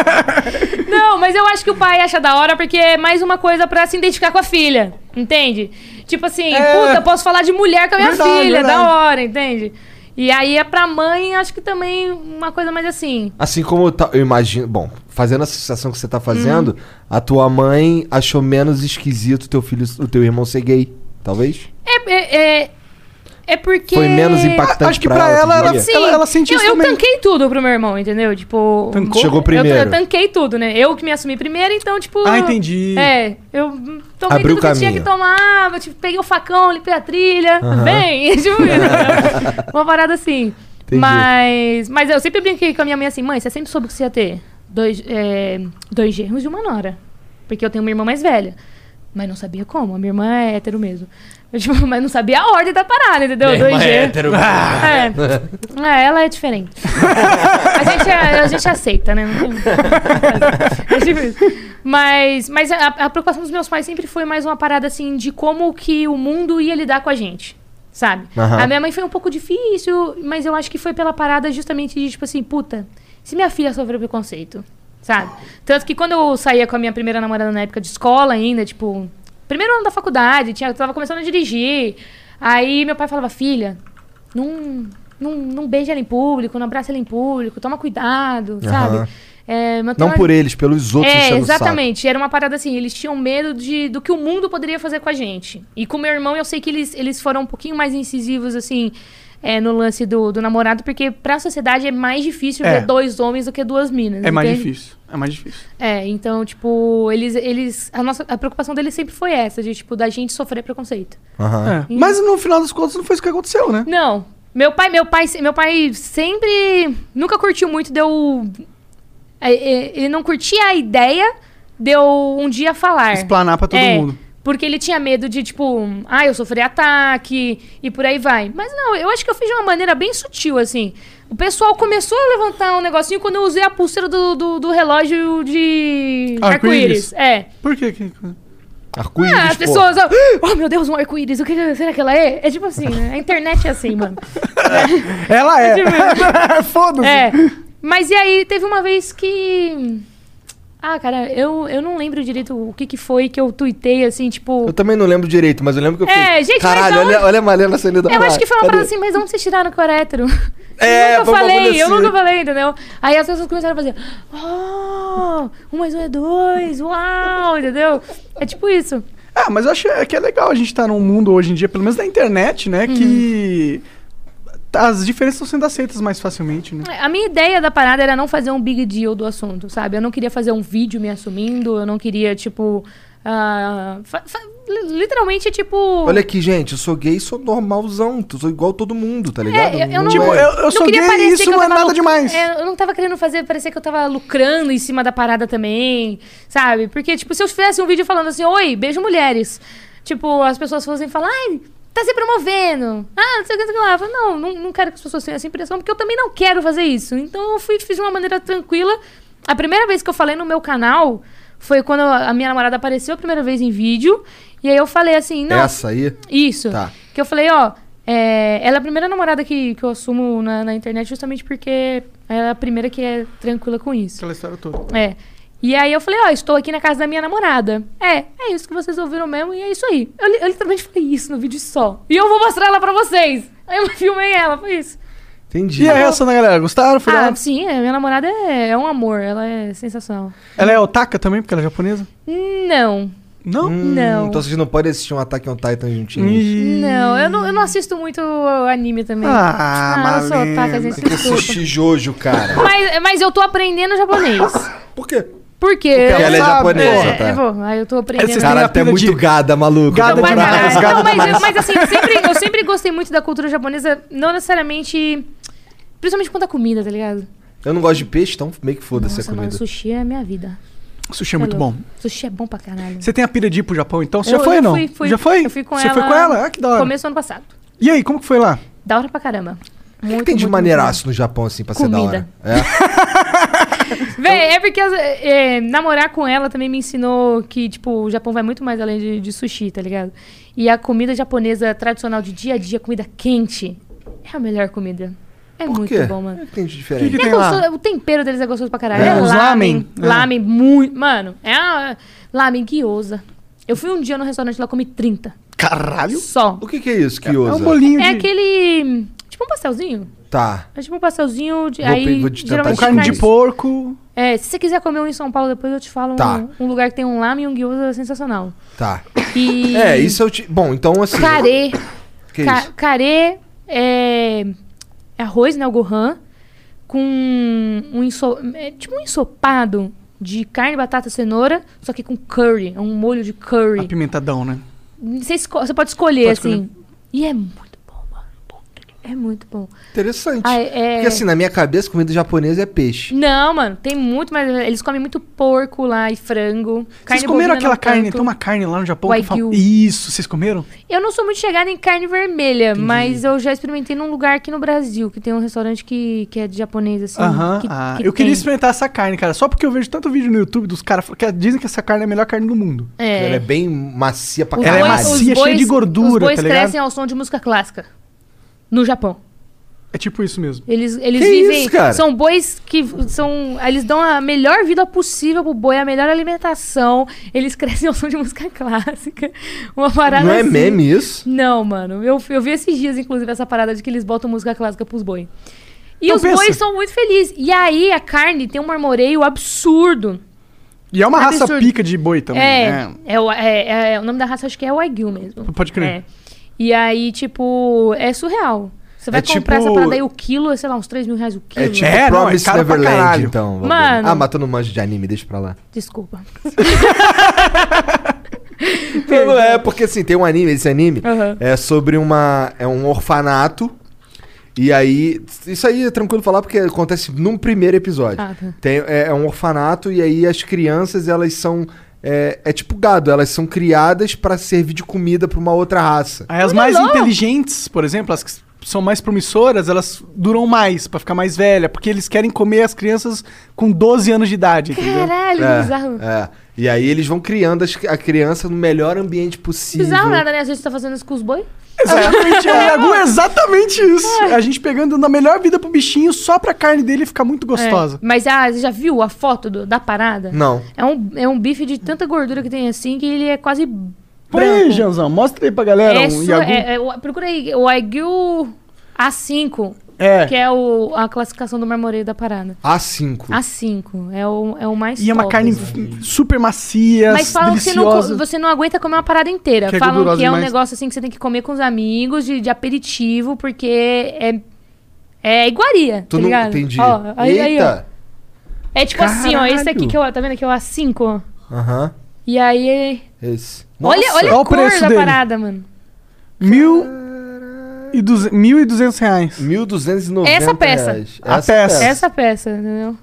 S3: Não, mas eu acho que o pai acha da hora porque é mais uma coisa pra se identificar com a filha, entende? Tipo assim, puta, posso falar de mulher com a minha
S1: É. Verdade,
S3: filha,
S1: verdade.
S3: da hora, entende? E aí é pra mãe, acho que também uma coisa mais assim.
S2: Assim como eu, ta- eu imagino. Bom, fazendo a associação que você tá
S3: Uhum.
S2: fazendo, a tua mãe achou menos esquisito teu filho, o teu irmão ser gay. Talvez?
S3: É, é, é, é porque.
S2: Foi menos impactante
S1: Acho que
S2: pra
S1: pra
S2: ela,
S1: ela,
S2: tu
S1: ela-
S2: diria?
S3: Sim,
S1: ela sente
S3: eu,
S1: isso
S3: eu
S1: também.
S3: tanquei tudo pro meu irmão, entendeu? Tipo.
S1: Tancou?
S2: Chegou
S3: eu-
S2: primeiro.
S3: Eu, tanquei tudo, né? Eu que me assumi primeiro, então, tipo.
S1: Ah, entendi.
S3: É, eu hum, tomei
S2: Abriu
S3: tudo que eu tinha
S2: caminho.
S3: que tomar, eu, tipo, peguei o facão, limpei a trilha, vem, tipo, isso. uma parada assim.
S2: Entendi.
S3: Mas, mas eu sempre brinquei com a minha mãe assim, mãe, você sempre soube que você ia ter dois, é, dois genros e uma nora. Porque eu tenho uma irmã mais velha. Mas não sabia como, a minha irmã é hétero mesmo. Eu, tipo, mas não sabia a ordem da parada, entendeu? Dois genros. É. É, ela é diferente. a, gente, a gente aceita, né? Não tem- É difícil. Mas, mas a, a preocupação dos meus pais sempre foi mais uma parada assim de como que o mundo ia lidar com a gente. Sabe?
S2: Aham.
S3: A minha mãe foi um pouco difícil, mas eu acho que foi pela parada justamente de tipo assim, puta, se minha filha sofreu preconceito, sabe? Tanto que quando eu saía com a minha primeira namorada na época de escola ainda, tipo, primeiro ano da faculdade, tinha, eu tava começando a dirigir. Aí meu pai falava, filha, não, não, não beija ela em público, não abraça ela em público, toma cuidado,
S2: Aham.
S3: sabe? É, mantém
S2: Não
S3: uma-
S2: por eles, pelos outros
S3: é,
S2: enchendo o saco.
S3: exatamente. Era uma parada assim, eles tinham medo de, do que o mundo poderia fazer com a gente. E com meu irmão, eu sei que eles, eles foram um pouquinho mais incisivos, assim, é, no lance do, do namorado, porque pra sociedade é mais difícil
S1: É.
S3: ver dois homens do que duas minas.
S1: É mais
S3: entende?
S1: difícil. É mais difícil.
S3: É, então, tipo, eles. eles a, nossa, a preocupação deles sempre foi essa, de, tipo, da gente sofrer preconceito.
S1: É. Mas no final das contas não foi isso que aconteceu, né?
S3: Não. Meu pai, meu pai, meu pai sempre nunca curtiu muito deu é, ele não curtia a ideia de eu um dia falar.
S1: Explanar pra todo
S3: É,
S1: mundo.
S3: Porque ele tinha medo de tipo, ah, eu sofri ataque e por aí vai. Mas não, eu acho que eu fiz de uma maneira bem sutil assim. O pessoal começou a levantar um negocinho quando eu usei a pulseira do, do, do relógio de
S1: Arco-íris.
S3: arco-íris. É.
S1: Por que que...
S2: Arco-íris.
S3: Ah, as
S2: pô.
S3: pessoas, ó, oh meu Deus, um arco-íris, o que será que ela é? É tipo assim, né? A internet é assim, mano. tipo
S1: Ela é. Foda-se.
S3: É. Mas e aí, teve uma vez que. Ah, cara, eu, eu não lembro direito o que, que foi que eu tuitei, assim, tipo.
S2: Eu também não lembro direito, mas eu lembro que eu
S3: É,
S2: fiz.
S3: gente, mas
S2: Caralho, olha,
S3: aonde-
S2: olha a Malena saindo da
S3: Eu acho que foi uma
S2: Cadê?
S3: parada assim, mas onde vocês tiraram que eu era hétero?
S2: É,
S3: eu
S2: foi um
S3: nunca falei,
S2: bagulho
S3: eu
S2: assim.
S3: nunca falei, entendeu? Aí as pessoas começaram a fazer, oh, um mais um é dois, uau, entendeu? É tipo isso.
S1: Ah, mas eu acho que é legal a gente estar num mundo hoje em dia, pelo menos na internet, né? Que
S3: Uhum.
S1: as diferenças estão sendo aceitas mais facilmente, né?
S3: A minha ideia da parada era não fazer um big deal do assunto, sabe? Eu não queria fazer um vídeo me assumindo, eu não queria, tipo. ah, fa- fa- li- literalmente, tipo.
S2: Olha aqui, gente, eu sou gay e sou normalzão. eu Sou igual todo mundo, tá ligado?
S3: eu- eu não-
S1: Tipo, eu,
S2: é-
S1: eu sou
S3: queria
S1: gay e
S3: parecer
S1: isso
S3: que eu
S1: não é
S3: tava
S1: nada
S3: luc-
S1: demais.
S3: É, eu não tava querendo fazer parecer que eu tava lucrando em cima da parada também, sabe? Porque, tipo, se eu fizesse um vídeo falando assim, oi, beijo mulheres. Tipo, as pessoas fossem falar, ai, tá se promovendo. Ah, não sei o que, não sei o que lá. Eu falo, não, não, não quero que as pessoas tenham essa impressão, porque eu também não quero fazer isso. Então eu fui, fiz de uma maneira tranquila. A primeira vez que eu falei no meu canal foi quando a minha namorada apareceu a primeira vez em vídeo. E aí eu falei assim, não.
S2: Essa aí.
S3: Isso.
S2: Tá.
S3: Que eu falei, ó, é, ela é a primeira namorada que, que eu assumo na, na internet justamente porque ela é a primeira que é tranquila com isso.
S1: Aquela história toda.
S3: É. E aí eu falei, ó, estou aqui na casa da minha namorada. É, é isso que vocês ouviram mesmo e é isso aí. Eu, li- eu literalmente falei isso no vídeo só. E eu vou mostrar ela pra vocês. Aí eu filmei ela, foi isso.
S2: Entendi.
S1: E a reação da galera? Gostaram? Foi da
S3: Ah,
S1: hora?
S3: sim, é, minha namorada é, é um amor, ela é sensacional.
S1: Ela é otaka também, porque ela é japonesa?
S3: Não,
S1: Não.
S3: não.
S2: Então vocês não podem assistir um Attack on Titan juntinhos.
S1: Ih.
S3: Não, eu não, eu não assisto muito anime também.
S1: assim. Ah,
S3: eu sou
S1: Malena.
S3: otaku, gente,
S2: Tem que
S3: desculpa.
S2: assistir Jojo, cara.
S3: Mas, mas eu tô aprendendo japonês.
S2: Por quê?
S3: Por quê?
S2: Porque ela é
S1: sabe,
S2: japonesa,
S3: É,
S2: tá?
S3: é, bom, aí eu tô aprendendo.
S1: Vocês têm
S2: Cara,
S1: a
S2: até
S1: pira
S2: é muito
S1: de-
S2: gada, maluco.
S1: Gada
S3: Não, mas,
S1: demais,
S3: mas-
S1: gado
S3: não, mas-
S1: demais.
S3: mas assim, sempre, eu sempre gostei muito da cultura japonesa, não necessariamente. Principalmente quanto à comida, tá ligado?
S2: Eu não gosto de peixe, então meio que foda-se a
S3: Nossa, mano,
S2: comida.
S3: sushi é a minha vida.
S1: Sushi é muito
S3: Hello.
S1: bom.
S3: Sushi é bom pra caralho.
S1: Você tem a pira de ir pro Japão, então? Você
S3: Eu-
S1: já foi
S3: eu
S1: ou não?
S3: fui- fui.
S1: Já foi?
S3: Eu fui com
S1: Você
S3: ela.
S1: foi com ela? Ah, que da hora.
S3: Começo ano passado.
S1: E aí, como que foi lá?
S3: Da hora pra caramba.
S1: é
S2: O que tem de maneiraço no Japão, assim, pra ser da hora?
S3: Comida.
S2: É?
S3: Véi, é porque as- é, é, namorar com ela também me ensinou que, tipo, o Japão vai muito mais além de, de sushi, tá ligado? E a comida japonesa tradicional de dia a dia, comida quente, é a melhor comida. É
S2: Por
S3: muito
S2: quê?
S3: bom,
S2: O
S3: mano.
S2: que tem de
S1: O que,
S2: diferente?
S1: que
S3: E é
S1: tem lá?
S3: gostoso- o tempero deles é gostoso pra caralho.
S1: É,
S3: É,
S1: os
S3: lamen.
S1: lamen, é.
S3: Lamen, muito. Mano, é a, lamen guiosa. Eu fui um dia no restaurante lá comi 30.
S1: Caralho.
S3: Só.
S2: O que que é isso,
S1: É
S2: Kyoza?
S1: um bolinho
S3: É
S1: de...
S3: aquele. Tipo um pastelzinho.
S2: Tá.
S3: É tipo um pastelzinho de.
S2: Vou pe-
S3: aí,
S2: vou te
S1: Com
S2: tentar
S3: geralmente
S2: explicar
S1: carne de
S3: faz-
S2: Mas-
S1: porco.
S3: É, se você quiser comer um em São Paulo depois, eu te falo um-
S2: Tá.
S3: um, lugar que tem um lame e um gyoza sensacional.
S2: Tá.
S3: E...
S2: É, isso eu te... Bom, então assim...
S3: Carê.
S2: Que
S3: Ca-
S2: isso?
S3: Carê é... é arroz, né? O gohan. Com um enso... é tipo um ensopado de carne, batata, cenoura, só que com curry. É um molho de curry.
S1: Apimentadão, né?
S3: Você, esco- você pode escolher,
S1: Pode
S3: assim. E é muito bom, mano. Puta que- É muito bom.
S2: Interessante.
S3: Ah, é-
S2: Porque assim, na minha cabeça, comida japonesa é peixe.
S3: Não, mano, tem muito, mas eles comem muito porco lá e frango.
S1: Vocês
S3: Carne
S1: comeram
S3: bovina
S1: aquela
S3: não
S1: carne?
S3: tanto.
S1: Tem uma carne lá no Japão que fala...
S3: Wagyu.
S1: Isso, vocês comeram?
S3: Eu não sou muito chegada em carne vermelha, mas eu já experimentei num lugar aqui no Brasil, que tem um restaurante que, que é de japonês, assim.
S1: Aham.
S3: que-
S1: ah,
S3: que
S1: eu queria
S3: tem.
S1: experimentar essa carne, cara. Só porque eu vejo tanto vídeo no YouTube dos caras fal- que dizem que essa carne é a melhor carne do mundo.
S2: Ela
S3: É.
S2: é bem macia pra
S3: Os
S1: Ela é
S2: caralho.
S3: bois-
S1: macia,
S3: os
S1: cheia
S3: bois-
S1: de gordura,
S3: Os bois
S1: tá ligado?
S3: crescem ao som de música clássica. No Japão.
S1: É tipo isso mesmo.
S3: Eles, eles
S2: Que
S3: vivem.
S2: isso, cara?
S3: São bois que são. Eles dão a melhor vida possível pro boi, a melhor alimentação. Eles crescem ao som de música clássica. Uma parada.
S2: Não é
S3: assim.
S2: meme isso?
S3: Não, mano. Eu, eu vi esses dias, inclusive, essa parada de que eles botam música clássica pros boi. E
S1: Então
S3: os
S1: pensa.
S3: bois são muito felizes. E aí a carne tem um marmoreio absurdo.
S1: E é uma raça
S3: Absurdo.
S1: pica de boi também.
S3: É,
S1: né?
S3: é, o- é, é- o nome da raça acho que é Wagyu mesmo.
S1: Pode crer.
S3: É. E aí, tipo, é surreal. Você vai
S2: É
S3: comprar
S2: tipo-
S3: essa parada aí, o quilo, é, sei lá, uns 3 mil reais o quilo.
S2: É tipo
S1: É, não, é
S2: Promise
S1: caro pra
S2: Neverland,
S1: caralho.
S2: então. vamos ver.
S3: Mano.
S2: Ah, mas tu não manja de anime, deixa pra lá.
S3: Desculpa.
S2: Não, não é, porque assim, tem um anime, esse anime
S3: Aham.
S2: é sobre uma. É um orfanato. E aí. Isso aí é tranquilo falar porque acontece num primeiro episódio.
S3: Ah, tá.
S2: Tem- é, é um orfanato e aí as crianças, elas são. É, é tipo gado, elas são criadas pra servir de comida pra uma outra raça.
S1: Aí as mais inteligentes, por exemplo, as que são mais promissoras, elas duram mais pra ficar mais velha, porque eles querem comer as crianças com 12 anos de idade, entendeu?
S3: Caralho,
S2: É,
S3: bizarro.
S2: é. E aí eles vão criando as- a criança no melhor ambiente possível.
S3: Bizarro nada, né? A gente tá fazendo isso com os boi.
S1: Exatamente, é, Iago, é exatamente isso.
S3: É.
S1: A gente pegando dando a melhor vida pro bichinho só pra carne dele ficar muito gostosa.
S3: É. Mas ah, você já viu a foto do- da parada?
S2: Não.
S3: É um, é um bife de tanta gordura que tem assim que ele é quase.
S1: Põe aí,
S3: branco.
S1: Janzão, mostra aí pra galera
S3: É
S1: um
S3: su-
S1: Iago.
S3: é- é o- procura aí, o Aigyu A5,
S1: É.
S3: que é o- a classificação do marmoreio da parada.
S2: A5.
S3: Ah, A5, é o, é o mais
S1: E é uma
S3: top,
S1: carne
S3: assim.
S1: f- super macia,
S3: Mas falam que você não, co-
S1: deliciosa.
S3: você não aguenta comer uma parada inteira.
S1: Que é
S3: falam
S1: gordurosa
S3: que é um
S1: demais.
S3: negócio assim que você tem que comer com os amigos, de, de aperitivo, porque é. É iguaria.
S2: Tu
S3: tá
S2: não
S3: ligado?
S2: entendi.
S3: Ó, aí- aí, ó.
S2: Eita!
S3: É tipo assim, ó, esse
S2: Caralho.
S3: aqui que eu. Tá vendo aqui, ó, A5, ó.
S2: Aham.
S3: E aí.
S2: Esse.
S3: Olha, olha
S1: olha
S3: a
S1: o
S3: cor
S1: preço
S3: da
S1: dele.
S3: parada, mano.
S1: Mil e duze- mil e duzentos reais.
S2: 1.290
S3: Essa peça.
S2: reais.
S1: A peça. É.
S3: Essa peça, entendeu?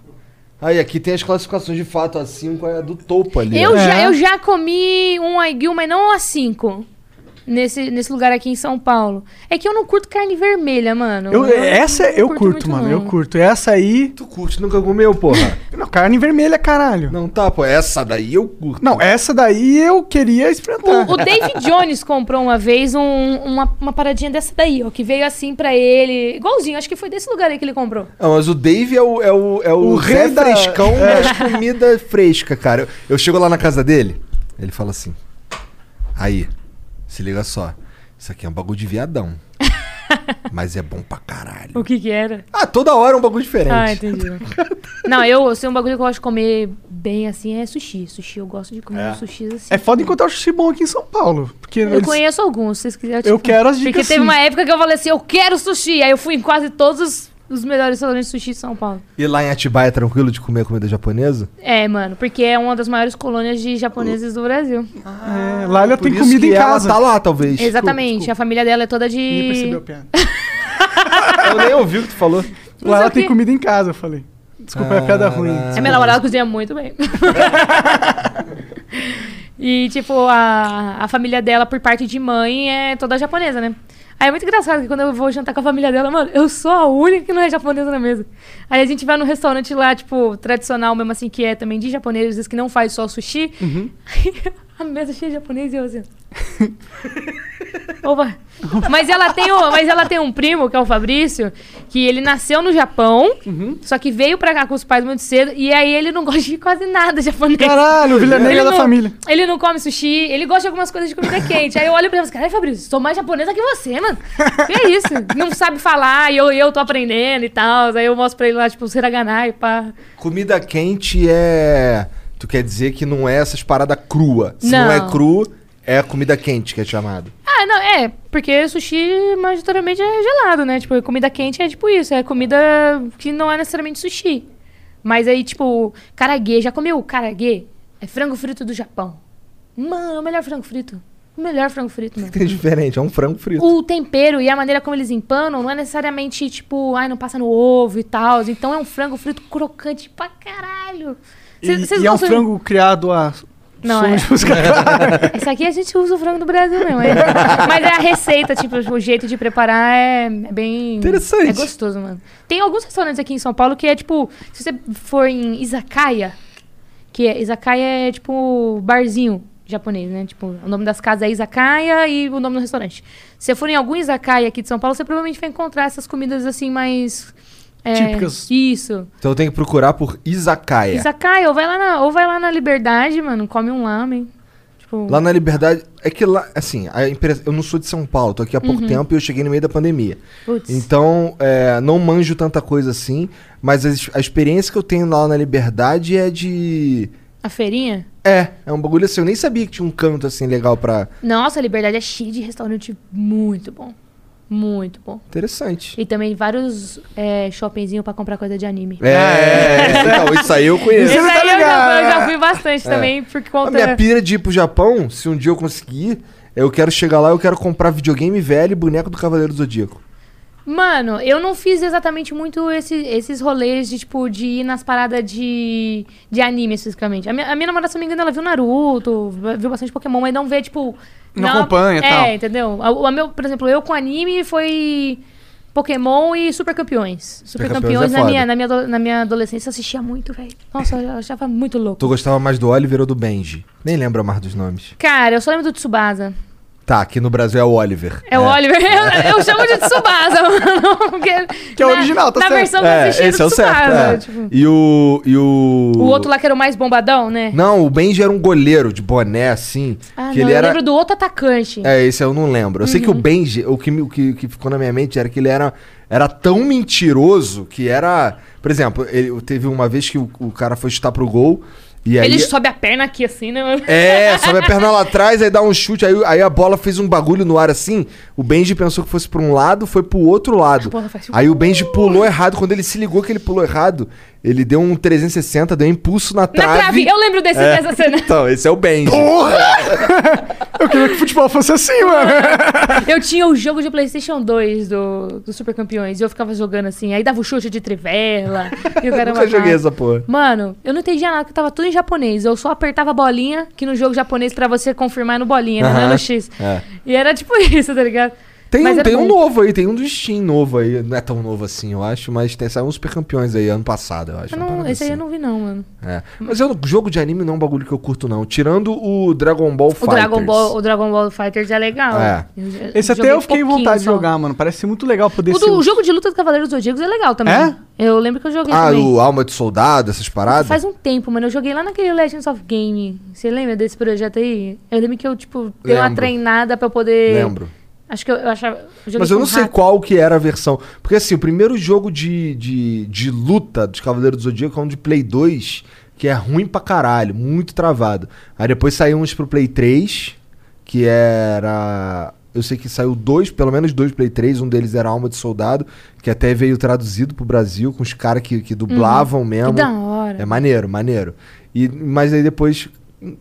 S2: Aí aqui tem as classificações de fato. A 5 é a do topo ali.
S3: Eu,
S2: ó.
S3: já,
S1: É.
S3: eu já comi um aiguil, mas não a 5. Nesse, nesse lugar aqui em São Paulo. É que eu não curto carne vermelha, mano.
S1: Eu, é, essa
S3: não
S1: eu curto,
S3: muito,
S1: mano.
S3: não.
S1: Eu curto. Essa aí.
S2: Tu curte, nunca comeu, porra.
S1: Não, carne vermelha, caralho.
S2: Não tá, pô. Essa daí eu curto.
S1: Não, essa daí eu queria experimentar.
S3: O, o David Jones comprou uma vez um- uma, uma paradinha dessa daí, ó. Que veio assim pra ele. Igualzinho, acho que foi desse lugar aí que ele comprou.
S2: Não, mas o Dave é o, é o, é o, É.
S1: O
S2: Zé
S1: rei da-
S2: frescão das comidas frescas, cara. Eu, eu chego lá na casa dele, ele fala assim: Aí, se liga só. Isso aqui é um bagulho de viadão. mas é bom pra caralho.
S3: O que que era?
S2: Ah, toda hora é um bagulho diferente.
S3: Ah, entendi. não, eu, assim, um bagulho que eu gosto de comer bem assim é sushi. Sushi, eu gosto de comer sushis assim.
S1: É foda encontrar o sushi bom aqui em São Paulo. Porque
S3: Eu
S1: eles-
S3: conheço alguns, se vocês quiserem. tipo,
S1: Eu quero as
S3: Porque
S1: dicas,
S3: teve
S1: sim.
S3: uma época que eu falei assim, eu quero sushi. Aí eu fui em quase todos os, os melhores restaurantes de sushi de São Paulo.
S2: E lá em Atibaia é tranquilo de comer comida japonesa?
S3: É, mano, porque é uma das maiores colônias de japoneses do Brasil.
S1: é, lá ela tem
S2: Por isso
S1: comida
S2: que
S1: em
S2: ela
S1: casa.
S2: tá lá, talvez.
S3: Exatamente,
S1: desculpa.
S3: a família dela é toda de...
S1: Ninguém percebeu a piada.
S2: Eu nem ouvi o que tu falou.
S3: Não
S1: Lá
S3: sei
S1: ela
S3: o
S1: tem
S3: quê.
S1: comida em casa, eu falei. Desculpa,
S2: Ah,
S1: é a piada ruim.
S3: É, minha namorada cozinha muito bem. e, tipo, a, a família dela, por parte de mãe, é toda japonesa, né? Aí é muito engraçado que quando eu vou jantar com a família dela, mano, eu sou a única que não é japonesa na mesa. Aí a gente vai num restaurante lá, tipo, tradicional mesmo assim, que é também de japoneses, que não faz só sushi. Aí a mesa é cheia de japonês e eu assim... Opa. Mas ela, tem um, mas ela tem um primo, que é o Fabrício, que ele nasceu no Japão,
S1: Uhum.
S3: só que veio pra cá com os pais muito cedo, e aí ele não gosta de quase nada japonês.
S1: Caralho, o Vila
S3: Ele
S1: Negra da
S3: não-
S1: família.
S3: Ele não come sushi, ele gosta de algumas coisas de comida quente. Aí eu olho pra ele e falo, assim, caralho, Fabrício, sou mais japonesa que você, mano. Que é isso? Não sabe falar, e eu, eu tô aprendendo e tal. Aí eu mostro pra ele lá, tipo, hiragana e pá.
S2: Comida quente é. Tu quer dizer que não é essas paradas crua. Se não,
S3: Não.
S2: é cru, é a comida quente que é chamada.
S3: Ah, não, é, porque sushi majoritariamente é gelado, né? Tipo, comida quente é tipo isso, é comida que não é necessariamente sushi. Mas aí, tipo, karaguê, já comeu karaguê? É frango frito do Japão. Mano, é o melhor frango frito. O melhor frango frito, mano.
S2: É diferente, é um frango frito.
S3: O tempero e a maneira como eles empanam não é necessariamente tipo, ai, não passa no ovo e tal. Então é um frango frito crocante pra caralho.
S1: E,
S3: Cês- cês
S1: e é um
S3: gostam de-
S1: frango criado a.
S3: Não,
S1: som
S3: é.
S1: de música.
S3: Isso aqui a gente usa o frango do Brasil mesmo. é. Mas é a receita, tipo, o jeito de preparar é é bem.
S2: Interessante.
S3: É gostoso, mano. Tem alguns restaurantes aqui em São Paulo que é tipo, se você for em izakaya, que é izakaya é tipo barzinho japonês, né? Tipo, o nome das casas é izakaya e o nome do restaurante. Se você for em algum izakaya aqui de São Paulo, você provavelmente vai encontrar essas comidas assim mais é,
S1: Típicas.
S3: Isso.
S2: Então eu tenho que procurar por izakaya.
S3: Izakaya, ou vai lá na, ou vai lá na Liberdade, mano, come um lamen. Tipo,
S2: Lá na Liberdade, é que lá, assim, a impre- eu não sou de São Paulo, tô aqui há
S3: Uhum.
S2: pouco tempo e eu cheguei no meio da pandemia.
S3: putz.
S2: Então, é, não manjo tanta coisa assim, mas as- a experiência que eu tenho lá na Liberdade é de.
S3: A feirinha?
S2: É, é um bagulho assim, eu nem sabia que tinha um canto assim legal pra.
S3: Nossa, a Liberdade é cheia de restaurante muito bom. Muito bom.
S2: Interessante.
S3: E também vários é, shoppingzinhos pra comprar coisa de anime.
S2: É, é, é. Então, isso aí eu conheço.
S3: Isso
S2: Você tá
S3: aí eu, já,
S2: ligado,
S3: eu já
S2: é.
S3: fui bastante
S2: É.
S3: também, por
S2: A
S3: conta...
S2: minha pira de ir pro Japão, se um dia eu conseguir, é eu quero chegar lá, eu quero comprar videogame velho e boneco do Cavaleiro do Zodíaco.
S3: Mano, eu não fiz exatamente muito esse- esses rolês de, tipo, de ir nas paradas de, de anime, especificamente. A minha, a minha namorada, se não me engano, ela viu Naruto, viu bastante Pokémon, mas não vê, tipo...
S9: Não acompanha e
S3: É,
S9: tal.
S3: entendeu? A, a meu, por exemplo, eu com anime foi Pokémon e Super Campeões. Super
S2: Campeões
S3: Campeões,
S2: é
S3: na, minha,
S2: foda.
S3: na, minha, ado- na minha adolescência eu assistia muito, velho. Nossa, eu achava muito louco.
S2: Tu gostava mais do Oliver ou do Benji? Nem lembro mais dos nomes.
S3: Cara, eu só lembro do Tsubasa.
S2: Tá, aqui no Brasil é o Oliver.
S3: É o Oliver. Eu, eu chamo de Tsubasa, mano. Porque
S1: Que é
S3: na-
S1: original, tá
S3: na
S1: certo.
S3: versão que eu assisti do
S2: esse é o
S3: Tsubasa.
S2: certo. é.
S3: tipo.
S2: E o. E o.
S3: O outro lá que era o mais bombadão, né?
S2: Não, o Benji era um goleiro de boné, assim.
S3: Ah,
S2: que
S3: não,
S2: ele
S3: eu
S2: era.
S3: lembro do Uhum. outro atacante.
S2: É, esse eu não lembro. Eu sei que o Benji, o que, me- o que, o que ficou na minha mente era que ele era, era tão mentiroso que era. Por exemplo, ele, teve uma vez que o, o cara foi chutar pro gol e aí.
S3: Ele sobe a perna aqui assim, né? mano?
S2: É, sobe a perna lá atrás, aí dá um chute, aí, aí a bola fez um bagulho no ar assim. O Benji pensou que fosse pra um lado, foi pro outro lado.
S3: bola faz- um
S2: Aí o Benji pulou errado. Quando ele se ligou que ele pulou errado, ele deu um 360, deu um impulso na
S3: Na
S2: trave.
S3: trave, eu lembro desse, dessa cena.
S2: Então, esse é o Benji.
S1: Eu queria que o futebol fosse assim, mano.
S3: Eu tinha o jogo de Playstation 2 do, do Super Campeões e eu ficava jogando assim. Aí dava o chute de trivela. e o cara
S2: Nunca joguei essa porra.
S3: Mano, eu não entendia nada, porque tava tudo em japonês. Eu só apertava a bolinha, que no jogo japonês pra você confirmar é no bolinha, né? não é
S2: Aham.
S3: no X.
S2: É.
S3: E era tipo isso, tá ligado?
S2: Tem,
S3: Mas
S2: um,
S3: era
S2: tem um
S3: bom.
S2: novo aí, tem um do Steam novo aí. Não é tão novo assim, eu acho, mas tem saiu uns super campeões aí ano passado, eu acho.
S3: Eu
S2: uma
S3: não-
S2: parada
S3: esse aí eu
S2: assim.
S3: não vi, não, mano.
S2: É. Mas eu, jogo de anime não é um bagulho que eu curto, não. Tirando o Dragon Ball
S3: O
S2: Fighters.
S3: Dragon, Ball, o Dragon Ball Fighters é legal.
S2: É.
S3: Eu já-
S1: Esse até
S3: joguei
S1: eu fiquei em
S3: pouquinho
S1: vontade de
S3: só.
S1: jogar, mano. Parece ser muito legal poder
S3: O,
S1: ser.
S3: do-
S1: um-
S3: o jogo de luta do Cavaleiros Zodíacos é legal também.
S1: É?
S3: Eu lembro que eu joguei
S2: Ah,
S3: também.
S2: o Alma de Soldado, essas paradas.
S3: Faz um tempo, mano. Eu joguei lá naquele Legends of Game. Você lembra desse projeto aí? Eu lembro que eu, tipo, dei uma
S2: Lembro.
S3: treinada pra eu poder.
S2: Lembro.
S3: Acho que eu, eu achava. joguei
S2: Mas eu
S3: com
S2: não
S3: um
S2: sei
S3: hack.
S2: qual que era a versão. Porque assim, o primeiro jogo de, de, de luta dos Cavaleiros do Zodíaco é um de Play 2, que é ruim pra caralho, muito travado. Aí depois saiu uns pro Play 3, que era. Eu sei que saiu dois, pelo menos dois Play 3, um deles era Alma de Soldado, que até veio traduzido pro Brasil, com os caras que, que dublavam mesmo.
S3: Que da hora.
S2: É maneiro, maneiro. E, mas aí depois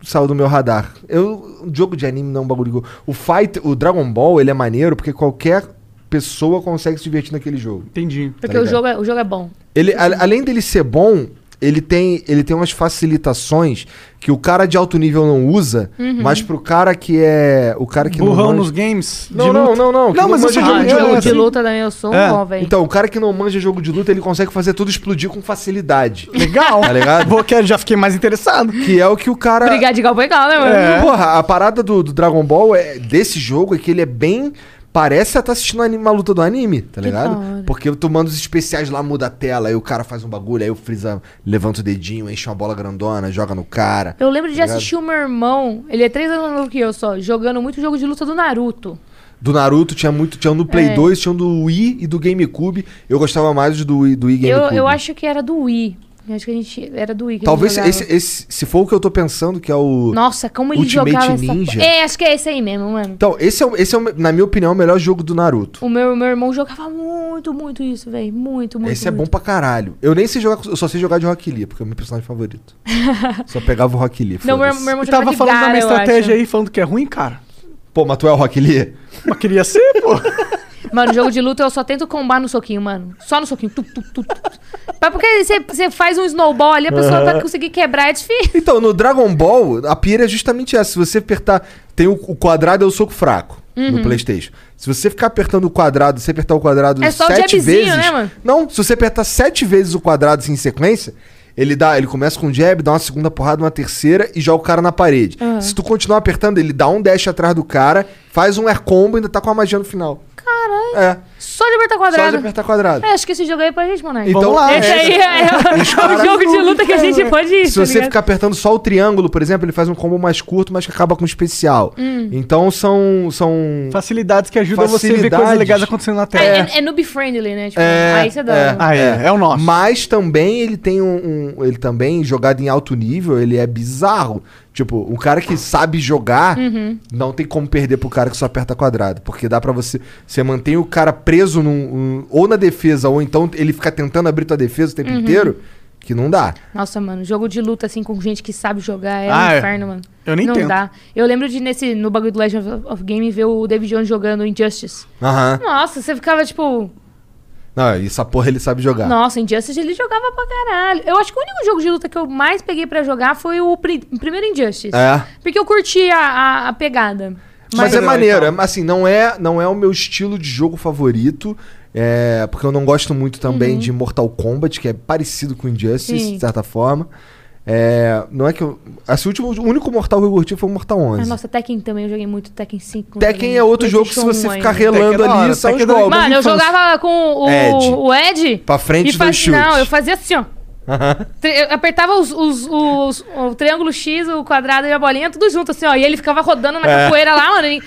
S2: saiu do meu radar. Eu, um jogo de anime não é um bagulho. que eu- O fight, o Dragon Ball, ele é maneiro porque qualquer pessoa consegue se divertir naquele jogo.
S1: Entendi.
S3: Porque
S2: tá
S3: o,
S2: ligado?
S3: jogo é, o jogo é bom.
S2: Ele, a- além dele ser bom, ele tem, ele tem umas facilitações que o cara de alto nível não usa,
S1: Uhum.
S2: mas pro cara que é o cara que
S1: Burrão
S2: não manja-
S1: nos games.
S2: Não, não, não, não, que
S1: Não,
S2: não
S1: mas
S2: manja
S1: esse jogo
S3: Ah,
S2: de
S1: de
S3: jogo
S1: luta.
S3: de
S1: assim,
S3: luta também eu sou
S1: É.
S3: um bom, velho.
S2: é Então, o cara que não manja jogo de luta, ele consegue fazer tudo explodir com facilidade.
S1: Legal.
S2: Tá ligado?
S1: Vou, quero, já fiquei mais interessado.
S2: que é o que o cara
S3: Brigar de igual pra igual, né, mano?
S2: É. Porra, a parada do, do Dragon Ball é, desse jogo é que ele é bem. Parece estar assistindo anime- uma luta do anime, tá
S3: da hora.
S2: ligado? Porque eu tomando os especiais lá muda a tela, aí o cara faz um bagulho, aí o Freeza levanta o dedinho, enche uma bola grandona, joga no cara.
S3: Eu lembro de
S2: Obrigado.
S3: assistir o meu irmão, ele é três anos mais novo que eu só, jogando muito jogo de luta do Naruto.
S2: Do Naruto tinha muito, tinha um do Play
S3: É.
S2: 2, tinha um do Wii e do GameCube. Eu gostava mais do, Wii- do Wii
S3: Eu,
S2: GameCube.
S3: eu acho que era do Wii. Eu acho que a gente. Era do Wii. Que a gente
S2: Talvez
S3: jogava.
S2: esse, esse- se for o que eu tô pensando, que é o.
S3: Nossa, como ele
S2: Ultimate
S3: jogava
S2: Ninja.
S3: essa. É, acho que é esse aí mesmo, mano.
S2: Então, esse é, o- esse é, o- na minha opinião, o melhor jogo do Naruto.
S3: O meu, meu irmão jogava muito, muito isso, velho. Muito, muito.
S2: Esse é bom
S3: muito.
S2: pra caralho. Eu nem sei jogar, com- eu só sei jogar de Rock Lee, porque é o meu personagem favorito. só pegava o Rock Lee.
S3: Não, meu,
S2: foda-se.
S3: meu irmão
S1: Eu
S3: jogava
S1: tava
S3: de
S1: falando
S3: Gara,
S1: da minha
S3: eu
S1: estratégia
S3: acho.
S1: aí, falando que é ruim, cara.
S2: Pô, mas tu é o Rock Lee?
S1: Mas queria ser, pô.
S3: Mano, jogo de luta eu só tento combar no soquinho, mano. Só no soquinho. Tu, tu, tu, tu. Mas porque você- você faz um snowball ali, a pessoa pra conseguir quebrar é difícil.
S2: Então, no Dragon Ball, a pira é justamente essa. Se você apertar. Tem o, o quadrado é o soco fraco
S3: Uhum.
S2: no PlayStation. Se você ficar apertando o quadrado, se apertar o quadrado
S3: É só o
S2: sete
S3: jabzinho,
S2: vezes.
S3: né, mano?
S2: Não, se você apertar sete vezes o quadrado assim, em sequência. Ele, dá, ele começa com um jab, dá uma segunda porrada, uma terceira e joga o cara na parede. Se tu continuar apertando, ele dá um dash atrás do cara, faz um air combo e ainda tá com a magia no final. Caralho. É.
S3: Só de apertar quadrado.
S2: Só de apertar quadrado.
S3: É, acho que esse jogo aí é pra gente, Monark.
S2: Então,
S1: Vamos lá,
S3: Esse aí é,
S2: Os
S3: é o
S2: caras
S3: jogo de luta que a gente pode ir,
S2: né? Se
S3: tá
S2: você
S3: ligado?
S2: ficar apertando só o triângulo, por exemplo, ele faz um combo mais curto, mas que acaba com um especial.
S3: Hum.
S2: Então são. são...
S1: Facilidades que ajudam você a ver coisas
S2: Facilidades.
S1: legais acontecendo na
S3: É,
S1: tela.
S3: é- é noob friendly, né? Tipo,
S2: É,
S3: aí você dá.
S2: é.
S1: Ah, é. É o nosso.
S2: Mas também ele tem um, um- Ele também, jogado em alto nível, ele é bizarro. Tipo, o cara que sabe jogar
S3: Uhum.
S2: não tem como perder pro cara que só aperta quadrado. Porque dá pra você. Você mantém o cara preso num, um- ou na defesa, ou então ele fica tentando abrir tua defesa o tempo
S3: Uhum.
S2: inteiro, que não dá.
S3: Nossa, mano, jogo de luta, assim, com gente que sabe jogar é
S1: Ah,
S3: um
S1: é.
S3: inferno, mano.
S1: Eu nem
S3: Não
S1: tento.
S3: dá. Eu lembro de, nesse, no bagulho do Legend of, of Game, ver o David Jones jogando Injustice.
S2: Aham.
S3: Nossa, você ficava, tipo...
S2: Não, essa porra ele sabe jogar.
S3: Nossa, Injustice ele jogava pra caralho. Eu acho que o único jogo de luta que eu mais peguei pra jogar foi o pri- primeiro Injustice.
S2: É.
S3: Porque eu curti a, a- a pegada.
S2: Mas, é
S1: Legal,
S2: maneiro,
S1: então.
S2: é- assim, não é, não é o meu estilo de jogo favorito. é, porque eu não gosto muito também de Mortal Kombat, que é parecido com Injustice,
S3: Sim.
S2: de certa forma. É, não é que eu. Assim, o, último, o único Mortal que eu curti foi o Mortal
S3: Ah,
S2: 11.
S3: nossa, Tekken também, eu joguei muito Tekken 5.
S2: Tekken é outro jogo que
S3: um
S2: se você ficar relando
S1: Tekken é da
S2: ali,
S1: hora,
S2: sai os
S1: Tekken é da-
S2: golpes.
S3: Mano, eu jogava com o o
S2: Ed.
S3: Ed.
S2: Pra frente
S3: e
S2: dos
S3: faz...
S2: chutes.
S3: Não, eu fazia assim, ó. Tre- Eu apertava os, os- os- o triângulo X, o quadrado e a bolinha, tudo junto, assim, ó. E ele ficava rodando na capoeira lá, mano. e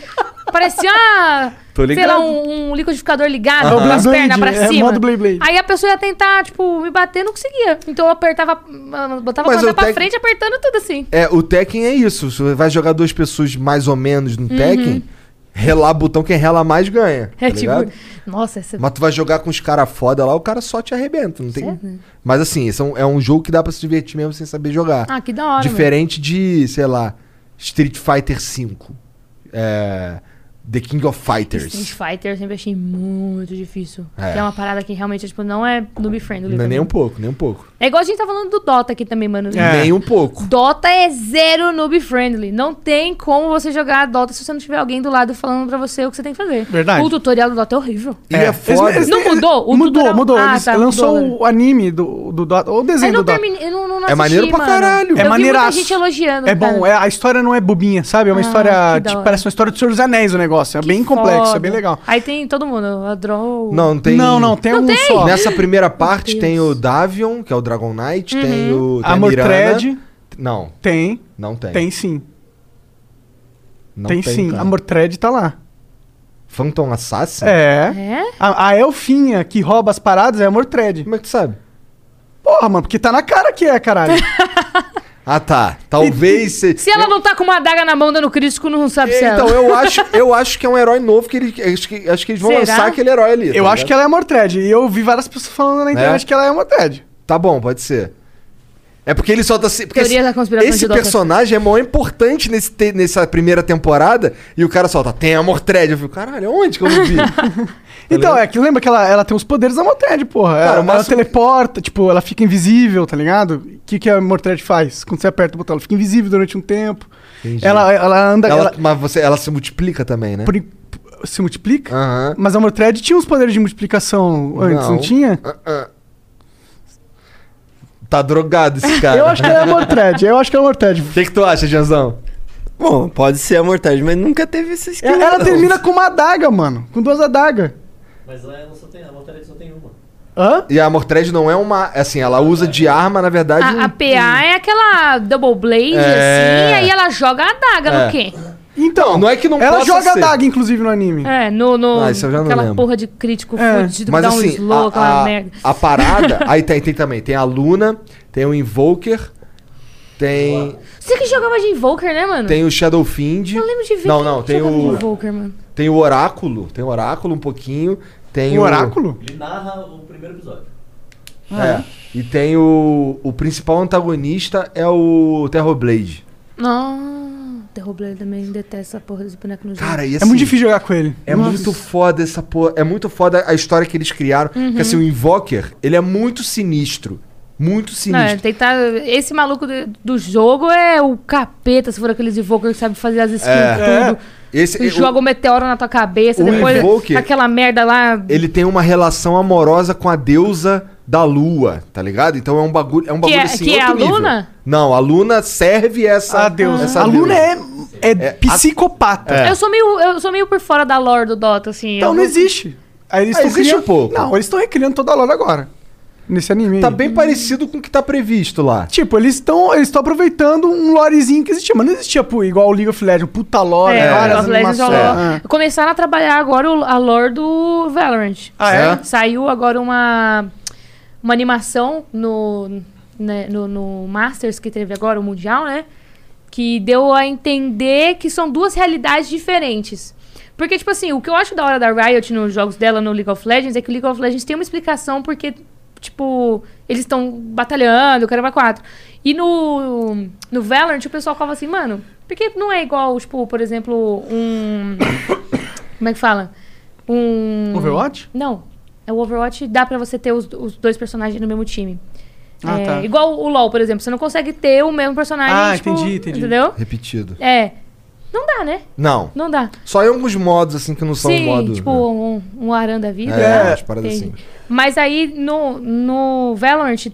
S3: parecia,
S2: É. Tô
S3: sei
S2: ligado.
S3: lá, um, um liquidificador ligado,
S1: É o
S3: com as
S1: Blade
S3: pernas pra
S1: Blade, é
S3: cima.
S1: modo Blade Blade.
S3: Aí a pessoa ia tentar, tipo, me bater, não conseguia. Então eu apertava, mano, botava
S2: Mas
S3: o
S2: o
S3: quadrado pra
S2: Tekken-
S3: frente, apertando tudo assim.
S2: É, o Tekken é isso. Você vai jogar duas pessoas mais ou menos no Tekken, relar botão, quem rela mais ganha. Tá
S3: É tipo,
S2: ligado?
S3: nossa, essa...
S2: Mas tu vai jogar com os caras foda lá, o cara só te arrebenta. Não tem... Mas assim, esse é um, é um jogo que dá pra se divertir mesmo sem saber jogar.
S3: Ah, que da hora, mano.
S2: Diferente de, sei lá, Street Fighter V. É, The King of
S3: Street
S2: Fighters.
S3: Fighter eu sempre achei muito difícil.
S2: É.
S3: Que é uma parada que realmente, tipo, não é noob friendly.
S2: Não é
S3: pra
S2: nem um
S3: mim.
S2: pouco, nem um pouco.
S3: É igual a gente tá falando do Dota aqui também, mano.
S1: É.
S2: Nem um pouco.
S3: Dota é zero noob friendly. Não tem como você jogar Dota se você não tiver alguém do lado falando pra você o que você tem que fazer.
S1: Verdade.
S3: O tutorial do Dota é horrível.
S2: E é, foda.
S1: Eles- eles-
S3: Não mudou? O
S1: mudou,
S3: tutorial-
S1: mudou.
S3: Ah,
S1: Eles
S3: tá,
S1: lançou
S3: mudou,
S1: o anime do, do Dota, ou o
S3: Aí
S1: desenho
S3: não
S1: do Dota.
S3: terminei, eu não, não
S2: É
S3: assisti,
S2: maneiro pra
S3: mano.
S2: caralho.
S3: Eu
S1: É
S3: vi muita
S1: maneiraço.
S3: gente elogiando.
S1: É bom,
S3: cara.
S1: é, a história não é bobinha, sabe? É uma
S3: Ah,
S1: história,
S3: que da
S1: tipo,
S3: hora.
S1: parece uma história do Senhor dos Anéis o negócio. É bem complexo, é bem
S3: Foda.
S1: legal.
S3: Aí tem todo mundo, a Drow.
S2: Não, não tem.
S1: Não, não, tem um só.
S2: Nessa primeira parte
S3: Deus. Uhum.
S2: tem o Davion, que é o Dragon Knight, tem o. Tem a
S1: Amor
S2: Mirana.
S1: Thread
S2: Não,
S1: tem,
S2: não tem.
S1: tem sim.
S2: Não
S1: tem, sim.
S2: cara.
S1: Amor Thread tá lá.
S2: Phantom Assassin?
S1: É.
S3: É?
S1: A, a elfinha que rouba as paradas é Amor Thread.
S2: Como é que tu sabe?
S1: Porra, mano, porque tá na cara que é, caralho.
S2: Ah, tá. Talvez. se-
S3: Se ela não tá com uma adaga na mão dando crítico, não sabe se
S2: Então,
S3: ela.
S2: eu acho, eu acho que é um herói novo que, ele, acho, que acho que eles vão
S3: Será?
S2: lançar aquele herói ali. tá
S1: Eu acho que ela é Amor Thread. E eu vi várias pessoas falando na internet que ela é Amor Thread.
S2: Né? Tá bom, pode ser. É porque ele só tá se. Porque
S3: Teoria
S2: esse-
S3: da conspiração
S2: Esse
S3: de Dota.
S2: personagem é maior importante nesse te- nessa primeira temporada e o cara solta, tem a Mortred. Eu fico, caralho, onde que eu não vi?
S1: Então, é que lembra que ela, ela tem os poderes da Mortred, porra.
S2: Cara, o
S1: ela, ela
S2: máximo-
S1: teleporta, tipo, ela fica invisível, tá ligado? O que, que a Mortred faz? Quando você aperta o botão, ela fica invisível durante um tempo.
S2: Entendi.
S1: Ela, ela anda.
S2: Ela-
S1: ela
S2: Mas você, ela se multiplica também, né?
S1: pri- se multiplica?
S2: Aham.
S1: Mas a Mortred tinha uns poderes de multiplicação antes, não,
S2: Ah. Não.
S1: tinha?
S2: Ah, ah. Tá drogado esse cara.
S1: Eu acho que ela é a Mortred, eu acho que ela é a Mortred.
S2: O que, que tu acha, Janzão?
S4: Bom, pode ser a Mortad, mas nunca teve esse esquema.
S1: Ela
S4: não.
S1: termina com uma adaga, mano. Com duas adagas.
S9: Mas lá não só tem, a Mortalidade só tem uma.
S1: Hã?
S2: E a Mortred não é uma. Assim, ela usa de arma, na verdade.
S3: A, a
S2: um-
S3: PA é aquela double blade,
S2: É.
S3: assim, aí ela joga a adaga
S2: É.
S3: no quê?
S1: Então,
S2: Não é que não
S1: ela
S2: possa
S1: joga
S2: ser.
S1: adaga, inclusive, no anime.
S3: É, no. no
S2: Ah, isso eu já não
S3: aquela
S2: lembro.
S3: porra de crítico
S1: É.
S3: fudido que
S2: Mas
S3: dá um
S2: assim,
S3: slow, aquela
S2: a, a,
S3: merda.
S2: a parada. aí tem, tem também. Tem a Luna, tem o Invoker, tem.
S3: Você que jogava de Invoker, né, mano?
S2: Tem o Shadowfiend.
S3: Eu lembro de ver.
S2: Não,
S3: quem
S2: não, tem
S3: jogava de
S2: o.
S3: Invoker, mano.
S2: Tem o Oráculo. Tem o Oráculo um pouquinho. Tem
S1: Um oráculo?
S9: Ele narra o primeiro episódio.
S2: É. E tem o. O principal antagonista é o Terrorblade.
S3: Não. Derrubler também detesta essa porra desse boneco no jogo.
S2: Cara, e
S1: É
S2: assim,
S1: muito difícil jogar com ele.
S2: É muito foda essa porra. É muito foda a história que eles criaram.
S3: Uhum.
S2: Porque assim, o Invoker, ele é muito sinistro. Muito
S3: não, é,
S2: sinistro.
S3: tentar, esse maluco de- do jogo é o capeta, se for aqueles Invoker que sabe fazer as skills
S2: É.
S3: tudo.
S2: Esse,
S3: E
S2: o-
S3: joga o meteoro na tua cabeça,
S2: o
S3: depois
S2: Invoker-
S3: aquela merda lá.
S2: ele tem uma relação amorosa com a deusa da lua, tá ligado? Então é um bagulho, é um bagulho
S3: é-
S2: assim,
S3: que é
S2: outro
S3: a
S2: nível.
S3: Luna?
S2: Não, a Luna serve essa
S1: Ah, Deus.
S2: essa
S1: a Luna
S2: deusa.
S1: é, é, psicopata.
S3: Eu sou meio eu sou meio por fora da lore do Dota assim.
S1: Então
S3: eu
S1: não existe. Aí eles
S2: Ah,
S1: estão
S2: existe
S1: criando...
S2: um pouco.
S1: Não, eles estão recriando toda hora agora. Nesse anime.
S2: Tá
S1: aí.
S2: bem parecido com o que tá previsto lá.
S1: Tipo, eles estão eles tão aproveitando um lorezinho que existia, mas não existia pô, igual o League of Legends, puta lore,
S3: É,
S1: várias
S3: League of Legends já
S1: animações.
S3: lo-
S1: Ah.
S3: Começaram a trabalhar agora o- a lore do Valorant.
S1: Ah, é?
S3: Saiu agora uma, uma animação no, né, no, no Masters que teve agora, o Mundial, né? Que deu a entender que são duas realidades diferentes. Porque, tipo assim, o que eu acho da hora da Riot nos jogos dela no League of Legends é que o League of Legends tem uma explicação porque, tipo, eles estão batalhando, caramba, quatro. E no, no Valorant o pessoal falava assim, mano, por que não é igual, tipo, por exemplo, um. Como é que fala? Um.
S1: Overwatch?
S3: Não. É o Overwatch, dá pra você ter os, os dois personagens no mesmo time.
S1: Ah,
S3: É,
S1: tá.
S3: Igual o LoL, por exemplo. Você não consegue ter o mesmo personagem.
S1: Ah,
S3: tipo,
S1: entendi, entendi.
S3: Entendeu?
S2: Repetido.
S3: É. Não dá, né?
S2: Não.
S3: Não dá.
S2: Só em alguns modos, assim, que não são
S3: Sim,
S2: modos.
S3: tipo
S2: né?
S3: um, um Aran da vida.
S2: É,
S3: né?
S2: umas paradas
S3: Entendi.
S2: assim.
S3: Mas aí no, no Valorant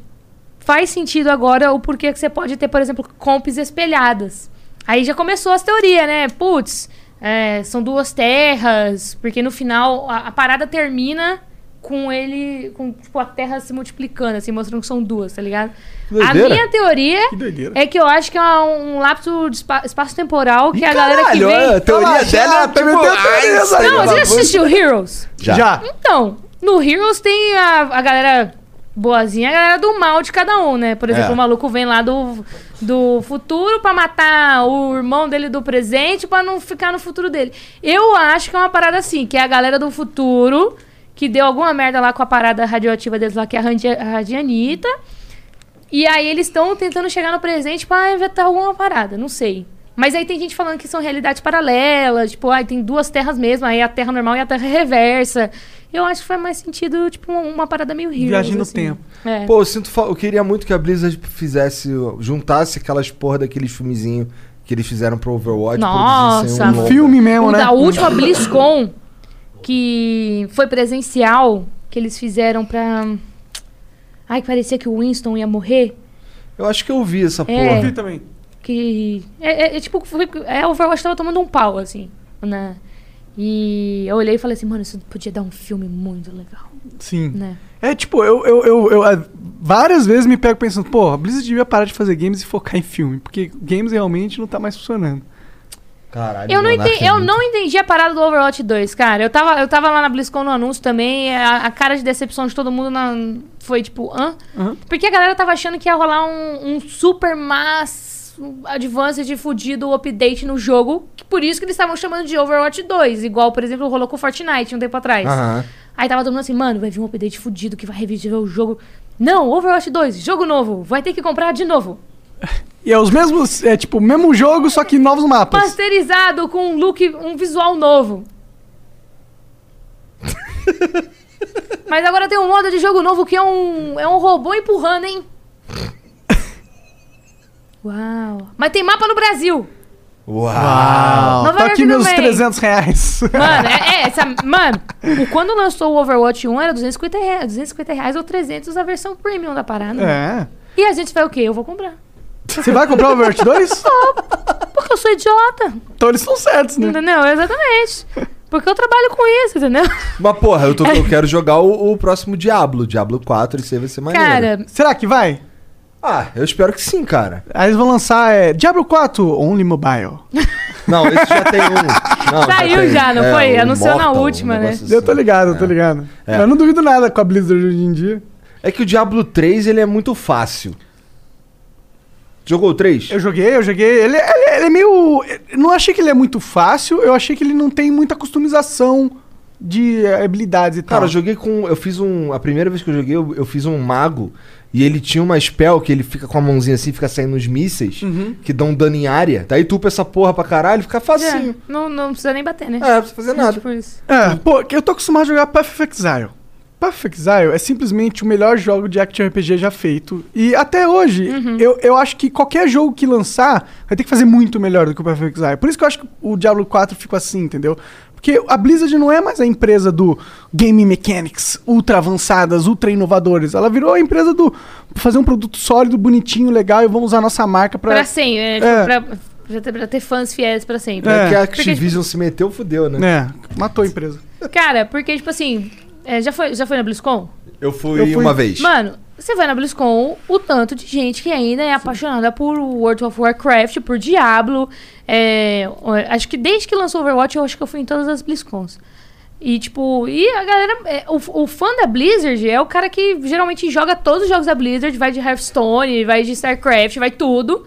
S3: faz sentido agora o porquê que você pode ter, por exemplo, comps espelhadas. Aí já começou as teorias, né? Putz, é, são duas terras, porque no final a, a parada termina com ele, com tipo, a terra se multiplicando, assim, mostrando que são duas, tá ligado? A
S2: doideira.
S3: minha teoria
S1: Que doideira.
S3: é que eu acho que é um lapso de espa- espaço-temporal que a galera que
S4: Caralho, a
S3: vem.
S4: teoria
S1: Ela já
S4: dela é
S1: tá metendo teoria,
S4: tipo...
S1: Zé.
S4: Ai,
S3: Não, você já assistiu Heroes?
S1: Já.
S3: Então, no Heroes tem a, a galera boazinha e a galera do mal de cada um, né? Por exemplo,
S2: É.
S3: o maluco vem lá do, do futuro pra matar o irmão dele do presente pra não ficar no futuro dele. Eu acho que é uma parada assim, que é a galera do futuro que deu alguma merda lá com a parada radioativa deles lá, que é a randi- a Radianita. E aí eles estão tentando chegar no presente tipo, pra inventar tá alguma parada, não sei. Mas aí tem gente falando que são realidades paralelas, tipo, ai, tem duas terras mesmo, aí a terra normal e a terra reversa. Eu acho que faz mais sentido, tipo, um- uma parada meio Heroes,
S1: Viagem no
S3: assim.
S1: tempo.
S3: É.
S2: Pô, eu sinto fa- Eu queria muito que a Blizzard fizesse. Juntasse aquelas porra daqueles filmezinhos que eles fizeram pro Overwatch.
S3: Nossa.
S2: produzissem
S1: Um
S2: longa.
S1: filme mesmo,
S3: o
S1: né?
S3: Tipo, da última BlizzCon, que foi presencial, que eles fizeram pra... Ai, que parecia que o Winston ia morrer.
S2: Eu acho que eu vi
S3: É.
S2: essa
S1: Eu
S2: porra.
S1: vi também.
S3: que é, é- é tipo foi- é o Overwatch tava tomando um pau assim né e eu olhei e falei assim mano isso podia dar um filme muito legal
S1: Sim.
S3: né
S1: É tipo, eu, eu, eu, eu, ah, várias vezes me pego pensando, pô, a Blizzard devia parar de fazer games e focar em filme, porque games realmente não tá mais funcionando.
S2: Caralho,
S3: eu não
S2: Monark
S3: entendi
S2: é
S3: eu
S2: muito-
S3: não entendi a parada do Overwatch 2 cara eu tava eu tava lá na BlizzCon no anúncio também a, a cara de decepção de todo mundo na- foi tipo hã?
S1: Aham.
S3: porque a galera tava achando que ia rolar um, um super mass um advanced fudido update no jogo que por isso que eles estavam chamando de Overwatch 2 igual por exemplo rolou com Fortnite um tempo atrás
S2: Aham.
S3: Aí tava todo mundo assim, mano, vai vir um update fudido que vai reviver o jogo. Não, Overwatch 2, jogo novo, vai ter que comprar de novo.
S1: E é os mesmos, é tipo, o mesmo jogo, só que novos mapas.
S3: Masterizado com um look, um visual novo. Mas agora tem um modo de jogo novo que é um, é um robô empurrando, hein? Uau. Mas tem mapa no Brasil.
S2: Uau!
S3: Nova
S1: Tá aqui
S3: York
S1: meus
S3: também.
S1: 300 reais.
S3: Mano, é, é essa, mano, o- quando lançou o Overwatch 1 era 250 reais, 250 reais ou 300 a versão premium da parada.
S1: é.
S3: E a gente vai o quê? Eu vou comprar.
S1: Você vai comprar o Overwatch 2?
S3: Porque eu sou idiota,
S1: então eles estão certos, né?
S3: entendeu? Exatamente. Porque eu trabalho com isso, entendeu?
S2: Mas porra, eu, tô-
S3: É.
S2: eu quero jogar o, o próximo Diablo. Diablo 4, isso aí vai ser maneiro.
S3: Cara,
S1: Será que vai?
S2: Ah, eu espero que sim, cara.
S1: Aí eles vão lançar é, Diablo 4 Only Mobile.
S2: Não, esse já tem um. Não,
S3: Saiu
S2: tem. É,
S3: já, não foi?
S2: o
S3: Anunciou na
S2: Immortal,
S3: última, né?
S2: negócio assim.
S1: eu tô ligado, eu tô
S2: É.
S1: ligado.
S2: É.
S1: Eu não duvido nada com a Blizzard hoje em dia.
S2: É que o Diablo 3 ele é muito fácil. Jogou o 3?
S1: Eu joguei, eu joguei. Ele, ele- ele é meio. eu Não achei que ele é muito fácil, eu achei que ele não tem muita customização de eh, habilidades e tal.
S2: Cara, eu joguei com. Eu fiz um. A primeira vez que eu joguei, eu, eu fiz um mago. E ele tinha uma spell que ele fica com a mãozinha assim, fica saindo uns mísseis
S3: Uhum.
S2: que dão dano em área. Daí tu essa porra pra caralho, fica facinho.
S3: é, não, não precisa nem bater, né?
S2: É, não precisa fazer nada.
S3: Tipo isso.
S1: É, pô, que eu tô acostumado a jogar Path of Exile. Path of Exile é simplesmente o melhor jogo de action RPG já feito. E até hoje, eu, eu acho que qualquer jogo que lançar vai ter que fazer muito melhor do que o Path of Exile. Por isso que eu acho que o Diablo 4 ficou assim, entendeu? Porque a Blizzard não é mais a empresa do game mechanics ultra avançadas, ultra inovadores. Ela virou a empresa do fazer um produto sólido, bonitinho, legal e vamos usar a nossa marca pra...
S3: Pra sempre, né? Tipo,
S1: É.
S3: Pra, pra ter, pra ter fãs fiéis pra sempre.
S2: É.
S1: É.
S2: que a Activision se meteu, fudeu, né?
S1: É, matou a empresa.
S3: Cara, porque, tipo assim, É, já, foi, já foi na BlizzCon?
S2: Eu fui, uma vez.
S3: Mano, você vai na BlizzCon, o tanto de gente que ainda é apaixonada por World of Warcraft, por Diablo. é, o- acho que desde que lançou Overwatch, eu acho que eu fui em todas as BlizzCons. E, tipo, e a galera. é, o, o fã da Blizzard é o cara que geralmente joga todos os jogos da Blizzard, vai de Hearthstone, vai de StarCraft, vai tudo.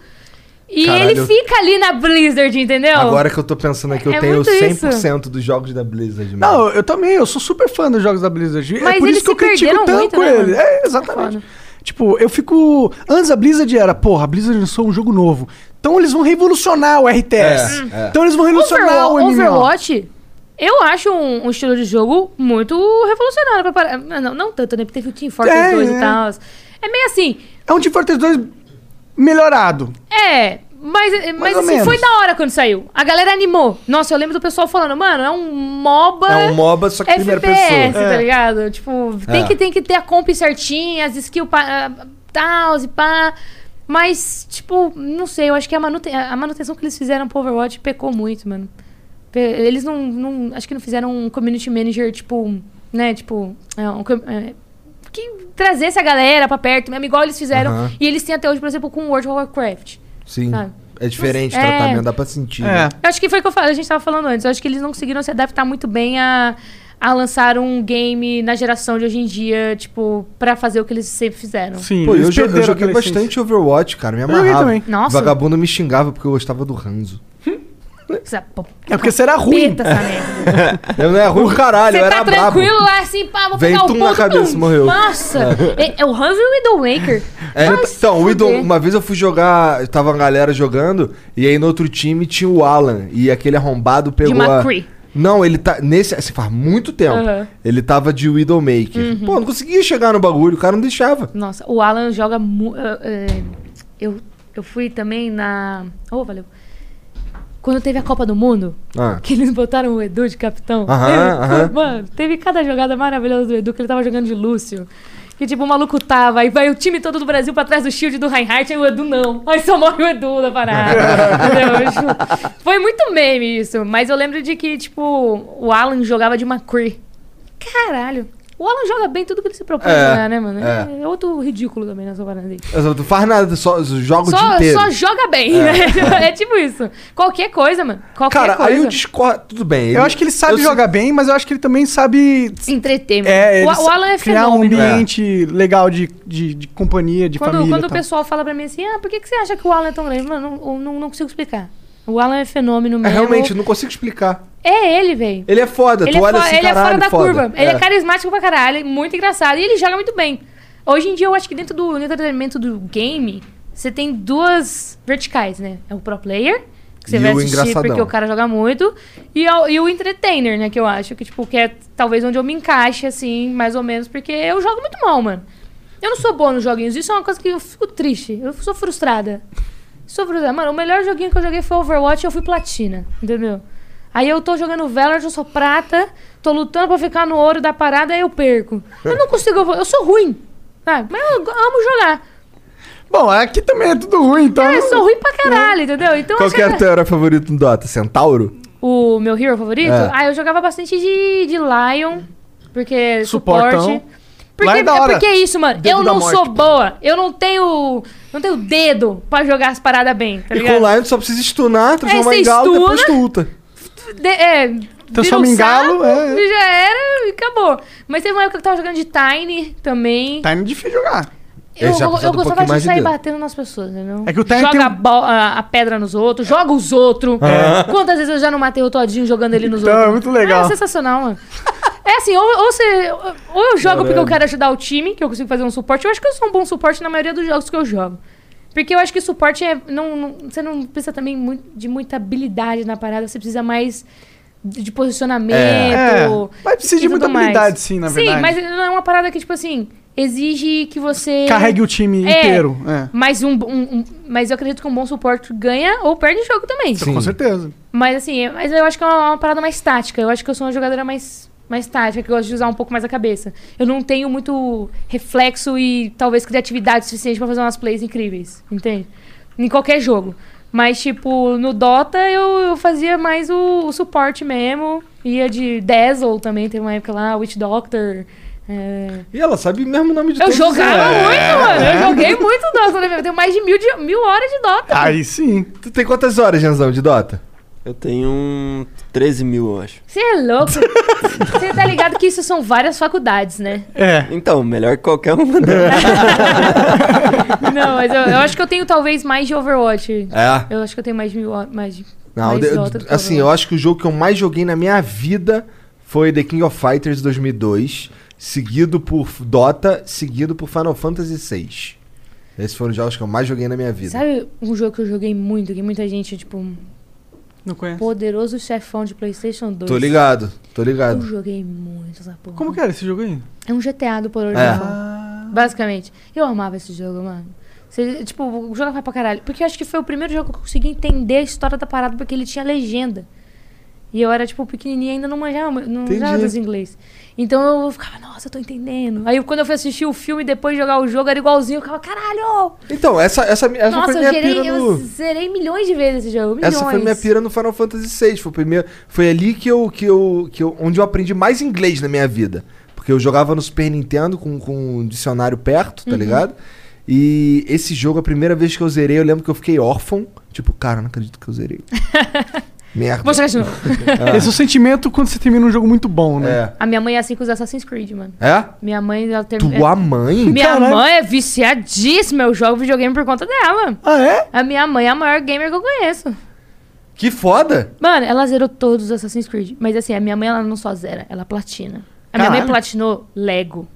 S3: E
S2: Caralho,
S3: ele
S2: eu-
S3: fica ali na Blizzard, entendeu?
S2: Agora que eu tô pensando aqui, eu
S3: É
S2: tenho
S3: muito isso.
S2: 100% dos jogos da Blizzard. Mano.
S1: Não, eu também, eu sou super fã dos jogos da Blizzard.
S3: Mas
S1: é por
S3: eles
S1: isso que eu
S3: se
S1: critico
S3: perderam
S1: tanto
S3: muito, né,
S1: ele.
S3: mano?
S1: é, exatamente. tipo, eu fico. Antes a Blizzard era, porra, a Blizzard lançou um jogo novo. Então eles vão revolucionar o RTS.
S2: É, é.
S1: Então eles vão revolucionar
S3: Overwa-
S1: o MMO.
S3: Overwatch, eu acho um, um estilo de jogo muito revolucionário. Pra parar. Não, não tanto, né? Porque teve o Team Fortress
S1: É,
S3: 2
S1: é.
S3: e tal. É meio assim.
S1: É um Team Fortress 2 melhorado.
S3: É, mas, mas
S1: ou
S3: assim, foi
S1: menos.
S3: da hora quando saiu. A galera animou. Nossa, eu lembro do pessoal falando, mano, é um MOBA.
S2: É um MOBA, só que primeira
S3: FPS,
S2: pessoa.
S3: tá
S2: É.
S3: ligado? Tipo, tem,
S2: É.
S3: que, tem que ter a comp certinha, as skills tal, e pá. Mas, tipo, não sei, eu acho que a, manute- a manutenção que eles fizeram pro Overwatch pecou muito, mano. Pe- Eles não, não- Acho que não fizeram um community manager, tipo, né, tipo. é, um com- é, que trazesse a galera pra perto mesmo, igual eles fizeram.
S2: Aham.
S3: E eles têm até hoje, por exemplo, com World of Warcraft.
S2: Sim.
S3: Sabe?
S2: É diferente o
S3: Mas- Tá. é.
S2: tratamento, dá pra sentir.
S1: É.
S2: né?
S3: Eu acho que foi o que eu fa- a gente tava falando antes. Eu acho que eles não conseguiram se adaptar muito bem a, a lançar um game na geração de hoje em dia, tipo, pra fazer o que eles sempre fizeram.
S1: Sim,
S2: Pô,
S1: eles
S2: eu, jo- eu
S1: perderam
S2: joguei
S1: aquela essência.
S2: bastante Overwatch, cara. Me
S1: joguei
S2: amarrava.
S1: também.
S3: Nossa.
S2: Vagabundo me xingava porque eu gostava do Hanzo.
S3: Essa po-
S1: É porque será ruim.
S3: Peta essa merda.
S2: Eu não é ruim, caralho,
S3: Você
S2: eu
S3: tá
S2: era brabo.
S3: tranquilo lá, assim, pá, vou
S2: Vem
S3: pegar o
S2: tum
S3: ponto.
S2: na cabeça,
S3: tum.
S2: morreu.
S3: Nossa! é, é o Hans e o Widowmaker.
S2: É,
S3: Vai se
S2: então, o
S3: fuder.
S2: Idol, uma vez eu fui jogar, tava a galera jogando, e aí no outro time tinha o Alan, e aquele arrombado pegou a-
S3: McCree.
S2: Não, ele tá, nesse, assim, faz muito tempo,
S3: Aham. Uhum.
S2: ele tava de Widowmaker. Pô, não conseguia chegar no bagulho, o cara não deixava.
S3: Nossa, o Alan joga muito. Eu, eu fui também na. Oh, valeu. Quando teve a Copa do Mundo,
S2: Ah.
S3: que eles botaram o Edu de capitão.
S2: Aham,
S3: Eu-
S2: aham.
S3: Mano, teve cada jogada maravilhosa do Edu, que ele tava jogando de Lúcio. Que tipo, o maluco tava, aí vai o time todo do Brasil pra trás do shield do Reinhardt, aí o Edu não. Aí só morre o Edu da parada. Entendeu? Tipo, Foi muito meme isso. Mas eu lembro de que, tipo, o Alan jogava de McCree. Caralho. O Alan joga bem tudo que ele se propõe
S2: É,
S3: a jogar, né, mano?
S2: é.
S3: É outro ridículo também nessa parada aí.
S2: Eu só- Tu faz nada, só joga o dia
S3: Só,
S2: inteiro.
S3: só joga bem, né? É tipo isso. Qualquer coisa, mano. Qualquer
S2: Cara,
S3: coisa.
S2: aí eu discordo, tudo bem.
S1: Eu acho que ele sabe
S2: eu-
S1: jogar bem, mas eu acho que ele também sabe.
S3: Se entreter, mano.
S1: É,
S3: o,
S1: ele
S3: o Alan é
S1: criar um
S3: fenômeno.
S1: ambiente legal de, de, de companhia, de
S3: Quando,
S1: família.
S3: quando
S1: e
S3: o
S2: tá?
S1: tal.
S3: pessoal fala pra mim assim, ah, por que, que você acha que o Alan é tão grande? Mano, eu não, não consigo explicar. O Alan é fenômeno
S2: É,
S3: mesmo.
S2: realmente, eu não consigo explicar.
S3: É ele, velho.
S2: Ele é foda,
S3: Ele,
S2: tu
S3: é,
S2: olha
S3: fo-
S2: assim,
S3: ele é
S2: caralho,
S3: fora da
S2: foda.
S3: curva. Ele é carismático pra caralho, muito engraçado. E ele joga muito bem. Hoje em dia, eu acho que dentro do entretenimento do game, você tem duas verticais, né? É o pro player, que você
S2: E
S3: vai
S2: o
S3: assistir
S2: engraçadão.
S3: porque o cara joga muito, e, é o- e o entertainer, né? Que eu acho que, tipo, que é talvez onde eu me encaixe, assim, mais ou menos, porque eu jogo muito mal, mano. Eu não sou boa nos joguinhos, isso é uma coisa que eu fico triste, eu sou frustrada. Sou frustrada. Mano, o melhor joguinho que eu joguei foi Overwatch e eu fui platina, entendeu? Aí eu tô jogando Valorant, eu sou prata, tô lutando pra ficar no ouro da parada, aí eu perco. Eu não consigo, eu, eu sou ruim. sabe? Mas eu go- amo jogar.
S1: Bom, aqui também é tudo ruim, então.
S3: Eu sou ruim pra caralho, entendeu? Então
S2: Qual
S3: acho
S1: é
S2: que era o teu herói favorito no Dota? Centauro?
S3: o meu hero favorito?
S2: É.
S3: Ah, eu jogava bastante de, de Lion, porque
S1: Suportão.
S3: suporte. Porque,
S1: Lion é da hora.
S3: é porque é isso, mano.
S1: Dedo
S3: eu
S1: da
S3: não
S1: morte.
S3: sou boa. Eu não tenho. Não tenho dedo pra jogar as paradas bem, tá
S2: E com
S3: ligado? É,
S2: o Lion tu só precisa stunar, transformar
S3: você
S2: em galo,
S3: estuna.
S2: depois tu luta.
S3: de, é,
S1: Transforma Então
S3: vira um
S1: em galo,
S3: sapo,
S1: é.
S3: e já era e acabou. Mas teve uma época que eu tava jogando de Tiny também.
S1: Time Tá difícil de jogar.
S3: Eu,
S2: Esse já
S3: eu,
S2: precisa
S3: eu
S2: de um pouquinho
S3: gostava de
S2: mais de
S3: sair
S2: dedo.
S3: batendo nas pessoas, entendeu?
S1: É que o Tiny
S3: joga
S1: tem um- É.
S3: a, bol- a- a pedra nos outros, joga os outros. Quantas vezes eu já não matei o Todinho jogando ele nos
S1: Então,
S3: outros?
S1: é muito legal.
S3: É sensacional, mano. É assim, ou, ou, você- ou eu jogo porque eu quero ajudar o time, que eu consigo fazer um suporte. Eu acho que eu sou um bom suporte na maioria dos jogos que eu jogo. Porque eu acho que suporte é. Não, não- você não precisa também mui- de muita habilidade na parada, você precisa mais de de posicionamento.
S1: É. Mas precisa
S3: e
S1: de muita
S3: tudo mais.
S1: habilidade, sim, na verdade.
S3: Sim, mas não é uma parada que, tipo assim, exige que você.
S1: Carregue o time
S3: É.
S1: inteiro. É.
S3: Mas, um, um- um- mas eu acredito que um bom suporte ganha ou perde o jogo também.
S1: Com certeza.
S3: Mas assim, é- mas eu acho que é uma, uma parada mais tática. Eu acho que eu sou uma jogadora mais, mais tática, que eu gosto de usar um pouco mais a cabeça. Eu não tenho muito reflexo e talvez criatividade suficiente pra fazer umas plays incríveis, entende? Em qualquer jogo. Mas, tipo, no Dota eu, eu fazia mais o, o suporte mesmo. Ia de Dazzle também, teve uma época lá, Witch Doctor. é.
S2: E ela sabe mesmo o nome de
S3: Eu
S2: todos os-
S3: jogava
S2: É.
S3: muito, mano. Eu joguei muito Dota, né? Eu tenho mais de mil, de- mil horas de Dota.
S1: Aí sim.
S2: Tu tem quantas horas, Janzão, de Dota?
S4: Eu tenho um 13 mil, eu acho.
S3: Você é louco. Você tá ligado que isso são várias faculdades, né?
S1: É.
S4: Então, melhor que qualquer né? uma delas.
S3: Não, mas eu, eu acho que eu tenho talvez mais de Overwatch.
S2: É.
S3: Eu acho que eu tenho mais de mil horas. Mais de,
S2: Não,
S3: mais
S2: de-
S3: Dota do que
S2: assim, eu acho que o jogo que eu mais joguei na minha vida foi The King of Fighters 2002, seguido por Dota, seguido por Final Fantasy VI. Esses foram os jogos que eu mais joguei na minha vida.
S3: Sabe um jogo que eu joguei muito, que muita gente, tipo,
S1: Não conhece.
S3: poderoso chefão de PlayStation 2.
S2: Tô ligado, tô
S3: Eu
S2: ligado.
S3: joguei muito essa porra.
S1: Como que era esse jogo aí?
S3: É um GTA do poderoso
S2: É.
S3: chefão. Basicamente. Eu amava esse jogo, mano. Você, tipo, jogava pra caralho. Porque eu acho que foi o primeiro jogo que eu consegui entender a história da parada, porque ele tinha legenda. E eu era, tipo, pequenininha ainda não manjava, mu- não
S2: Entendi.
S3: manjava dos inglês. Então eu ficava, nossa, eu tô entendendo. Aí quando eu fui assistir o filme e depois jogar o jogo, era igualzinho. Eu ficava, caralho!
S2: Então, essa, essa, essa
S3: nossa,
S2: foi
S3: eu,
S2: minha
S3: gerei,
S2: pira
S3: eu
S2: no...
S3: zerei milhões de vezes esse jogo. Milhões.
S2: Essa foi minha pira no Final Fantasy VI. Foi, o primeiro, foi ali que eu, que, eu, que eu. onde eu aprendi mais inglês na minha vida. Porque eu jogava no Super Nintendo com, com um dicionário perto,
S3: Uhum.
S2: tá ligado? E esse jogo, a primeira vez que eu zerei, eu lembro que eu fiquei órfão. Tipo, cara, não acredito que eu zerei. Merda.
S3: Vou jogar de novo.
S1: Esse é o sentimento quando você termina um jogo muito bom, né?
S2: É.
S3: A minha mãe é assim com os Assassin's Creed, mano.
S2: É?
S3: Minha mãe, ela termina.
S2: Tua mãe?
S3: É. Minha
S1: Caralho.
S3: mãe é viciadíssima. Eu jogo videogame por conta dela.
S1: Ah, é?
S3: A minha mãe é a maior gamer que eu conheço.
S2: Que foda!
S3: Mano, ela zerou todos os Assassin's Creed. Mas assim, a minha mãe, ela não só zera, ela platina. A minha mãe
S1: Caralho.
S3: platinou Lego.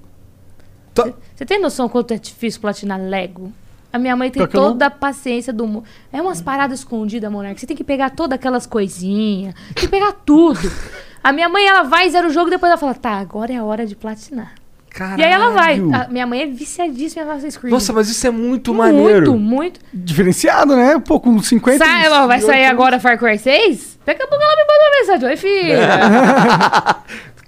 S2: Tá-
S3: Você tem noção quanto é difícil platinar Lego? A minha mãe tem
S1: Pior que eu não-
S3: toda a paciência do mundo. É umas paradas escondidas, Monark. Você tem que pegar todas aquelas coisinhas. Tem que pegar tudo. A minha mãe, ela vai, zera o jogo, depois ela fala, tá, agora é a hora de platinar.
S2: Caralho.
S3: E aí ela vai. A minha mãe é viciadíssima em Assassin's Creed.
S2: Nossa, mas isso é muito,
S3: Muito,
S2: maneiro. um
S3: muito.
S1: Diferenciado, né? Pô, com 50.
S3: Sai, ó, vai sair agora Far Cry 6? Daqui a pouco ela me manda uma mensagem. Oi, filha.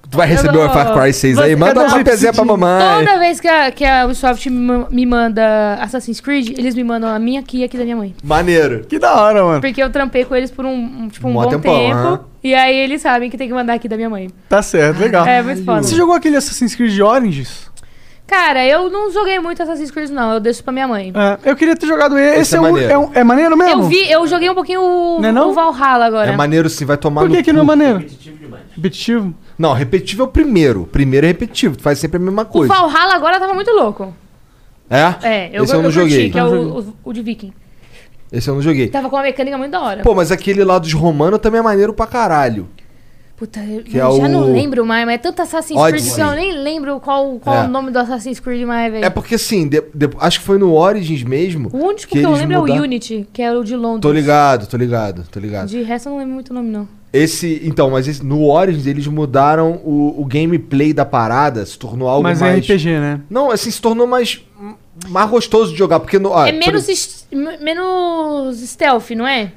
S2: Tu vai receber
S3: Eu
S2: o
S3: não-
S2: Far Cry 6 aí?
S3: Você-
S2: Manda
S1: Cada
S2: uma
S1: um
S2: pezinha pra
S1: pedindo.
S2: mamãe.
S3: Toda vez que a, que a Ubisoft me, ma- me manda Assassin's Creed, eles me mandam a minha aqui e aqui da minha mãe.
S2: Maneiro.
S1: Que da hora, mano.
S3: Porque eu trampei com eles por um, um, tipo, um
S2: Mó
S3: bom
S2: tempão,
S3: tempo.
S2: aham.
S3: E aí eles sabem que tem que mandar aqui da minha mãe.
S1: Tá certo, legal.
S3: É, muito foda.
S1: Você jogou aquele Assassin's Creed Oranges?
S3: Cara, eu não joguei muito Assassin's Creed, não. Eu deixo pra minha mãe.
S1: É, eu queria ter jogado ele. Esse,
S2: Esse é
S1: é, um,
S2: maneiro.
S1: é, um, é maneiro mesmo?
S3: Eu vi, eu joguei um pouquinho o,
S1: Não é não?
S3: o Valhalla agora.
S2: É maneiro sim, vai tomar
S1: Por que,
S2: no
S1: que não é
S2: cu.
S1: maneiro?
S9: Repetitivo demais.
S1: Repetitivo?
S2: Não, repetitivo é o primeiro. O primeiro é repetitivo, tu faz sempre a mesma
S3: o
S2: coisa.
S3: Valhalla agora tava muito louco.
S2: É?
S3: É, eu,
S2: Esse eu não
S3: curti,
S2: joguei.
S3: que é o, o, o de Viking.
S2: Esse eu não joguei.
S3: Tava com uma mecânica muito da hora.
S2: Pô, mas aquele lá dos romanos também é maneiro pra caralho.
S3: Puta, eu
S2: Que
S3: eu
S2: é
S3: já
S2: o-
S3: não lembro mais, mas é tanto Assassin's Creed que
S2: Odyssey.
S3: eu nem lembro qual, qual
S2: É.
S3: o nome do Assassin's Creed mais, velho.
S2: É porque assim, de- de- acho que foi no Origins mesmo.
S3: O único
S2: que
S3: que, eu
S2: eles
S3: lembro é
S2: mudaram-
S3: o Unity, que é o de Londres.
S2: Tô ligado, tô ligado, tô ligado.
S3: De resto eu não lembro muito o nome, não.
S2: Esse, então, mas esse- no Origins eles mudaram o, o gameplay da parada, se tornou algo
S1: Mas é
S2: mais.
S1: RPG, né?
S2: Não, assim, se tornou mais. mais gostoso de jogar, porque. No, ah,
S3: é menos,
S2: por-
S3: es- m- menos stealth, não é?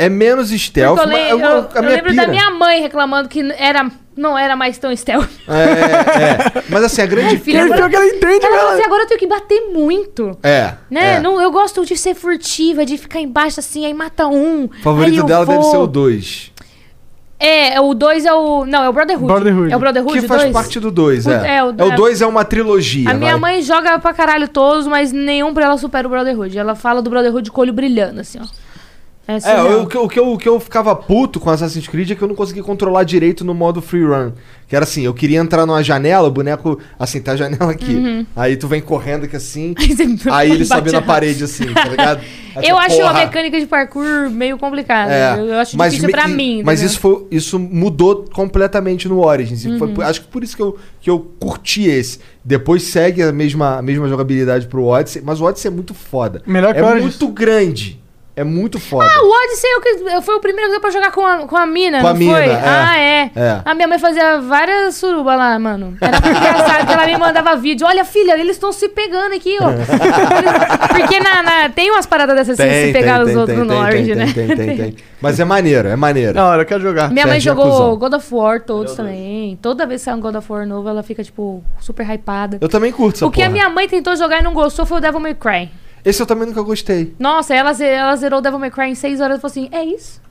S2: é menos stealth,
S3: Porque eu,
S2: mas
S3: le-
S2: é uma-
S3: eu-
S2: a
S3: eu
S2: minha
S3: lembro
S2: pira.
S3: da minha mãe reclamando que n- era, não era mais tão stealth.
S2: É, é. Mas assim, a grande.
S3: Filha,
S1: Ele
S3: agora,
S1: pior que ela entende,
S3: ela falou
S1: ela.
S3: assim, agora eu tenho que bater muito.
S2: É.
S3: Né?
S2: é.
S3: Não, eu gosto de ser furtiva, de ficar embaixo assim, aí mata um.
S2: O
S3: aí
S2: favorito
S3: eu
S2: dela deve
S3: vou.
S2: ser o 2.
S3: É, o 2 é o. Não, é o Brotherhood.
S1: Brotherhood.
S3: É o Brotherhood
S2: Que faz
S3: dois.
S2: parte do 2,
S3: O-
S2: é.
S3: é, o-
S2: É, o 2 é uma trilogia.
S3: A minha
S2: vai.
S3: mãe joga pra caralho todos, mas nenhum pra ela supera o Brotherhood. Ela fala do Brotherhood com o olho brilhando, assim, ó. É, assim,
S2: É,
S3: ó.
S2: o, que, eu- o que eu, o que eu ficava puto com Assassin's Creed é que eu não conseguia controlar direito no modo free run. Que era assim, eu queria entrar numa janela, o boneco. Assim, tá a janela aqui. Aí tu vem correndo aqui assim.
S3: Uhum. Aí você
S2: aí ele sobe
S3: bate
S2: na
S3: a-
S2: parede assim, tá ligado? Aí
S3: Eu
S2: tu,
S3: acho a
S2: porra.
S3: mecânica de parkour meio complicada.
S2: É,
S3: Eu, eu acho
S2: mas
S3: difícil
S2: me-
S3: pra mim.
S2: Mas
S3: entendeu?
S2: isso, foi, isso mudou completamente no Origins. e
S3: Uhum.
S2: foi por- acho que por isso que eu, que eu curti esse. Depois segue a mesma, a mesma jogabilidade pro Odyssey, mas o Odyssey é muito foda.
S1: Melhor que
S2: é
S1: o Origins.
S2: muito grande. É muito foda.
S3: Ah, o Odyssey eu, que- eu fui o primeiro que pra jogar com a, com a mina,
S2: Com a
S3: não
S2: mina,
S3: foi?
S2: é.
S3: Ah, é.
S2: É.
S3: A minha mãe fazia várias surubas lá, mano. Era muito engraçado que ela me mandava vídeo. Olha, filha, eles estão se pegando aqui, ó. Porque na, na- tem umas paradas dessas assim, se pegar os outros no Orange, né?
S2: Tem, tem, tem. Mas é maneiro, é maneiro.
S1: Da hora, eu quero jogar.
S3: Minha mãe
S2: Serginho
S3: jogou
S2: Cuzão.
S3: God of War todos
S9: Meu Deus.
S3: também. Toda vez que sai um God of War novo, ela fica, tipo, super hypada.
S2: Eu também curto essa
S3: O que é a
S2: porra.
S3: minha mãe tentou jogar e não gostou foi o Devil May Cry.
S2: Esse eu também nunca gostei.
S3: Nossa, ela, ze- ela zerou o Devil May Cry em 6 horas e falou assim: é isso?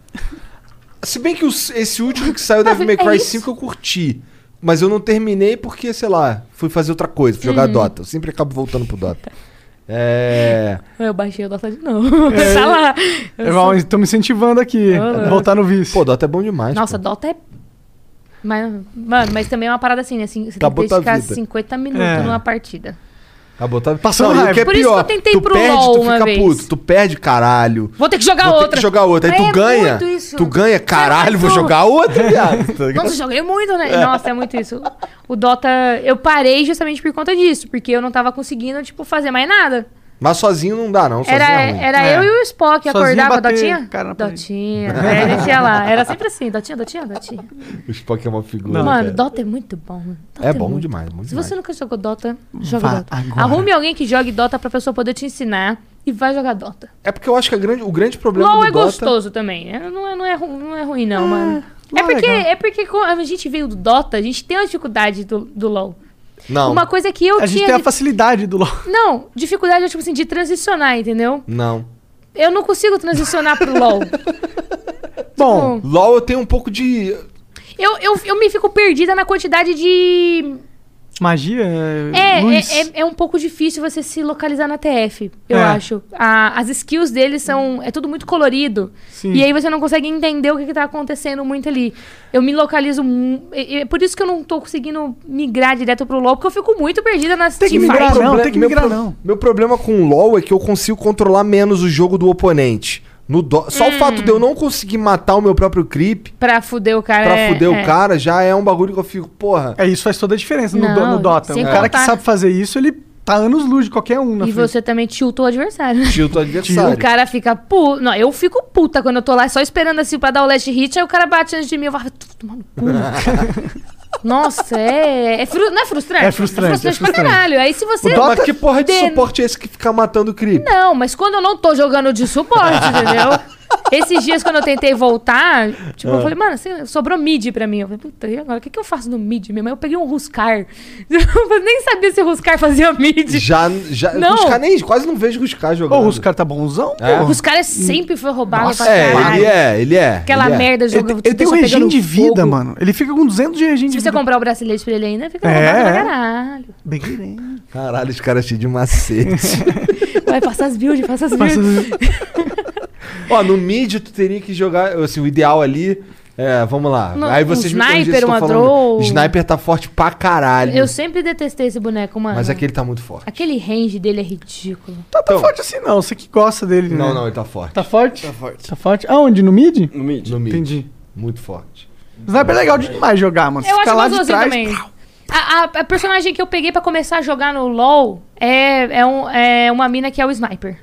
S2: Se bem que os- esse último que saiu, Devil
S3: É
S2: May Cry
S3: isso.
S2: 5, eu curti. Mas eu não terminei porque, sei lá, fui fazer outra coisa, fui jogar
S3: Uhum.
S2: Dota. Eu sempre acabo voltando pro Dota. É.
S3: Eu baixei o Dota de novo. tá lá. Eu sou-
S1: Estão me incentivando aqui.
S3: Ô,
S1: voltar no vício.
S2: Pô, Dota é bom demais.
S3: Nossa, Dota é. Mas, mano, mas também é uma parada assim, né? Assim, Você
S2: Acabou
S3: tem que
S2: tua
S3: dedicar
S2: vida.
S3: 50 minutos
S2: É.
S3: numa partida.
S2: Acabou, tá
S1: Passando
S2: e o
S1: raiva.
S2: que é
S3: Por isso que
S2: pior,
S3: eu tentei
S2: tu
S3: pro
S2: perde,
S3: LoL
S2: tu
S3: uma
S2: fica
S3: vez.
S2: puto, tu perde, caralho.
S3: Vou ter que jogar
S2: Vou ter
S3: outra.
S2: que jogar outra. Aí tu
S3: É
S2: ganha.
S3: muito isso. É
S2: Tu ganha, caralho, vou
S3: muito.
S2: jogar outra, viado. Tá ligado?
S3: Nossa, eu joguei muito, né? Nossa, é muito isso. O Dota, eu parei justamente por conta disso, porque eu não tava conseguindo, tipo, fazer mais nada.
S2: Mas sozinho não dá, não. Sozinho
S3: Era,
S2: é ruim.
S3: era
S1: É.
S3: eu e o Spock
S1: Sozinho
S3: acordar com a
S1: bater
S3: Dotinha?
S1: cara na parede.
S3: Dotinha. É, a gente ia lá. Era sempre assim, Dotinha, Dotinha, Dotinha.
S2: O Spock é uma figura.
S3: Mano,
S2: cara.
S3: Dota é muito bom. mano. Dota
S2: É bom
S3: muito
S2: demais, muito
S3: Se
S2: demais.
S3: você nunca jogou Dota, joga
S1: Vá
S3: Dota.
S1: agora.
S3: Arrume alguém que jogue Dota pra pessoa poder te ensinar e vai jogar Dota.
S2: É porque eu acho que a grande, o grande problema
S3: LOL
S2: do
S3: é
S2: Dota...
S3: gostoso também. é- Não é, não é, ru- não é ruim, não, mano. É
S1: LOL é
S3: porque,
S1: legal.
S3: é porque quando a gente veio do Dota, a gente tem uma dificuldade do, do LOL.
S2: Não,
S3: Uma coisa é que eu
S1: A gente
S3: tinha.
S1: tem a
S3: de-
S1: facilidade do LOL.
S3: Não, dificuldade é tipo assim, de transicionar, entendeu?
S2: não.
S3: Eu não consigo transicionar pro LOL.
S1: Bom,
S2: LoL eu tenho um pouco de...
S3: Eu, eu, eu me fico perdida na quantidade de.
S1: magia
S3: É,
S1: luz.
S3: é, é, é um pouco difícil você se localizar na TF, eu
S1: É.
S3: acho. A- as skills deles são. É tudo muito colorido.
S1: Sim.
S3: E aí você não consegue entender o que, que tá acontecendo muito ali. Eu me localizo. mu- É, é por isso que eu não tô conseguindo migrar direto pro LoL, porque eu fico muito perdida nas
S1: Tem que
S3: teamfights.
S1: migrar, Ah, né? não,
S2: Proble-
S1: tem que
S2: meu
S1: migrar,
S2: pro-
S1: não.
S2: Meu problema com o LoL é que eu consigo controlar menos o jogo do oponente. No Do- Só
S3: Hum.
S2: o fato de eu não conseguir matar o meu próprio creep
S3: Pra fuder o cara.
S2: pra
S3: é-
S2: fuder
S3: é.
S2: o cara já é um bagulho que eu fico, porra...
S1: É, isso faz toda a diferença no,
S3: Não,
S1: do- no Dota.
S3: sem
S1: Um cara que
S3: contar-
S1: sabe fazer isso, ele tá anos luz de qualquer um na frente.
S3: E você também tiltou o adversário. né?
S2: Tio do adversário.
S3: O cara fica puto. Não, eu fico puta quando eu tô lá só esperando assim pra dar o last hit, aí o cara bate antes de mim, eu falo, "Ah, "Tu- tu, mano, puta. Nossa, é. é fru- Não é frustrante?
S1: É frustrante,
S3: É frustrante
S1: é frustrante.
S3: pra caralho. Aí se você.
S2: Mas
S1: Dota-
S2: que porra de
S3: Den-
S2: suporte é esse que fica matando o creep?
S3: Não, mas quando eu não tô jogando de suporte, entendeu? Esses dias, quando eu tentei voltar, tipo, eu falei, mano, assim, sobrou mid pra mim. Eu falei, puta, e agora? O que, que eu faço no mid mesmo? Aí eu peguei um Ruscar. Eu nem sabia se o Ruscar fazia mid.
S2: Já, já,
S3: Não.
S2: Ruscar nem, quase não vejo Ruscar jogando.
S1: Ô, o cara tá bonzão,
S2: É.
S1: pô.
S3: Os caras sempre foi roubado pra
S2: É,
S3: caralho.
S2: ele é, ele é.
S3: Aquela
S2: ele é.
S3: merda
S1: Ele,
S3: jogando.
S1: ele tem um regime de vida, mano. Ele fica com 200 de regime
S3: Se
S1: de
S3: você
S1: vida.
S3: comprar o bracelete pra ele ainda, fica
S1: É,
S3: roubado pra
S1: é.
S3: caralho.
S1: Bem grande.
S2: Caralho, os caras cheios de macete.
S3: Vai, faça as builds, faça as
S1: Passa-
S3: builds.
S2: Ó, no mid tu teria que jogar, assim, o ideal ali... É, vamos lá.
S3: No-
S2: Aí vocês
S3: um
S2: me corrigem se
S3: sniper,
S2: eu tô
S3: uma
S2: falando-
S3: draw.
S2: Sniper tá forte pra caralho.
S3: Eu sempre detestei esse boneco, mano.
S2: Mas aquele tá muito forte.
S3: Aquele range dele é ridículo.
S1: Tá tão
S2: Então-
S1: forte assim, não. Você que gosta dele, né?
S2: Não, Hum. não, ele tá forte.
S1: Tá forte? Tá
S4: forte.
S1: forte? Aonde? No mid?
S4: No mid.
S2: No mid.
S1: Entendi.
S2: Muito forte.
S3: Hum.
S1: Sniper é legal demais jogar, mano. Você
S3: Eu
S1: fica
S3: acho
S1: lá de
S3: gostosinho
S1: trás.
S3: também. A, a- a personagem que eu peguei pra começar a jogar no LoL é, é, um- é uma mina que é o sniper.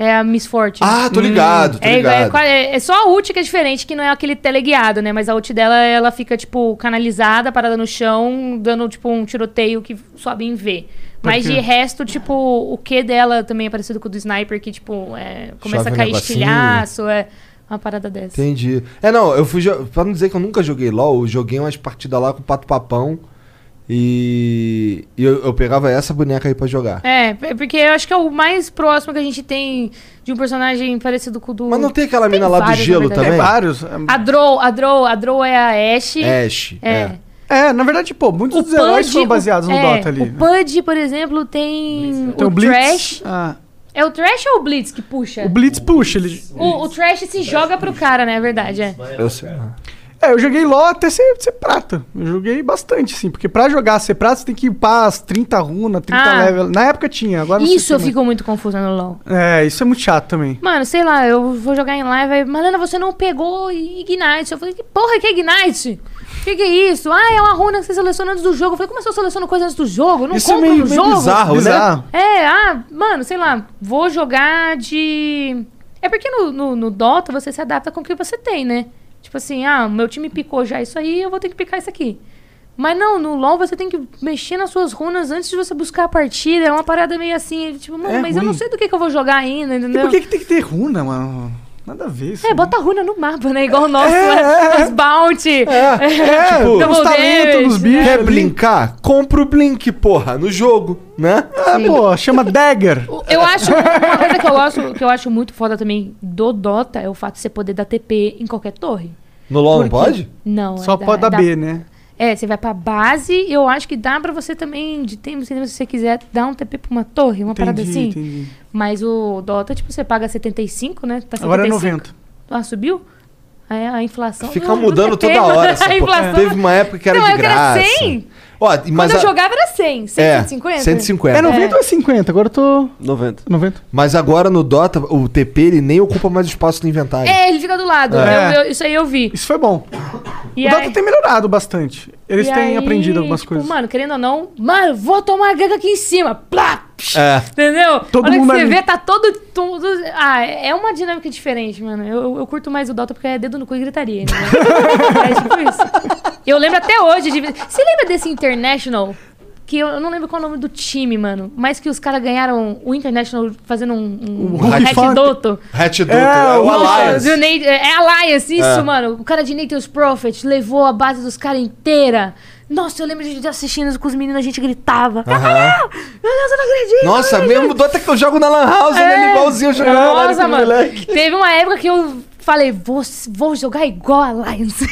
S3: É a Miss Fortune.
S2: Ah, tô ligado, tô
S3: É, igual- é
S2: ligado.
S3: qua- é- é só a ult que é diferente, que não é aquele teleguiado, né? Mas a ult dela, ela fica, tipo, canalizada, parada no chão, dando, tipo, um tiroteio que sobe em V. Mas de
S1: crer.
S3: resto, tipo, o Q dela também é parecido com o do sniper, que, tipo, é, começa
S2: Chove um
S3: a cair
S2: negocinho.
S3: estilhaço, é uma parada dessa.
S2: Entendi. É, não, eu fui. jo- Pra não dizer que eu nunca joguei LOL, eu joguei umas partidas lá com o Pato Papão. E. e eu, eu pegava essa boneca aí pra jogar.
S3: É, p- porque eu acho que é o mais próximo que a gente tem de um personagem parecido com o do.
S2: Mas não tem aquela mina lá do
S3: vários, na
S2: gelo
S3: verdade.
S1: Tem
S2: também?
S1: vários. é,
S3: A Drow, a Drow, a Drow é a Ashe.
S2: Ash. É.
S3: É.
S1: É, na verdade, pô, muitos dos heróis foram
S3: o-
S1: baseados no
S3: é,
S1: Dota ali.
S3: O
S1: né?
S3: Pudge, por exemplo, tem,
S1: Tem
S3: o, Trash.
S1: Ah,
S3: É o Trash ou o Blitz que puxa?
S1: o Blitz puxa. Ele...
S3: O, o Trash se joga pro cara, né? É verdade, é.
S2: Eu sei.
S1: É, eu joguei LOL até ser, ser prata. Eu joguei bastante, sim. Porque pra jogar ser prata, você tem que upar as 30 runas, 30
S3: Ah.
S1: level. Na época tinha, agora não
S3: Isso
S1: sei
S3: eu
S1: se tem
S3: fico muito confusa no LoL.
S1: mais. É, isso é muito chato também.
S3: Mano, sei lá, eu vou jogar em live, aí, Malena, você não pegou Ignite. Eu falei, que porra que é Ignite? O que, que é isso? Ah, é uma runa que você seleciona antes do jogo. Eu falei, como é que eu seleciono coisa antes do jogo? Eu não
S2: Isso é
S3: compro
S2: meio,
S3: no
S2: meio
S3: jogo.
S2: bizarro, né?
S1: Bizarro.
S3: É, ah, mano, sei lá, vou jogar de. É porque no, no, no Dota você se adapta com o que você tem, né? Tipo assim, ah, meu time picou já isso aí, eu vou ter que picar isso aqui. Mas não, no LoL você tem que mexer nas suas runas antes de você buscar a partida. É uma parada meio assim, tipo, mano,
S1: É
S3: mas eu não
S1: ruim.
S3: sei do que, que eu vou jogar ainda,
S1: E
S3: entendeu?
S1: por que, que tem que ter runa, mano? Nada a ver isso.
S3: É,
S1: né?
S3: bota a runa no mapa, né? Igual o nosso, né? os bounty. É.
S1: É,
S3: Double
S1: os talentos, batendo nos bichos.
S2: Quer
S1: ali.
S2: brincar? Compra o Blink, porra, no jogo, né?
S1: Ah, pô, chama Dagger.
S3: Eu acho. Uma coisa que eu, gosto, que eu acho muito foda também do Dota é o fato de você poder dar TP em qualquer torre.
S2: No LoL não
S3: Porque-
S2: pode?
S3: Não. é
S1: Só
S3: da-
S1: pode dar
S3: da-
S1: B, né?
S3: É, você vai pra base e eu acho que dá pra você também, de tempo, em tempo, se você quiser, dar um TP pra uma torre, uma parada
S1: Entendi,
S3: assim.
S1: entendi.
S3: Mas o Dota, tipo, você paga 75, né? Tá 75.
S1: Agora é 90.
S3: Ah, subiu? Aí a inflação.
S2: Fica
S3: Não, não
S2: mudando
S3: Tá tem
S2: toda
S3: tempo.
S2: hora essa
S3: né? a
S2: porra.
S3: inflação.
S2: Teve uma época que era
S3: Não, é
S2: de
S3: eu quero
S2: graça.
S3: 100.
S2: Ó,
S3: Quando
S2: mas
S3: eu
S2: a-
S3: jogava era 100,
S2: é,
S3: 150.
S2: 150.
S1: É 90 ou é 50? Agora eu tô.
S4: 90.
S1: 90.
S2: Mas agora no Dota, o TP ele nem ocupa mais espaço no inventário.
S3: É, ele fica do lado.
S1: É.
S3: Eu- eu- isso aí eu vi.
S1: Isso foi bom.
S3: E
S1: o
S3: aí-
S1: Dota tem melhorado bastante. Eles
S3: e
S1: têm
S3: aí,
S1: aprendido algumas
S3: tipo,
S1: coisas.
S3: Mano, querendo ou não, mano, vou tomar a ganga aqui em cima. Plá! psh,
S2: É.
S3: Entendeu?
S1: Todo
S3: a hora
S1: mundo
S3: que você
S1: ali.
S3: vê, tá todo, todo. Ah, é uma dinâmica diferente, mano. Eu, eu- eu curto mais o Dota porque é dedo no cu e gritaria. Né? é tipo isso. Eu lembro até hoje de. Você lembra desse International? Que eu, eu não lembro qual é o nome do time, mano. Mas que os caras ganharam o International fazendo um. Um,
S1: O Hulk Funk.
S3: Doto.
S2: Hatch Duto,
S1: É,
S2: é o
S1: o-
S2: Alliance.
S3: Do Nate- é Alliance, isso, mano. O cara de Nathan's Prophet levou a base dos caras inteira. Nossa, eu lembro de assistindo com os meninos, a gente gritava. Ah, meu Deus, eu não acredito.
S2: Nossa, mesmo Dota que eu jogo na Lan House, ele é igualzinho eu jogando na Lan House
S3: Nossa,
S2: com o
S3: mano.
S2: moleque.
S3: Teve uma época que eu falei, vou, vou jogar igual a Alliance.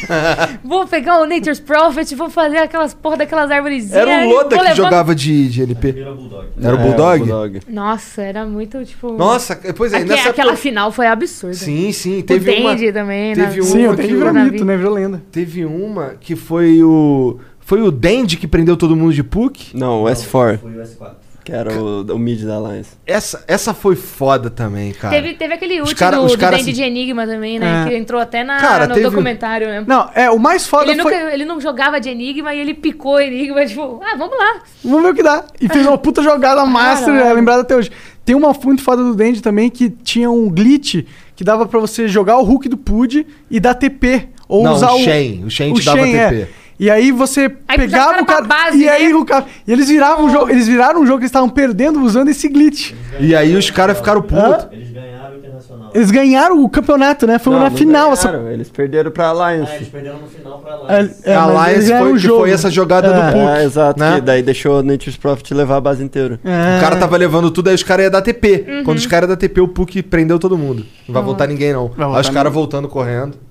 S3: vou pegar o Nature's Prophet, vou fazer aquelas porra daquelas arvorezinhas.
S2: Era o
S3: e
S2: Loda
S3: é, vou
S2: que
S3: levando-
S2: jogava de, de LP.
S9: Vira Bulldog.
S2: Era o
S4: É,
S2: Bulldog?
S3: Nossa, era muito, tipo...
S2: Nossa, pois é,
S3: Aque-
S2: nessa
S3: aquela
S2: época-
S3: final foi absurda.
S2: Sim, sim,
S3: o
S2: teve uma,
S3: Dandy também,
S2: teve um-
S1: Sim,
S2: Uma
S1: eu tenho
S2: que
S1: que virou
S3: eu
S1: mito,
S3: vi.
S1: né? Virou lenda.
S2: teve uma que foi o foi o Dandy que prendeu todo mundo de PUC.
S4: Não, o S4,
S9: Foi o S4.
S4: que era o, o mid da Alliance.
S2: Essa essa foi foda também, cara.
S3: Teve, teve aquele ult
S2: cara-
S3: do,
S2: os
S3: do
S2: cara
S3: Dandy
S2: se-
S3: de Enigma também, né?
S1: É.
S3: Que entrou até na,
S2: Cara,
S3: no
S2: teve- um-
S3: documentário, né?
S1: Não, é, o mais foda
S3: Ele,
S1: foi.
S3: nunca, ele não jogava de Enigma e ele picou Enigma, tipo, ah, vamos lá.
S1: Vamos ver o que dá. E fez uma puta jogada master,
S3: Caralho.
S1: é lembrada até hoje. Tem uma muito foda do Dandy também que tinha um glitch que dava pra você jogar o Hulk do Pud e dar TP. Ou
S2: Não,
S1: usar o.
S2: o
S1: é.
S2: Shen. O Shen te dava TP.
S1: E aí você
S3: Aí
S1: pegava
S3: puxava
S1: o
S3: o cara
S1: cara.
S3: pra base,
S1: e aí
S3: né?
S1: o cara. E eles viravam o jogo. Eles viraram um jogo que eles estavam perdendo usando esse glitch.
S2: E aí os caras ficaram putos.
S9: Eles ganharam o Internacional.
S1: Eles ganharam o campeonato, né? Foi
S4: Não,
S1: na
S4: não
S1: final. Essa...
S4: ganharam, Eles perderam pra
S9: Ah, eles
S4: Alliance.
S9: perderam no final pra lá.
S1: É, é, mas eles
S2: a Alliance
S1: ganharam
S2: foi,
S1: o
S2: que
S1: jogo.
S2: foi essa jogada
S1: É.
S2: do PUC.
S4: É, exato,
S2: né?
S4: que daí deixou o Nature's Prophet levar a base inteira.
S1: É.
S2: O cara tava levando tudo, aí os caras iam dar TP.
S3: Uhum.
S2: Quando os caras iam dar TP, o PUC prendeu todo mundo. Não vai voltar ninguém, não. aí os
S1: voltar
S2: caras voltando correndo.
S3: Porque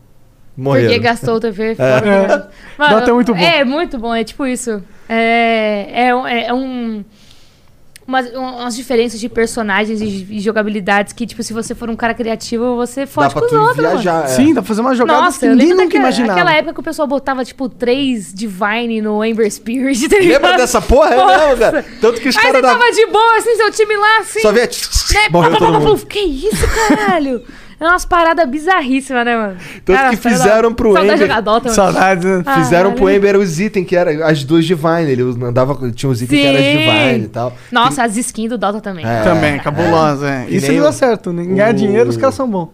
S2: Morreram. É.
S3: gastou o TV. fora. Mano,
S1: Dota é muito bom.
S3: É, muito bom. É tipo isso. É, é, um- é um... Umas, um- umas diferenças de personagens e de jogabilidades que, tipo, se você for um cara criativo, você
S2: Dá
S3: fode
S2: pra
S3: com os
S2: tu
S3: outros, mano.
S2: viajar. assim, é.
S1: Sim, dá pra fazer uma jogada
S3: Nossa,
S1: que
S3: eu
S1: ninguém
S3: lembro
S1: nunca
S3: daquela
S1: imaginava.
S3: aquela época que o pessoal botava, tipo, três Divine no Ember Spirit. tá
S2: Lembra
S3: ligado?
S2: dessa porra? É mesmo,
S3: Nossa.
S2: cara. Tanto que os
S3: Aí
S2: caras
S3: você
S2: da...
S3: tava de boa, assim, seu time lá, assim.
S2: Só via...
S3: né?
S2: Morreu
S3: Pá, pá,
S2: todo
S3: pá, pá,
S2: mundo.
S3: Que isso, caralho? É umas paradas bizarríssimas, né, mano?
S2: Tanto que fizeram pro
S3: Saudade
S2: Ember-
S3: jogar Dota, mano.
S1: Saudades, né?
S3: Ah,
S2: Fizeram pro
S3: olha.
S2: Ember os itens que era as duas Divine. Ele andava, tinha os itens que eram as
S3: Sim.
S2: Divine e tal.
S3: Nossa, as skins do Dota também.
S2: É.
S1: Também, cabulosa, é.
S2: E
S1: Isso
S2: nem
S1: não dá
S2: o-
S1: certo, né? Ganhar
S2: o-
S1: dinheiro, os caras são bons.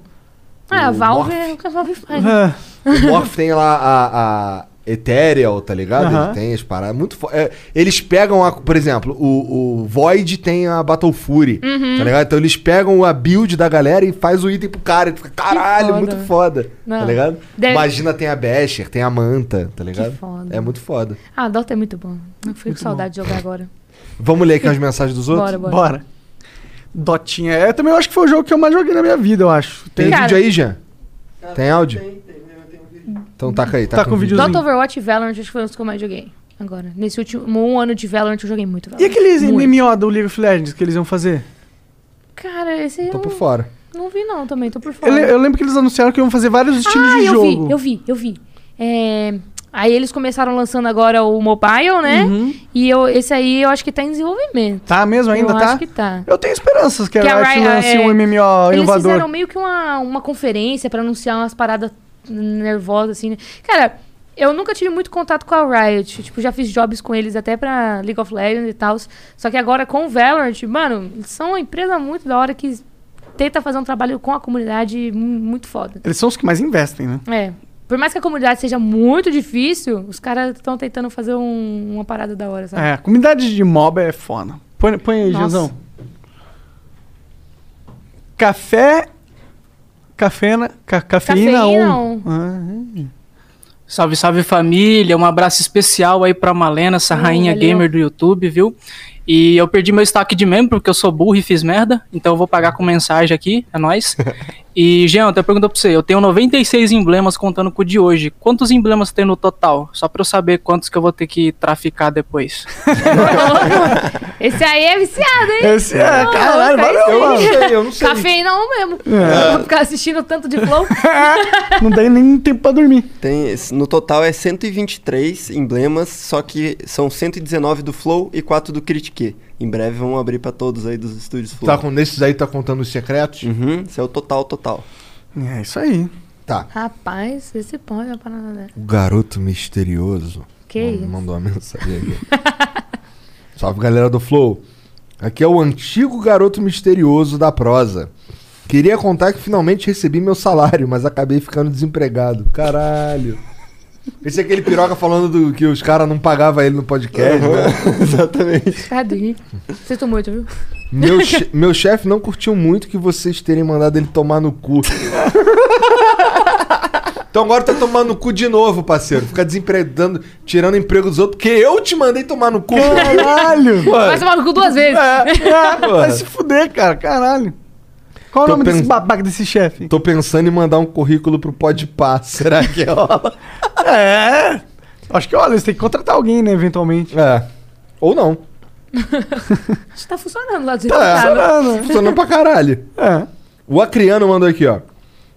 S3: Ah, a
S2: O Morph.
S3: Valve
S2: Uhum.
S3: é o que a Valve faz. né?
S1: É.
S2: O Morph tem lá a, a Ethereal, tá ligado?
S1: Aham.
S2: Ele tem as paradas. Muito fo- é, eles pegam, a, por exemplo, o, o Void tem a Battle Fury,
S3: Uhum.
S2: tá ligado? Então eles pegam a build da galera e faz o item pro cara. E tu fica, caralho,
S3: foda.
S2: muito foda. Tá
S3: Não.
S2: ligado?
S3: Deve-
S2: Imagina, tem a Basher, tem a Manta, tá ligado?
S3: foda.
S2: É muito foda.
S3: Ah, Dota é muito bom. Eu fico com saudade de jogar agora.
S2: Vamos ler aqui as mensagens dos outros?
S3: Bora, bora.
S1: Bora. Dotinha. É, também eu acho que foi o jogo que eu mais joguei na minha vida, eu acho.
S2: Tem um
S3: Cara-
S2: vídeo aí, Jean? Tem áudio? Então taca aí,
S1: Tá com vídeo-
S3: Dota Overwatch e Valorant acho que foi os que eu mais joguei. Agora. Nesse último um ano de Valorant eu joguei muito
S1: E
S3: Valorant.
S1: aqueles
S3: Muito.
S1: MMO do League of Legends que eles iam fazer?
S3: Cara, esse
S2: Tô
S3: eu
S2: por fora.
S3: não vi não também, tô por
S1: Eu,
S3: fora.
S1: le- eu lembro que eles anunciaram que iam fazer vários estilos
S3: Ah,
S1: de
S3: eu
S1: jogo.
S3: vi, eu vi, eu vi. É, Aí eles começaram lançando agora o mobile, né? E eu, esse aí eu acho que tá em desenvolvimento.
S1: Uhum. Tá mesmo ainda,
S3: eu
S1: tá?
S3: acho que tá.
S1: Eu tenho esperanças que,
S3: Que
S1: a
S3: a
S1: Riot
S3: Riot,
S1: lance
S3: é,
S1: um MMO
S3: Eles
S1: inovador.
S3: fizeram meio que uma, uma conferência pra anunciar umas paradas nervosas, assim. né? Cara, eu nunca tive muito contato com a Riot. Tipo, já fiz jobs com eles até pra League of Legends e tal. Só que agora com o Valorant, mano, eles são uma empresa muito da hora que tenta fazer um trabalho com a comunidade mu- muito foda.
S1: Eles são os que mais investem, né?
S3: É. Por mais que a comunidade seja muito difícil, os caras estão tentando fazer um- uma parada da hora, sabe?
S1: É, a comunidade de MOBA é foda. Põe, põe aí,
S3: Nossa.
S1: Janzão. Café. Cafena. ca- cafeína
S3: Cafeína
S1: 1. Ah, é.
S10: Salve, salve família. Um abraço especial aí pra Malena, essa rainha
S3: valeu.
S10: gamer do YouTube, viu? E eu perdi meu estoque de membro porque eu sou burro e fiz merda. Então eu vou pagar com mensagem aqui, é nóis. e, Jean, até perguntou pra você: eu tenho 96 emblemas contando com o de hoje. Quantos emblemas tem no total? Só pra eu saber quantos que eu vou ter que traficar depois.
S3: Esse aí é viciado, hein?
S1: Esse é,
S3: Ô,
S1: caralho,
S3: louco, aí
S1: valeu,
S3: sim.
S1: mano. Eu
S2: não sei, eu não sei.
S3: Cafeína um mesmo.
S1: É.
S3: Vou ficar assistindo tanto de flow.
S1: Não dei nem tempo pra dormir.
S4: Tem, esse- no total é 123 emblemas, só que são 119 do Flow e 4 do Critique. Em breve vão abrir pra todos aí dos estúdios Flow.
S2: Tá com, nesses aí tá contando os secretos?
S4: Uhum, esse é o total, total.
S1: É isso aí.
S2: Tá.
S3: Rapaz, esse pão é uma parada dessa.
S2: O garoto misterioso
S3: Que
S2: man-
S3: isso?
S2: mandou uma mensagem aqui. Salve galera do Flow. Aqui é o antigo garoto misterioso da prosa. Queria contar que finalmente recebi meu salário, mas acabei ficando desempregado. Caralho. Esse é aquele piroca falando do, que os caras não pagavam ele no podcast. né?
S4: Exatamente.
S3: Cadê? Sinto muito, viu?
S2: Meu, che- meu chefe não curtiu muito que vocês terem mandado ele tomar no cu. Então agora tá tomando no cu de novo, parceiro. Fica desempregando, tirando emprego dos outros, porque eu te mandei tomar no cu.
S1: Caralho!
S3: Vai tomar no cu duas vezes.
S1: É,
S2: Porra.
S1: vai se fuder, cara, caralho. Qual
S2: Tô
S1: o nome desse
S2: pens-
S1: babaca, desse chefe?
S2: Tô pensando em mandar um currículo pro Podpah. Será que rola?
S1: É. Acho que, olha, você tem que contratar alguém, né, eventualmente.
S2: É. Ou não.
S3: Isso tá funcionando lá do jeito
S2: Tá
S3: que tá, né?
S1: Caralho.
S2: Funcionou pra caralho.
S1: É.
S2: O Acriano mandou aqui, ó.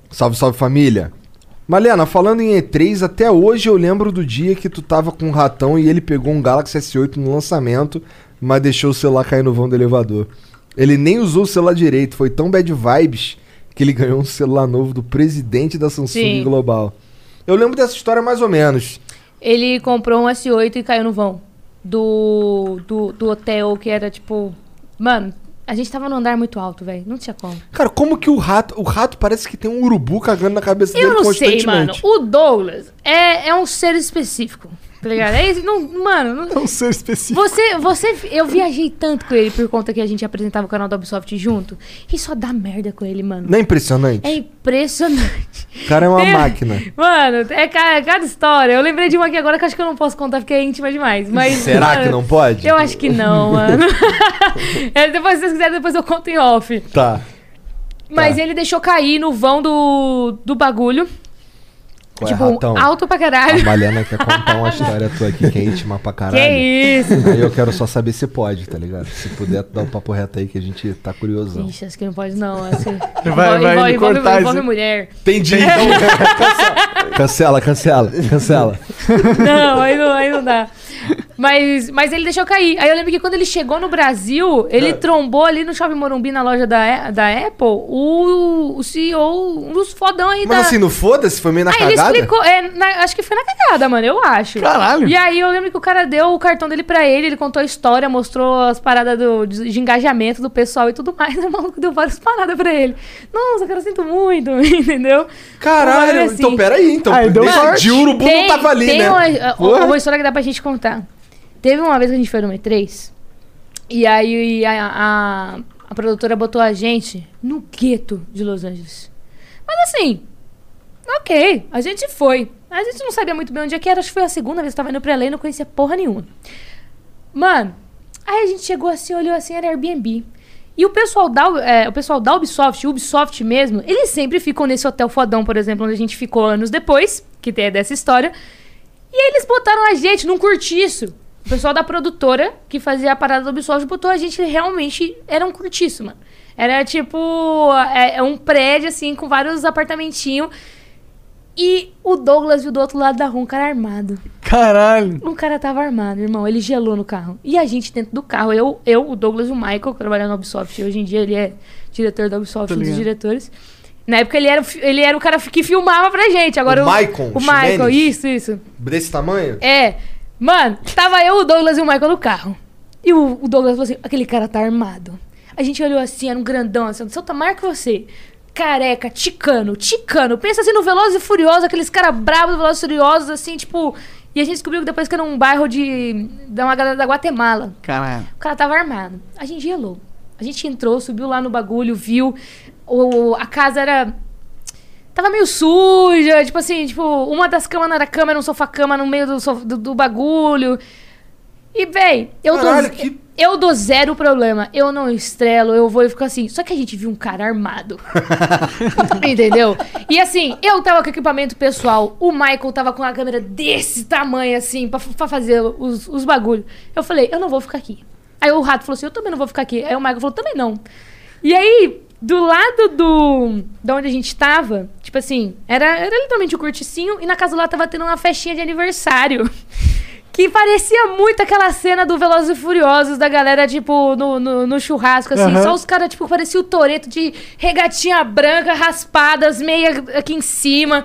S2: Salve, salve família. Malena, falando em E3, até hoje eu lembro do dia que tu tava com um ratão e ele pegou um Galaxy S8 no lançamento, mas deixou o celular cair no vão do elevador. Ele nem usou o celular direito, foi tão bad vibes que ele ganhou um celular novo do presidente da Samsung
S3: Sim.
S2: Global. Eu lembro dessa história mais ou menos.
S3: Ele comprou um S8 e caiu no vão do, do, do hotel que era tipo. Mano, a gente tava num andar muito alto, velho. Não tinha como.
S2: Cara, como que o rato. O rato parece que tem um urubu cagando na cabeça
S3: Eu
S2: dele
S3: não sei,
S2: constantemente.
S3: mano. O Douglas é, é um ser específico. Tá ligado? É isso. Não, mano, não-
S1: É um ser específico.
S3: Você, você, eu viajei tanto com ele por conta que a gente apresentava o canal da Ubisoft junto. E só dá merda com ele, mano.
S2: Não é impressionante?
S3: É impressionante.
S2: O cara é uma
S3: Tem-
S2: máquina.
S3: Mano, é ca- cada história. Eu lembrei de uma aqui agora que eu acho que eu não posso contar porque é íntima demais. Mas,
S2: Será
S3: mano,
S2: que não pode?
S3: Eu acho que não, mano. É, depois, se vocês quiserem, depois eu conto em off.
S2: Tá.
S3: Mas ele deixou cair no vão do, do bagulho.
S2: Qual
S3: tipo,
S2: é, ratão?
S3: alto pra
S2: A
S3: caralho.
S2: Malena quer contar uma história tua aqui que é íntima pra
S3: Que
S2: caralho.
S3: isso?
S2: Aí eu quero só saber se pode, tá ligado? Se puder, dá um papo reto aí que a gente tá curiosão.
S3: Ixi, acho que não pode não. Acho que...
S1: Vai- vai
S3: envolve, envolve,
S1: cortar
S3: envolve,
S1: isso.
S3: mulher.
S2: Entendi. cancela, cancela, cancela.
S3: Não, aí não, aí não dá. Mas, mas ele deixou cair. Aí eu lembro que quando ele chegou no Brasil, ele
S2: É.
S3: trombou ali no Shopping Morumbi, na loja da, A- da Apple, o, o CEO, um dos fodão aí da...
S2: Mas assim, no foda-se, foi meio na
S3: Aí ele
S2: cagada?
S3: explicou, é, na- acho que foi na cagada, mano, eu acho.
S1: Caralho.
S3: E aí eu lembro que o cara deu o cartão dele pra ele, ele contou a história, mostrou as paradas do, de, de engajamento do pessoal e tudo mais. O maluco deu várias paradas pra ele. Nossa, cara, eu sinto muito, entendeu?
S2: Caralho,
S3: Mas, assim,
S2: então peraí, então.
S1: Aí deu
S2: nesse
S1: sorte.
S2: dia o urubu não tava ali,
S3: tem
S2: né?
S3: Uma,
S2: Porra.
S3: uma, uma história que dá pra gente contar. Teve uma vez que a gente foi no E3, e aí a, a, a produtora botou a gente no gueto de Los Angeles. Mas assim, ok, a gente foi. A gente não sabia muito bem onde é que era, acho que foi a segunda vez que eu tava indo pra LA e não conhecia porra nenhuma. Mano, aí a gente chegou assim, olhou assim, era Airbnb. E o pessoal da, U- é, o pessoal da Ubisoft, Ubisoft mesmo, eles sempre ficam nesse hotel fodão, por exemplo, onde a gente ficou anos depois, que tem dessa história. E eles botaram a gente num curtiço. O pessoal da produtora, que fazia a parada do Ubisoft, botou a gente realmente. Era um curtiço, mano. Era tipo. É, é um prédio, assim, com vários apartamentinhos. E o Douglas viu do outro lado da rua um cara armado.
S1: Caralho.
S3: Um cara tava armado, irmão. Ele gelou no carro. E a gente dentro do carro. Eu, eu o Douglas e o Michael, que trabalham na Ubisoft. Hoje em dia ele é diretor da Ubisoft,
S1: Tô
S3: um dos
S1: ligado.
S3: diretores. Na época ele era, o fi- ele era o cara que filmava pra gente. Agora
S2: O Michael,
S3: O Michael,
S2: Ximenes?
S3: isso, isso.
S2: Desse tamanho?
S3: É. Mano, tava eu, o Douglas e o Michael no carro. E o, o Douglas falou assim: aquele cara tá armado. A gente olhou assim, era um grandão, assim, do seu tamanho que você. Careca, ticano, ticano. Pensa assim no Veloz e Furioso, aqueles caras bravos do Veloz e Furiosos, assim, tipo. E a gente descobriu que depois que era um bairro de. da uma galera da Guatemala.
S1: Caralho.
S3: O cara tava armado. A gente gelou. A gente entrou, subiu lá no bagulho, viu. O, a casa era. Tava meio suja, tipo assim, tipo, uma das camas não era cama, era um sofá-cama no meio do, sof- do- do bagulho. E, véi, eu
S2: Caralho,
S3: dou.
S2: que-
S3: Eu dou zero problema. Eu não estrelo, eu vou e fico assim. Só que a gente viu um cara armado. Entendeu? E assim, eu tava com equipamento pessoal, o Michael tava com uma câmera desse tamanho, assim, pra, pra fazer os, os bagulhos. Eu falei, eu não vou ficar aqui. Aí o rato falou assim, eu também não vou ficar aqui. Aí o Michael falou, também não. E aí, do lado do. da onde a gente tava, tipo assim, era, era literalmente o corticinho e na casa lá tava tendo uma festinha de aniversário. Que parecia muito aquela cena do Velozes e Furiosos, da galera, tipo, no, no, no churrasco, assim.
S11: Aham.
S3: Só os caras, tipo, parecia o Toreto de regatinha branca, raspadas, meia aqui em cima.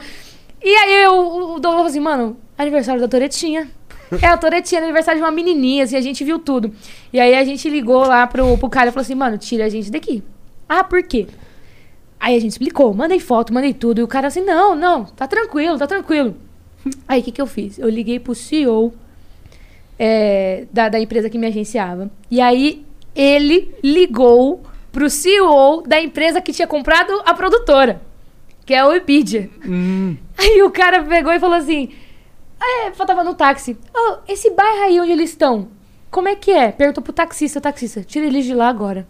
S3: E aí eu, o o Douglas falou assim, mano, aniversário da Toretinha. É, a Toretinha, aniversário de uma menininha, assim, a gente viu tudo. E aí a gente ligou lá pro, pro cara e falou assim, mano, tira a gente daqui. Ah, por quê? Aí a gente explicou, mandei foto, mandei tudo. E o cara assim, não, não, tá tranquilo, tá tranquilo. Aí o que, que eu fiz? Eu liguei pro CEO é, da, da empresa que me agenciava. E aí ele ligou pro CEO da empresa que tinha comprado a produtora, que é a Wikipedia. Aí o cara pegou e falou assim: É, faltava no táxi. "Ô, esse bairro aí onde eles estão, como é que é? Perguntou pro taxista, taxista, tira eles de lá agora.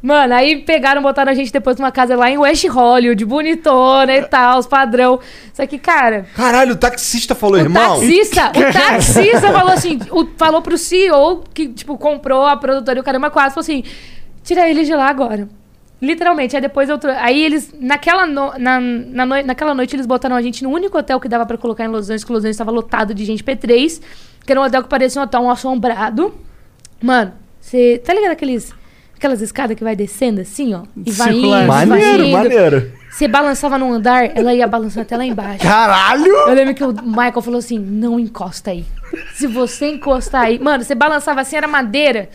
S3: Mano, aí pegaram, botaram a gente depois numa casa lá em West Hollywood, bonitona e tal, os padrão. Só que, cara,
S2: Caralho, o taxista falou, irmão.
S3: taxista, o taxista falou assim, o- falou pro CEO que, tipo, comprou a produtora e o caramba quase, falou assim, tira ele de lá agora. Literalmente, aí depois eu trou... Aí eles, naquela, no- na, na noi- naquela noite, eles botaram a gente no único hotel que dava pra colocar em Los Angeles, que Los Angeles tava lotado de gente P3, que era um hotel que parecia um hotel assombrado. Mano, você tá ligado aqueles... Aquelas escadas que vai descendo assim, ó. E vai indo, vai
S4: Maneiro,
S3: indo.
S4: maneiro.
S3: Você balançava num andar, ela ia balançando até lá embaixo.
S4: Caralho!
S3: Eu lembro que o Michael falou assim: não encosta aí. Se você encostar aí. Mano, você balançava assim, era madeira.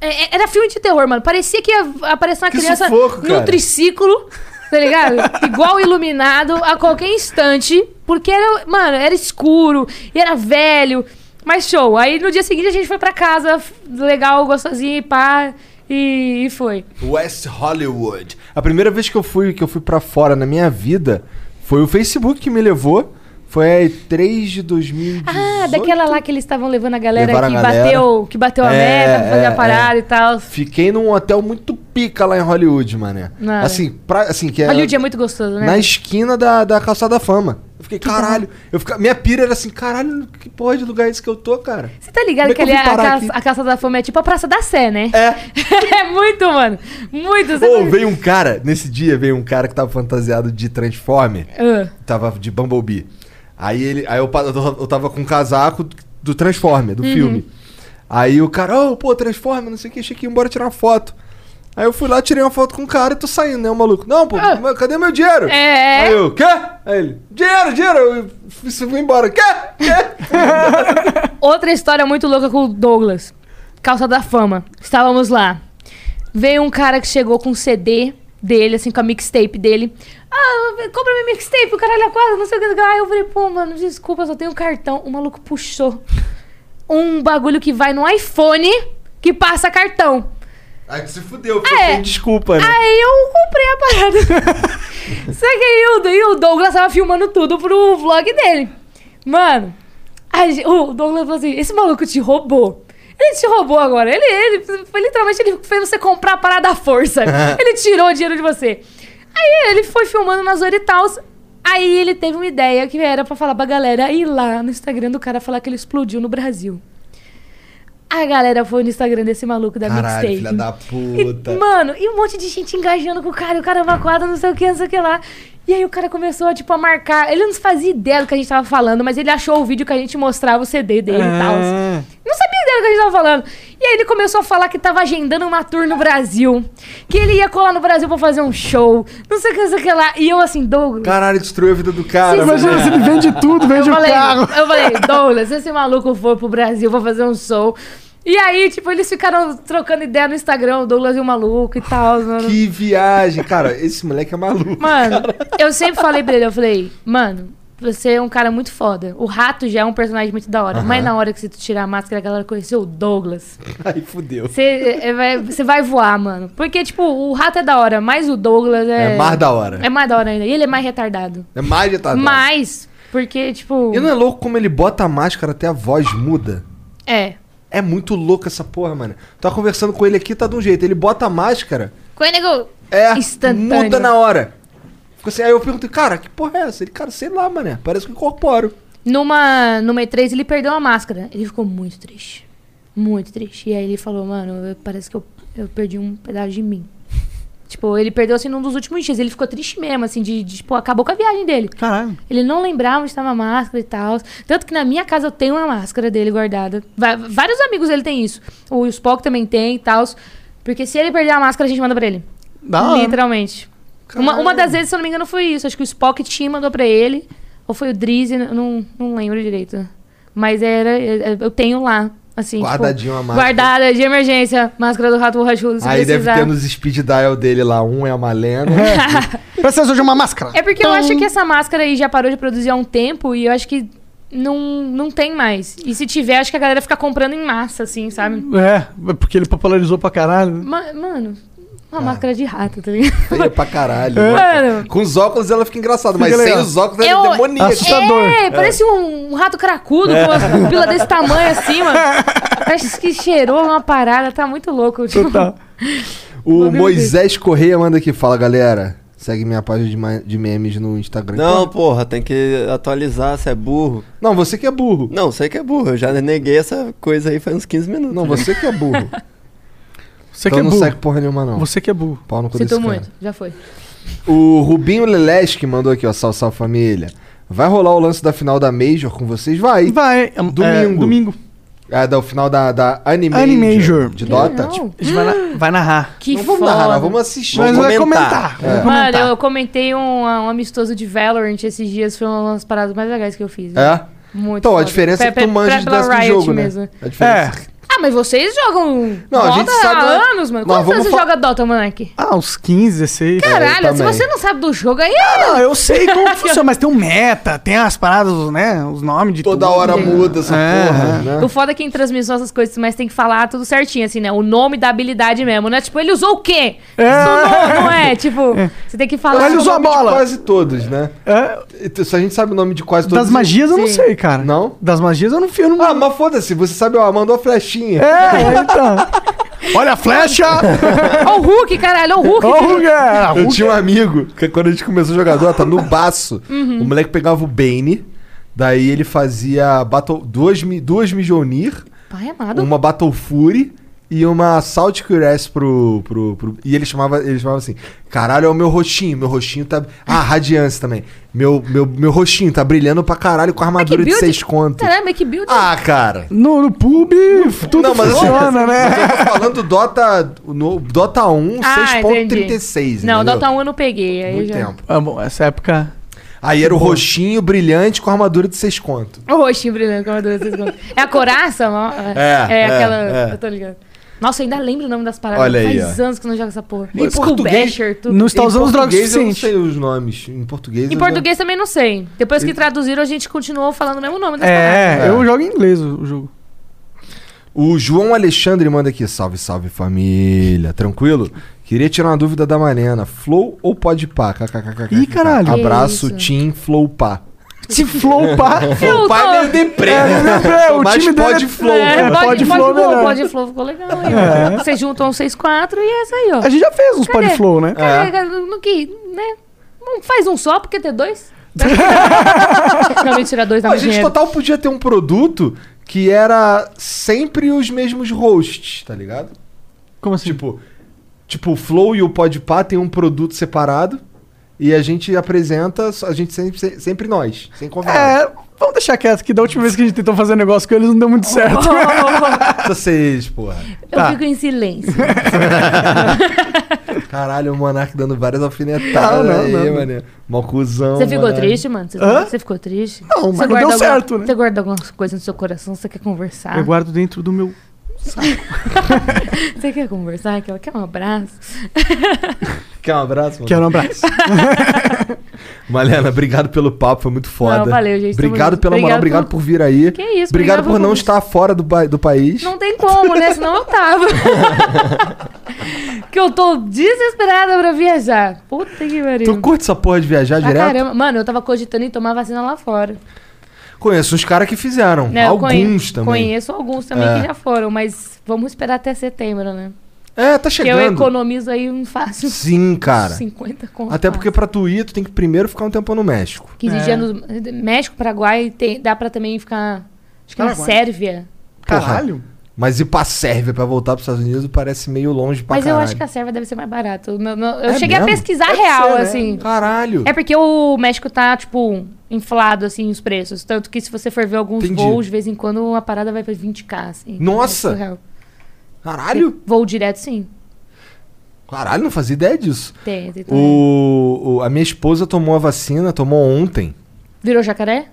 S3: É- é- Era filme de terror, mano. Parecia que ia aparecer uma
S11: Que
S3: criança
S11: sufoco, cara.
S3: num triciclo, tá ligado? Igual iluminado a qualquer instante. Porque era, mano, era escuro e era velho. Mas show. Aí no dia seguinte a gente foi pra casa, f- legal, gostosinho e pá. E, e foi.
S2: West Hollywood. A primeira vez que eu fui que eu fui para fora na minha vida foi o Facebook que me levou. Foi a 3 de 2000.
S3: Ah, daquela lá que eles estavam levando a galera
S2: Levaram
S3: que
S2: a galera.
S3: bateu, que bateu a
S2: É,
S3: meta, pra fazer
S2: é,
S3: a parada
S2: é.
S3: e tal.
S2: Fiquei num hotel muito pica lá em Hollywood, mané.
S3: Nada.
S2: Assim, pra, assim que é
S3: Hollywood é muito gostoso, né?
S2: na esquina da, da calçada da fama. Eu fiquei, caralho. Eu fica, minha pira era assim, caralho, que porra de lugar é esse que eu tô, cara?
S3: Você tá
S2: Como
S3: ligado
S2: é
S3: que
S2: que eu
S3: ali
S2: vim
S3: a,
S2: parar
S3: calça-
S2: aqui?
S3: a calçada da fama é tipo a Praça da Sé, né? É. é muito, mano. Muito. você
S2: Ou
S3: tá-
S2: veio um cara, nesse dia veio um cara que tava fantasiado de Transformer.
S3: Ah.
S2: Tava de Bumblebee. Aí ele. Aí eu, pa- eu tava com um casaco do Transformer, do
S12: Uhum.
S2: filme. Aí o cara, ô, pô, Transformer, não sei o que, achei que ia embora tirar uma foto. Aí eu fui lá, tirei uma foto com o cara e tô saindo, né, o maluco? Não, pô, mas cadê meu dinheiro?
S12: Ah. É.
S2: Aí eu, quê? Aí ele, dinheiro, dinheiro, eu fui- fui embora, quê?
S3: Outra história muito louca com o Douglas. Calça da Fama. Estávamos lá. Veio um cara que chegou com um CD dele, assim, com a mixtape dele. Ah, compra minha mixtape, o caralho é quase, não sei o que. não sei o que. Ah, eu falei, pô, mano, desculpa, eu só tenho um cartão. O maluco puxou um bagulho que vai no iPhone que passa cartão.
S2: Aí tu se fudeu,
S3: É. sem
S2: desculpa,
S1: né?
S3: Aí eu comprei a parada. Só que aí o, e o Douglas tava filmando tudo pro vlog dele. Mano, a gen- o Douglas falou assim: esse maluco te roubou. Ele te roubou agora. Ele, ele foi literalmente ele fez você comprar a parada à força. ele tirou o dinheiro de você. Aí ele foi filmando nas horas e tal. Aí ele teve uma ideia que era pra falar pra galera ir lá no Instagram do cara falar que ele explodiu no Brasil. A galera foi no Instagram desse maluco da
S2: Caralho,
S3: mixtape.
S2: filha da puta.
S3: Mano, e um monte de gente engajando com o cara, e o cara evacuado, não sei o que, não sei o que lá. E aí o cara começou, tipo, a marcar. Ele não fazia ideia do que a gente tava falando, mas ele achou o vídeo que a gente mostrava o CD dele
S2: Ah.
S3: e tal. Não sabia ideia do que a gente tava falando. E aí ele começou a falar que tava agendando uma tour no Brasil. Que ele ia colar no Brasil pra fazer um show. Não sei o que, não sei o que lá. E eu assim, Douglas.
S2: Caralho, destruiu a vida do cara.
S1: Imagina,
S2: mano.
S1: se ele vende tudo, vende
S3: eu
S4: um
S1: o
S3: falei,
S1: carro.
S3: Eu falei, Douglas, se esse maluco for pro Brasil, vou fazer um show. E aí, tipo, eles ficaram trocando ideia no Instagram, o Douglas e o maluco e tal. Mano.
S2: Que viagem. Cara, esse moleque é maluco.
S3: Mano, eu sempre falei pra ele, eu falei, mano, você é um cara muito foda. O rato já é um personagem muito da hora.
S4: Aham.
S3: Mas na hora que você tirar a máscara, a galera conheceu o Douglas.
S4: Aí fudeu.
S3: Você é, vai, você vai voar, mano. Porque, tipo, o rato é da hora, mas o Douglas é.
S4: É mais da hora. Ah, tá.
S3: É mais da hora ainda. E ele é mais retardado.
S2: É mais retardado.
S3: Mas, porque, tipo.
S2: E não é louco como ele bota a máscara até a voz muda?
S3: É.
S2: É muito louco essa porra, mano. Tá conversando com ele aqui, tá de um jeito. Ele bota a máscara,
S3: Quando eu-
S2: é,
S3: Instantâneo.
S2: muda na hora. Ficou assim, aí eu perguntei, cara, que porra é essa? Ele, cara, sei lá, mané. Parece que eu incorporo.
S3: Numa, numa E3, ele perdeu a máscara. Ele ficou muito triste. Muito triste. E aí ele falou, mano, eu- parece que eu, eu perdi um pedaço de mim. Tipo, ele perdeu assim num dos últimos dias. Ele ficou triste mesmo, assim, de, de, tipo, acabou com a viagem dele.
S1: Caralho.
S3: Ele não lembrava onde estava a máscara e tal. Tanto que na minha casa eu tenho uma máscara dele guardada. Va- vários amigos dele tem isso. O Spock também tem e tal. Porque se ele perder a máscara, a gente manda pra ele.
S1: Da hora.
S3: Literalmente. Uma, uma das vezes, se eu não me engano, foi isso. Acho que o Spock tinha mandou pra ele. Ou foi o Drizzy, eu não, não lembro direito. Mas era. é- é- Eu tenho lá. Assim,
S2: Guardadinho
S3: tipo,
S2: a máscara.
S3: Guardada de emergência. Máscara do rato borrachudo, se
S2: Aí
S3: precisar.
S2: deve ter nos speed dial dele lá. Um é a Malena.
S1: Precisa de uma máscara.
S3: É porque eu
S2: Então.
S3: acho que essa máscara aí já parou de produzir há um tempo e eu acho que não, não tem mais. E se tiver, acho que a galera fica comprando em massa, assim,
S2: Hum.
S3: sabe?
S1: É, porque ele popularizou pra caralho.
S3: Ma- mano, uma
S2: Ah.
S3: máscara de rato, tá ligado?
S2: Feia é pra caralho.
S3: Mano.
S2: Com os óculos ela fica engraçada, mas
S1: Fica
S2: sem
S1: legal.
S2: os óculos ela é
S3: Eu-
S2: demoníaca.
S1: Assustador.
S3: É, parece um, um rato cracudo
S2: É.
S3: com uma pupila desse tamanho assim, mano. Parece que cheirou uma parada, tá muito louco. tipo.
S1: Total.
S2: O
S3: Bagulho
S2: Moisés Correia manda aqui, fala galera. Segue minha página de, ma- de memes no Instagram.
S4: Não, porra, tem que atualizar se é burro.
S2: Não, você que é burro.
S4: Não, sei que é burro, eu já neguei essa coisa aí faz uns 15 minutos.
S2: Não,
S4: já.
S2: você que é burro.
S1: Você
S2: então
S1: que é
S2: não
S1: burro.
S2: segue porra nenhuma, não.
S1: Você que é burro.
S2: Pau no cu
S3: Sinto
S2: desse
S3: muito,
S2: cara.
S3: já foi.
S2: O Rubinho Leleski mandou aqui, ó. Sal, sal, família. Vai rolar o lance da final da Major com vocês? Vai.
S1: Vai. é,
S2: Domingo.
S1: domingo.
S2: É, da, o final da, da Anime
S1: Anime Major.
S2: De Dota. Tipo,
S3: Não,
S1: A gente vai, na- vai narrar.
S3: que
S2: não vamos
S3: foda.
S2: narrar, não, vamos assistir.
S1: Mas
S4: Vamos
S1: vai
S4: comentar.
S1: comentar.
S2: É.
S1: É. Vai
S3: Mano,
S1: comentar.
S3: eu comentei um, um amistoso de Valorant esses dias, foi uma das paradas mais legais que eu fiz.
S2: É?
S3: Muito
S2: Então, a
S3: foda.
S2: diferença é que
S3: Pra-
S2: tu
S3: pra-
S2: manja de
S3: pra
S2: dessa do
S3: Riot
S2: jogo, né?
S3: mesmo.
S2: A diferença.
S1: É.
S3: Ah, mas vocês jogam
S2: Não, a
S3: Dota
S2: gente sabe-
S3: há anos, mano.
S2: Nós
S3: Quantos anos
S2: vamos
S3: você
S2: fa- É,
S3: joga Dota, moleque?
S1: Ah, uns 15, 16.
S3: Caralho, se
S2: também.
S3: você não sabe do jogo aí...
S1: Não, eu sei como funciona, mas tem um meta, tem as paradas, né? Os nomes de
S2: Toda
S1: tudo.
S2: hora
S3: Uhum.
S2: muda essa
S1: É.
S2: porra, né?
S3: O foda é que em transmissão essas coisas, mas tem que falar tudo certinho, assim, né? O nome da habilidade mesmo, né? Tipo, ele usou o quê?
S2: É.
S3: Não, não é, tipo, você tem que falar.
S1: Ele
S2: O
S1: usou a
S2: nome de
S1: bola.
S2: quase todos, né?
S1: É,
S2: Então, Se a gente sabe o nome de quase todos.
S1: das magias eu não
S3: Sim.
S1: sei, cara.
S2: Não?
S1: Das magias eu não fio, eu não.
S2: Ah, mas foda-se, você sabe, ó, mandou a flechinha.
S1: É, então. Olha a flecha!
S3: Tipo, Ó o Hulk, caralho, ó o Hulk.
S1: Ô, é, Ruga!
S2: Eu tinha um amigo que quando a gente começou a jogar Dota, no baço,
S3: Uhum.
S2: o moleque pegava o Bane, daí ele fazia battle, duas, Mi- duas Mijonir,
S3: Pai amado.
S2: uma Battle Fury e uma Assault Curious pro, pro, pro- E ele chamava, ele chamava assim, caralho, é o meu roxinho, meu roxinho tá... Ah, Radiance também. Meu, meu, meu roxinho tá brilhando pra caralho com armadura de
S3: build?
S2: seis conto.
S3: Caralho, mas que build.
S2: Ah, cara...
S1: No, no pub, tudo
S2: Não, mas assim,
S1: funciona, né?
S2: Eu tô falando Dota, no, Dota 1,
S3: Ah,
S2: 6.36.
S3: não,
S2: entendeu?
S3: Dota 1 eu não peguei. Aí
S2: Muito
S3: já...
S2: tempo.
S1: Ah, bom, essa época.
S2: Aí era o roxinho brilhante com armadura de 6 conto.
S3: O roxinho brilhando, como eu adoro esses nomes. É a coraça? ó?
S2: É, é,
S3: aquela.
S2: é.
S3: Eu tô ligado. Nossa, eu ainda lembro o nome das paradas.
S2: Olha aí,
S3: Faz anos que eu não jogo essa porra.
S2: Em
S3: Skull
S2: português,
S3: Basher, tudo.
S1: Não está
S2: Em
S1: Tá usando os drogas
S2: português Eu não
S1: suficiente.
S2: sei os nomes. Em português.
S3: Em
S2: eu
S3: português também não sei. Depois que traduziram, a gente continuou falando o mesmo nome das paradas.
S1: É,
S2: É.
S1: eu jogo em inglês o o jogo.
S2: não- O João Alexandre manda aqui. Salve, salve família. Tranquilo? Queria tirar uma dúvida da Marena. Flow ou pode pá? KKKK.
S1: Ih, caralho.
S2: Abraço,
S3: Que isso.
S2: Team Flow pá.
S1: Se flow, pá.
S3: Eu
S2: Pai
S3: tô-
S2: meio deprê.
S1: É, o
S2: Mas
S1: time dele
S2: pode
S1: é-
S2: flow. né?
S3: É,
S1: É,
S3: pode,
S1: pode
S3: pode,
S1: flow
S3: flow,
S1: melhor.
S3: pode flow, ficou legal. Aí, ó. Vocês juntam 6-4 e é isso aí, ó.
S1: A gente já fez uns
S3: Cadê?
S1: pod flow, né?
S3: Cara, no que, né? Não faz um só, porque ter dois? Não, mentira, dois dá
S2: A
S3: muito
S2: gente
S3: dinheiro.
S2: total podia ter um produto que era sempre os mesmos hosts, tá ligado?
S1: Como assim?
S2: Tipo, tipo o Flow e o Podpah tem um produto separado e a gente apresenta, a gente sempre, se- sempre nós, sem convidado.
S1: É, vamos deixar quieto, que da última vez que a gente tentou fazer negócio com eles não deu muito certo.
S2: Vocês, porra.
S1: tá-
S3: Eu fico em silêncio.
S2: Caralho, o Monark dando várias alfinetadas
S1: Não, não,
S2: aí,
S1: não.
S2: mané. Mó cuzão,
S3: Você ficou
S2: Monark.
S3: triste, mano? Você,
S1: Hã?
S3: você ficou triste?
S1: Não, mas
S3: Você
S1: não
S3: guarda
S1: deu
S3: alguma-
S1: certo, né?
S3: Você guarda alguma coisa no seu coração? Você quer conversar?
S1: Eu guardo dentro do meu.
S3: Você quer conversar? Aquela quer um abraço?
S2: Quer um abraço, mano?
S1: Quero um abraço.
S2: Malena, obrigado pelo papo, foi muito foda.
S3: valeu, gente, tamo
S2: Obrigado
S3: junto.
S2: pela moral,
S3: Obrigado
S2: obrigado por vir aí.
S3: Que
S2: Obrigado
S3: isso, obrigado
S2: por
S3: por
S2: não
S3: convite.
S2: estar fora do, ba- do país.
S3: Não tem como, né? Senão eu tava. que eu tô desesperada pra viajar. Puta que pariu.
S2: Tu curte essa porra de viajar
S3: Pra
S2: direto?
S3: caramba. Mano, eu tava cogitando em tomar vacina lá fora.
S2: Conheço uns caras que fizeram.
S3: Né, eu
S2: alguns
S3: conhe-
S2: também.
S3: Conheço alguns também
S2: É.
S3: que já foram, mas vamos esperar até setembro, né?
S2: É, tá
S3: Que eu
S2: chegando.
S3: economizo aí um fácil.
S2: Sim, cara.
S3: 50 conto.
S2: Até porque pra tu ir, tu tem que primeiro ficar um tempão no México.
S3: 15 dias no México, Paraguai, tem- dá pra também ficar. Acho que na
S1: Paraguai.
S3: Sérvia.
S2: Porra, Mas ir pra Sérvia pra voltar pros Estados Unidos parece meio longe pra
S3: Mas
S2: caralho.
S3: eu acho que a Sérvia deve ser mais barato. Não- não- eu
S2: É
S3: cheguei a
S2: mesmo?
S3: pesquisar
S2: Deve
S3: real,
S2: ser, né?
S3: assim.
S2: Caralho.
S3: É porque o México tá, tipo, inflado, assim, os preços. Tanto que se você for ver alguns
S2: Entendi.
S3: voos, de vez em quando a parada vai pra 20k, assim.
S2: Nossa!
S3: É surreal.
S2: Caralho.
S3: Voo direto, sim.
S2: Caralho, não fazia ideia disso.
S3: Tem, tem também.
S2: O, o- a minha esposa tomou a vacina, tomou ontem.
S3: Virou jacaré?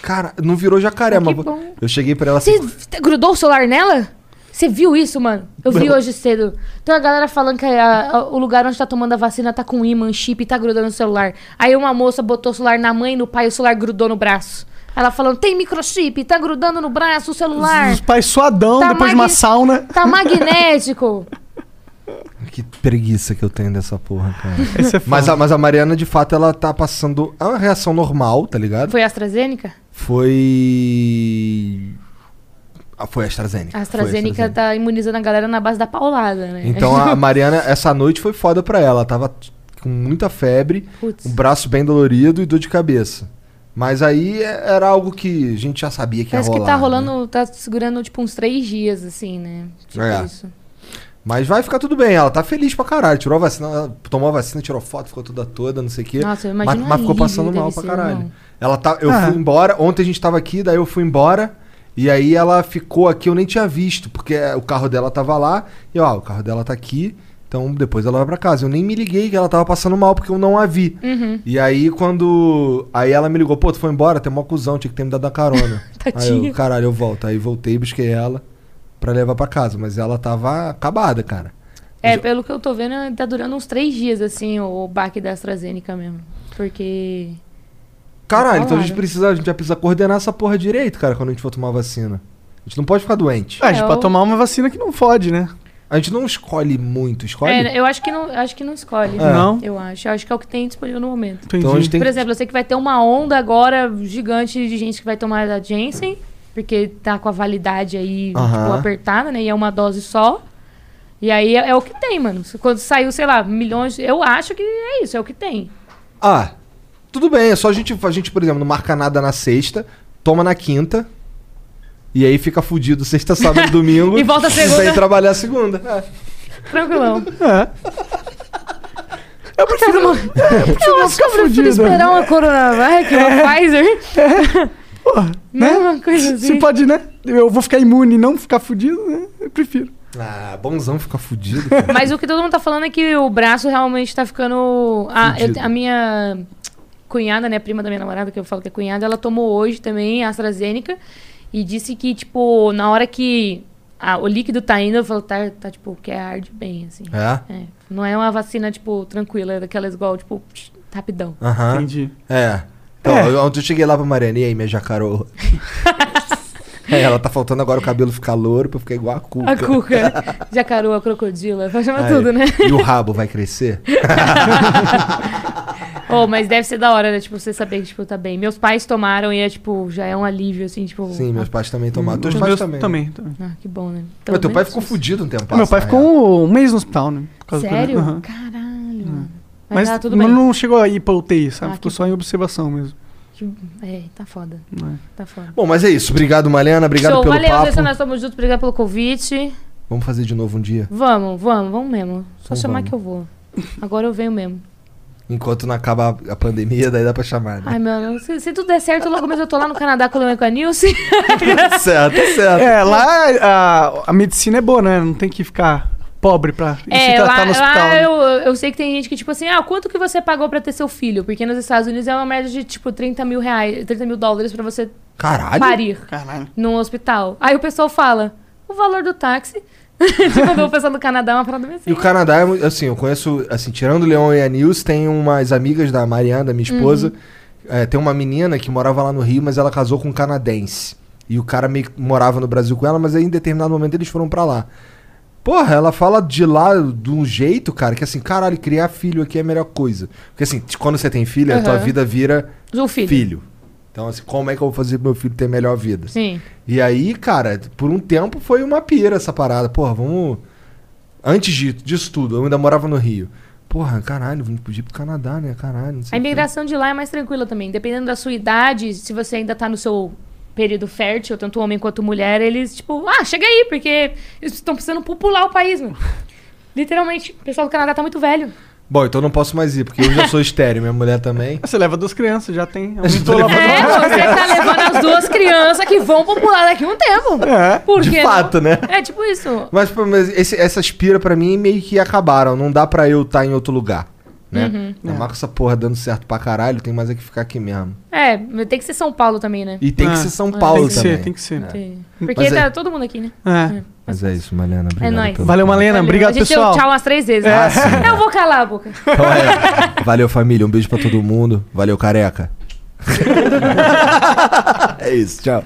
S2: Cara, não virou jacaré,
S3: Que
S2: mas
S3: bom.
S2: eu cheguei pra ela assim.
S3: Você f- grudou o celular nela? Você viu isso, mano? Eu vi
S2: Não.
S3: hoje cedo. Tem uma galera falando que a- a- o lugar onde tá tomando a vacina tá com imã, chip e tá grudando no celular. Aí uma moça botou o celular na mãe e no pai, o celular grudou no braço. Ela falando, tem microchip, tá grudando no braço o celular.
S1: Os pais suadão
S3: Tá
S1: depois de uma
S3: magni-
S1: sauna.
S3: Tá magnético.
S2: Que preguiça que eu tenho dessa porra, cara.
S1: Esse é foda.
S2: mas, a, mas a Mariana, de fato, ela tá passando. É uma reação normal, tá ligado?
S3: Foi AstraZeneca?
S2: Foi. Ah, foi a AstraZeneca.
S3: A
S2: Foi a
S3: AstraZeneca tá imunizando a galera na base da paulada, né?
S2: Então a Mariana, essa noite foi foda pra ela. Ela Tava t- com muita febre,
S3: tipo, Putz.
S2: um braço bem dolorido e dor de cabeça. Mas aí é- era algo que a gente já sabia que ia
S3: Parece
S2: rolar.
S3: que tá
S2: né?
S3: rolando, tá segurando tipo uns três dias, assim, né? Tipo
S2: É.
S3: isso.
S2: Mas vai ficar tudo bem. Ela tá feliz pra caralho. Tirou a vacina, ela tomou a vacina, tirou foto, ficou toda toda, não sei o quê.
S3: Nossa, eu
S2: mas,
S3: imagino um
S2: mas ficou
S3: alívio,
S2: passando
S3: deve
S2: mal pra
S3: ser, um-
S2: caralho.
S3: não.
S2: Ela tá, eu
S1: Ah.
S2: fui embora, ontem a gente tava aqui, daí eu fui embora. E aí ela ficou aqui, eu nem tinha visto, porque é, o carro dela tava lá. E ó, o carro dela tá aqui. Então depois ela vai pra casa. Eu nem me liguei que ela tava passando mal, porque eu não a vi.
S3: Uhum.
S2: E aí quando. Aí ela me ligou, pô, tu foi embora, tem mó cuzão, tinha que ter me dado a carona. aí eu,
S3: Tadinha.
S2: caralho, eu volto. Aí voltei, busquei ela pra levar pra casa. Mas ela tava acabada, cara.
S3: É, pelo que eu tô vendo, tá durando uns três dias, assim, o baque da AstraZeneca mesmo. Porque.
S2: Caralho,
S3: Tá
S2: então a
S3: lá,
S2: gente
S3: né?
S2: precisa, a gente vai precisar coordenar essa porra direito, cara, quando a gente for tomar vacina. A gente não pode ficar doente.
S1: Ah, a gente
S3: É,
S1: pode
S3: o-
S1: tomar uma vacina que não fode, né?
S2: A gente não escolhe muito, escolhe.
S3: É, eu acho que não, acho que não escolhe.
S2: É.
S1: Não?
S3: Eu acho. Eu acho que é o que tem disponível no momento.
S1: Entendi.
S2: então a gente tem
S3: Por
S2: que-
S3: exemplo, eu sei que vai ter uma onda agora gigante de gente que vai tomar a Janssen, porque tá com a validade aí
S2: Aham.
S3: tipo, apertada, né? E é uma dose só. E aí é, é o que tem, mano. Quando saiu, sei lá, milhões. de- Eu acho que é isso, é o que tem.
S2: Ah, tudo bem, é só a gente, a gente, por exemplo, não marca nada na sexta, toma na quinta. E aí fica fudido sexta, sábado e domingo.
S3: E volta segunda.
S2: Vem trabalhar segunda. É.
S3: Tranquilão.
S1: Eu prefiro uma.
S3: Eu acho que eu prefiro
S1: fudido.
S3: esperar uma Coronavac, uma Pfizer.
S1: Porra,
S3: Não,
S1: né?
S3: uma coisa assim.
S1: Se pode, né? Eu vou ficar imune e não ficar fudido, né? Eu prefiro.
S2: Ah, bonzão ficar fudido. cara.
S3: Mas o que todo mundo tá falando é que o braço realmente tá ficando. A, eu-
S2: Fudido.
S3: a minha cunhada, né, prima da minha namorada, que eu falo que é cunhada, ela tomou hoje também a AstraZeneca e disse que, tipo, na hora que a- o líquido tá indo, eu falo, tá, tá tipo, que arde bem, assim.
S2: É?
S3: É. Não é uma vacina, tipo, tranquila, é daquelas igual, tipo, psh, rapidão.
S2: Aham.
S1: Entendi.
S2: É. Então,
S1: É.
S2: eu- ontem eu cheguei lá pra Mariana, e aí, minha jacaroa? é, ela tá faltando agora o cabelo ficar louro pra eu ficar igual a cuca.
S3: A cuca, jacaroa, crocodila, vai chamar
S2: Aí,
S3: tudo, né?
S2: E o rabo vai crescer?
S3: Oh, mas deve ser da hora, né? Tipo, você saber que, tipo, tá bem. Meus pais tomaram e é, tipo, já é um alívio, assim, tipo.
S2: Sim, meus pais também tomaram. Teus
S1: Os
S2: pais
S1: meus
S2: também. né?
S1: Uhum. Também. também.
S3: Ah, que bom, né? Pelo
S2: Mas teu pai
S3: menos
S2: ficou
S3: isso.
S2: fudido um tempo
S1: Meu pai
S2: na
S1: ficou
S2: real.
S1: um mês no hospital, né? Por causa do
S3: Sério?
S1: corona. Aham.
S3: Caralho.
S1: Mas,
S3: Mas, tá tudo
S1: mas
S3: bem.
S1: não chegou a ir pra UTI, sabe?
S3: Ah,
S1: Ficou
S3: que-
S1: só em observação mesmo.
S3: É, tá foda.
S1: né?
S3: Tá foda.
S2: Bom, mas é isso. Obrigado, Malena. Obrigado
S3: Show,
S2: pelo
S3: valeu,
S2: papo.
S3: Anderson, nós estamos juntos. Obrigado pelo convite.
S2: Vamos fazer de novo um dia.
S3: Vamos, vamos, vamos mesmo. Só
S2: Então
S3: chamar
S2: vamos.
S3: que eu vou. Agora eu venho mesmo.
S2: Enquanto não acaba a pandemia, daí dá pra chamar. Né?
S3: Ai, mano, se, se tudo der certo, logo mesmo eu tô lá no Canadá com o Leon e com a Nilce.
S2: Tá certo, certo.
S1: É, lá a, a medicina é boa, né? Não tem que ficar pobre pra ir se
S3: É,
S1: tratar
S3: lá,
S1: no hospital.
S3: lá
S1: né?
S3: eu, eu sei que tem gente que, tipo assim, ah, quanto que você pagou pra ter seu filho? Porque nos Estados Unidos é uma média de, tipo, 30 mil reais, 30 mil dólares pra você
S2: Caralho.
S3: parir
S1: Caralho.
S3: num hospital. Aí o pessoal fala, o valor do táxi. tipo, o pessoal do Canadá é uma parada assim.
S2: E o Canadá, é mu- assim, eu conheço, assim, tirando o Leon e a Nils, tem umas amigas da Mariana, da minha esposa.
S3: Uhum.
S2: É, tem uma menina que morava lá no Rio, mas ela casou com um canadense. E o cara meio que morava no Brasil com ela, mas aí em determinado momento eles foram pra lá. Porra, ela fala de lá de um jeito, cara, que assim, caralho, criar filho aqui é a melhor coisa. Porque assim, quando você tem filho, a tua
S3: Aham.
S2: vida vira
S3: O filho.
S2: Então, assim, como é que eu vou fazer pro meu filho ter melhor vida?
S3: Sim.
S2: E aí, cara, por um tempo foi uma pira essa parada. Porra, vamos. Antes de- disso tudo, eu ainda morava no Rio. Porra, caralho, vamos pedir pro Canadá, né? Caralho, não
S3: A
S2: sei. o quê.
S3: imigração de lá é mais tranquila também. Dependendo da sua idade, se você ainda tá no seu período fértil, tanto homem quanto mulher, eles, tipo, ah, chega aí, porque eles estão precisando popular o país, mano. Literalmente, o pessoal do Canadá tá muito velho.
S2: Bom, então eu não posso mais ir, porque eu já sou estéreo, minha mulher também.
S1: Você leva duas crianças, já tem.
S2: Tô
S1: Aumentou lá pra-
S3: É, você tá levando as duas crianças que vão popular daqui a um tempo.
S1: É,
S3: Por
S2: de
S3: quê?
S2: fato, né?
S3: É tipo isso.
S2: Mas, pô, mas esse- essas piras pra mim meio que acabaram. Não dá pra eu estar em outro lugar. Né?
S3: Uhum.
S1: É.
S2: Não marca essa porra dando certo pra caralho, tem mais é que ficar aqui mesmo.
S3: É, tem que ser São Paulo também, né?
S2: E tem
S1: Ah,
S2: que ser São
S1: tem
S2: Paulo
S1: que ser,
S2: também.
S1: tem que ser.
S3: Tem. Porque
S2: Mas
S3: tá
S2: é-
S3: todo mundo aqui, né?
S1: É.
S2: Mas é isso, Malena. Obrigado
S3: nóis.
S2: pelo-
S1: Valeu, Malena.
S3: Valeu.
S1: Obrigado,
S3: a gente
S1: pessoal.
S3: deu tchau umas três vezes.
S2: Ah,
S3: né?
S2: sim.
S3: Eu vou calar a boca.
S2: Então é. Valeu, família. Um beijo pra todo mundo. Valeu, careca. é isso, tchau.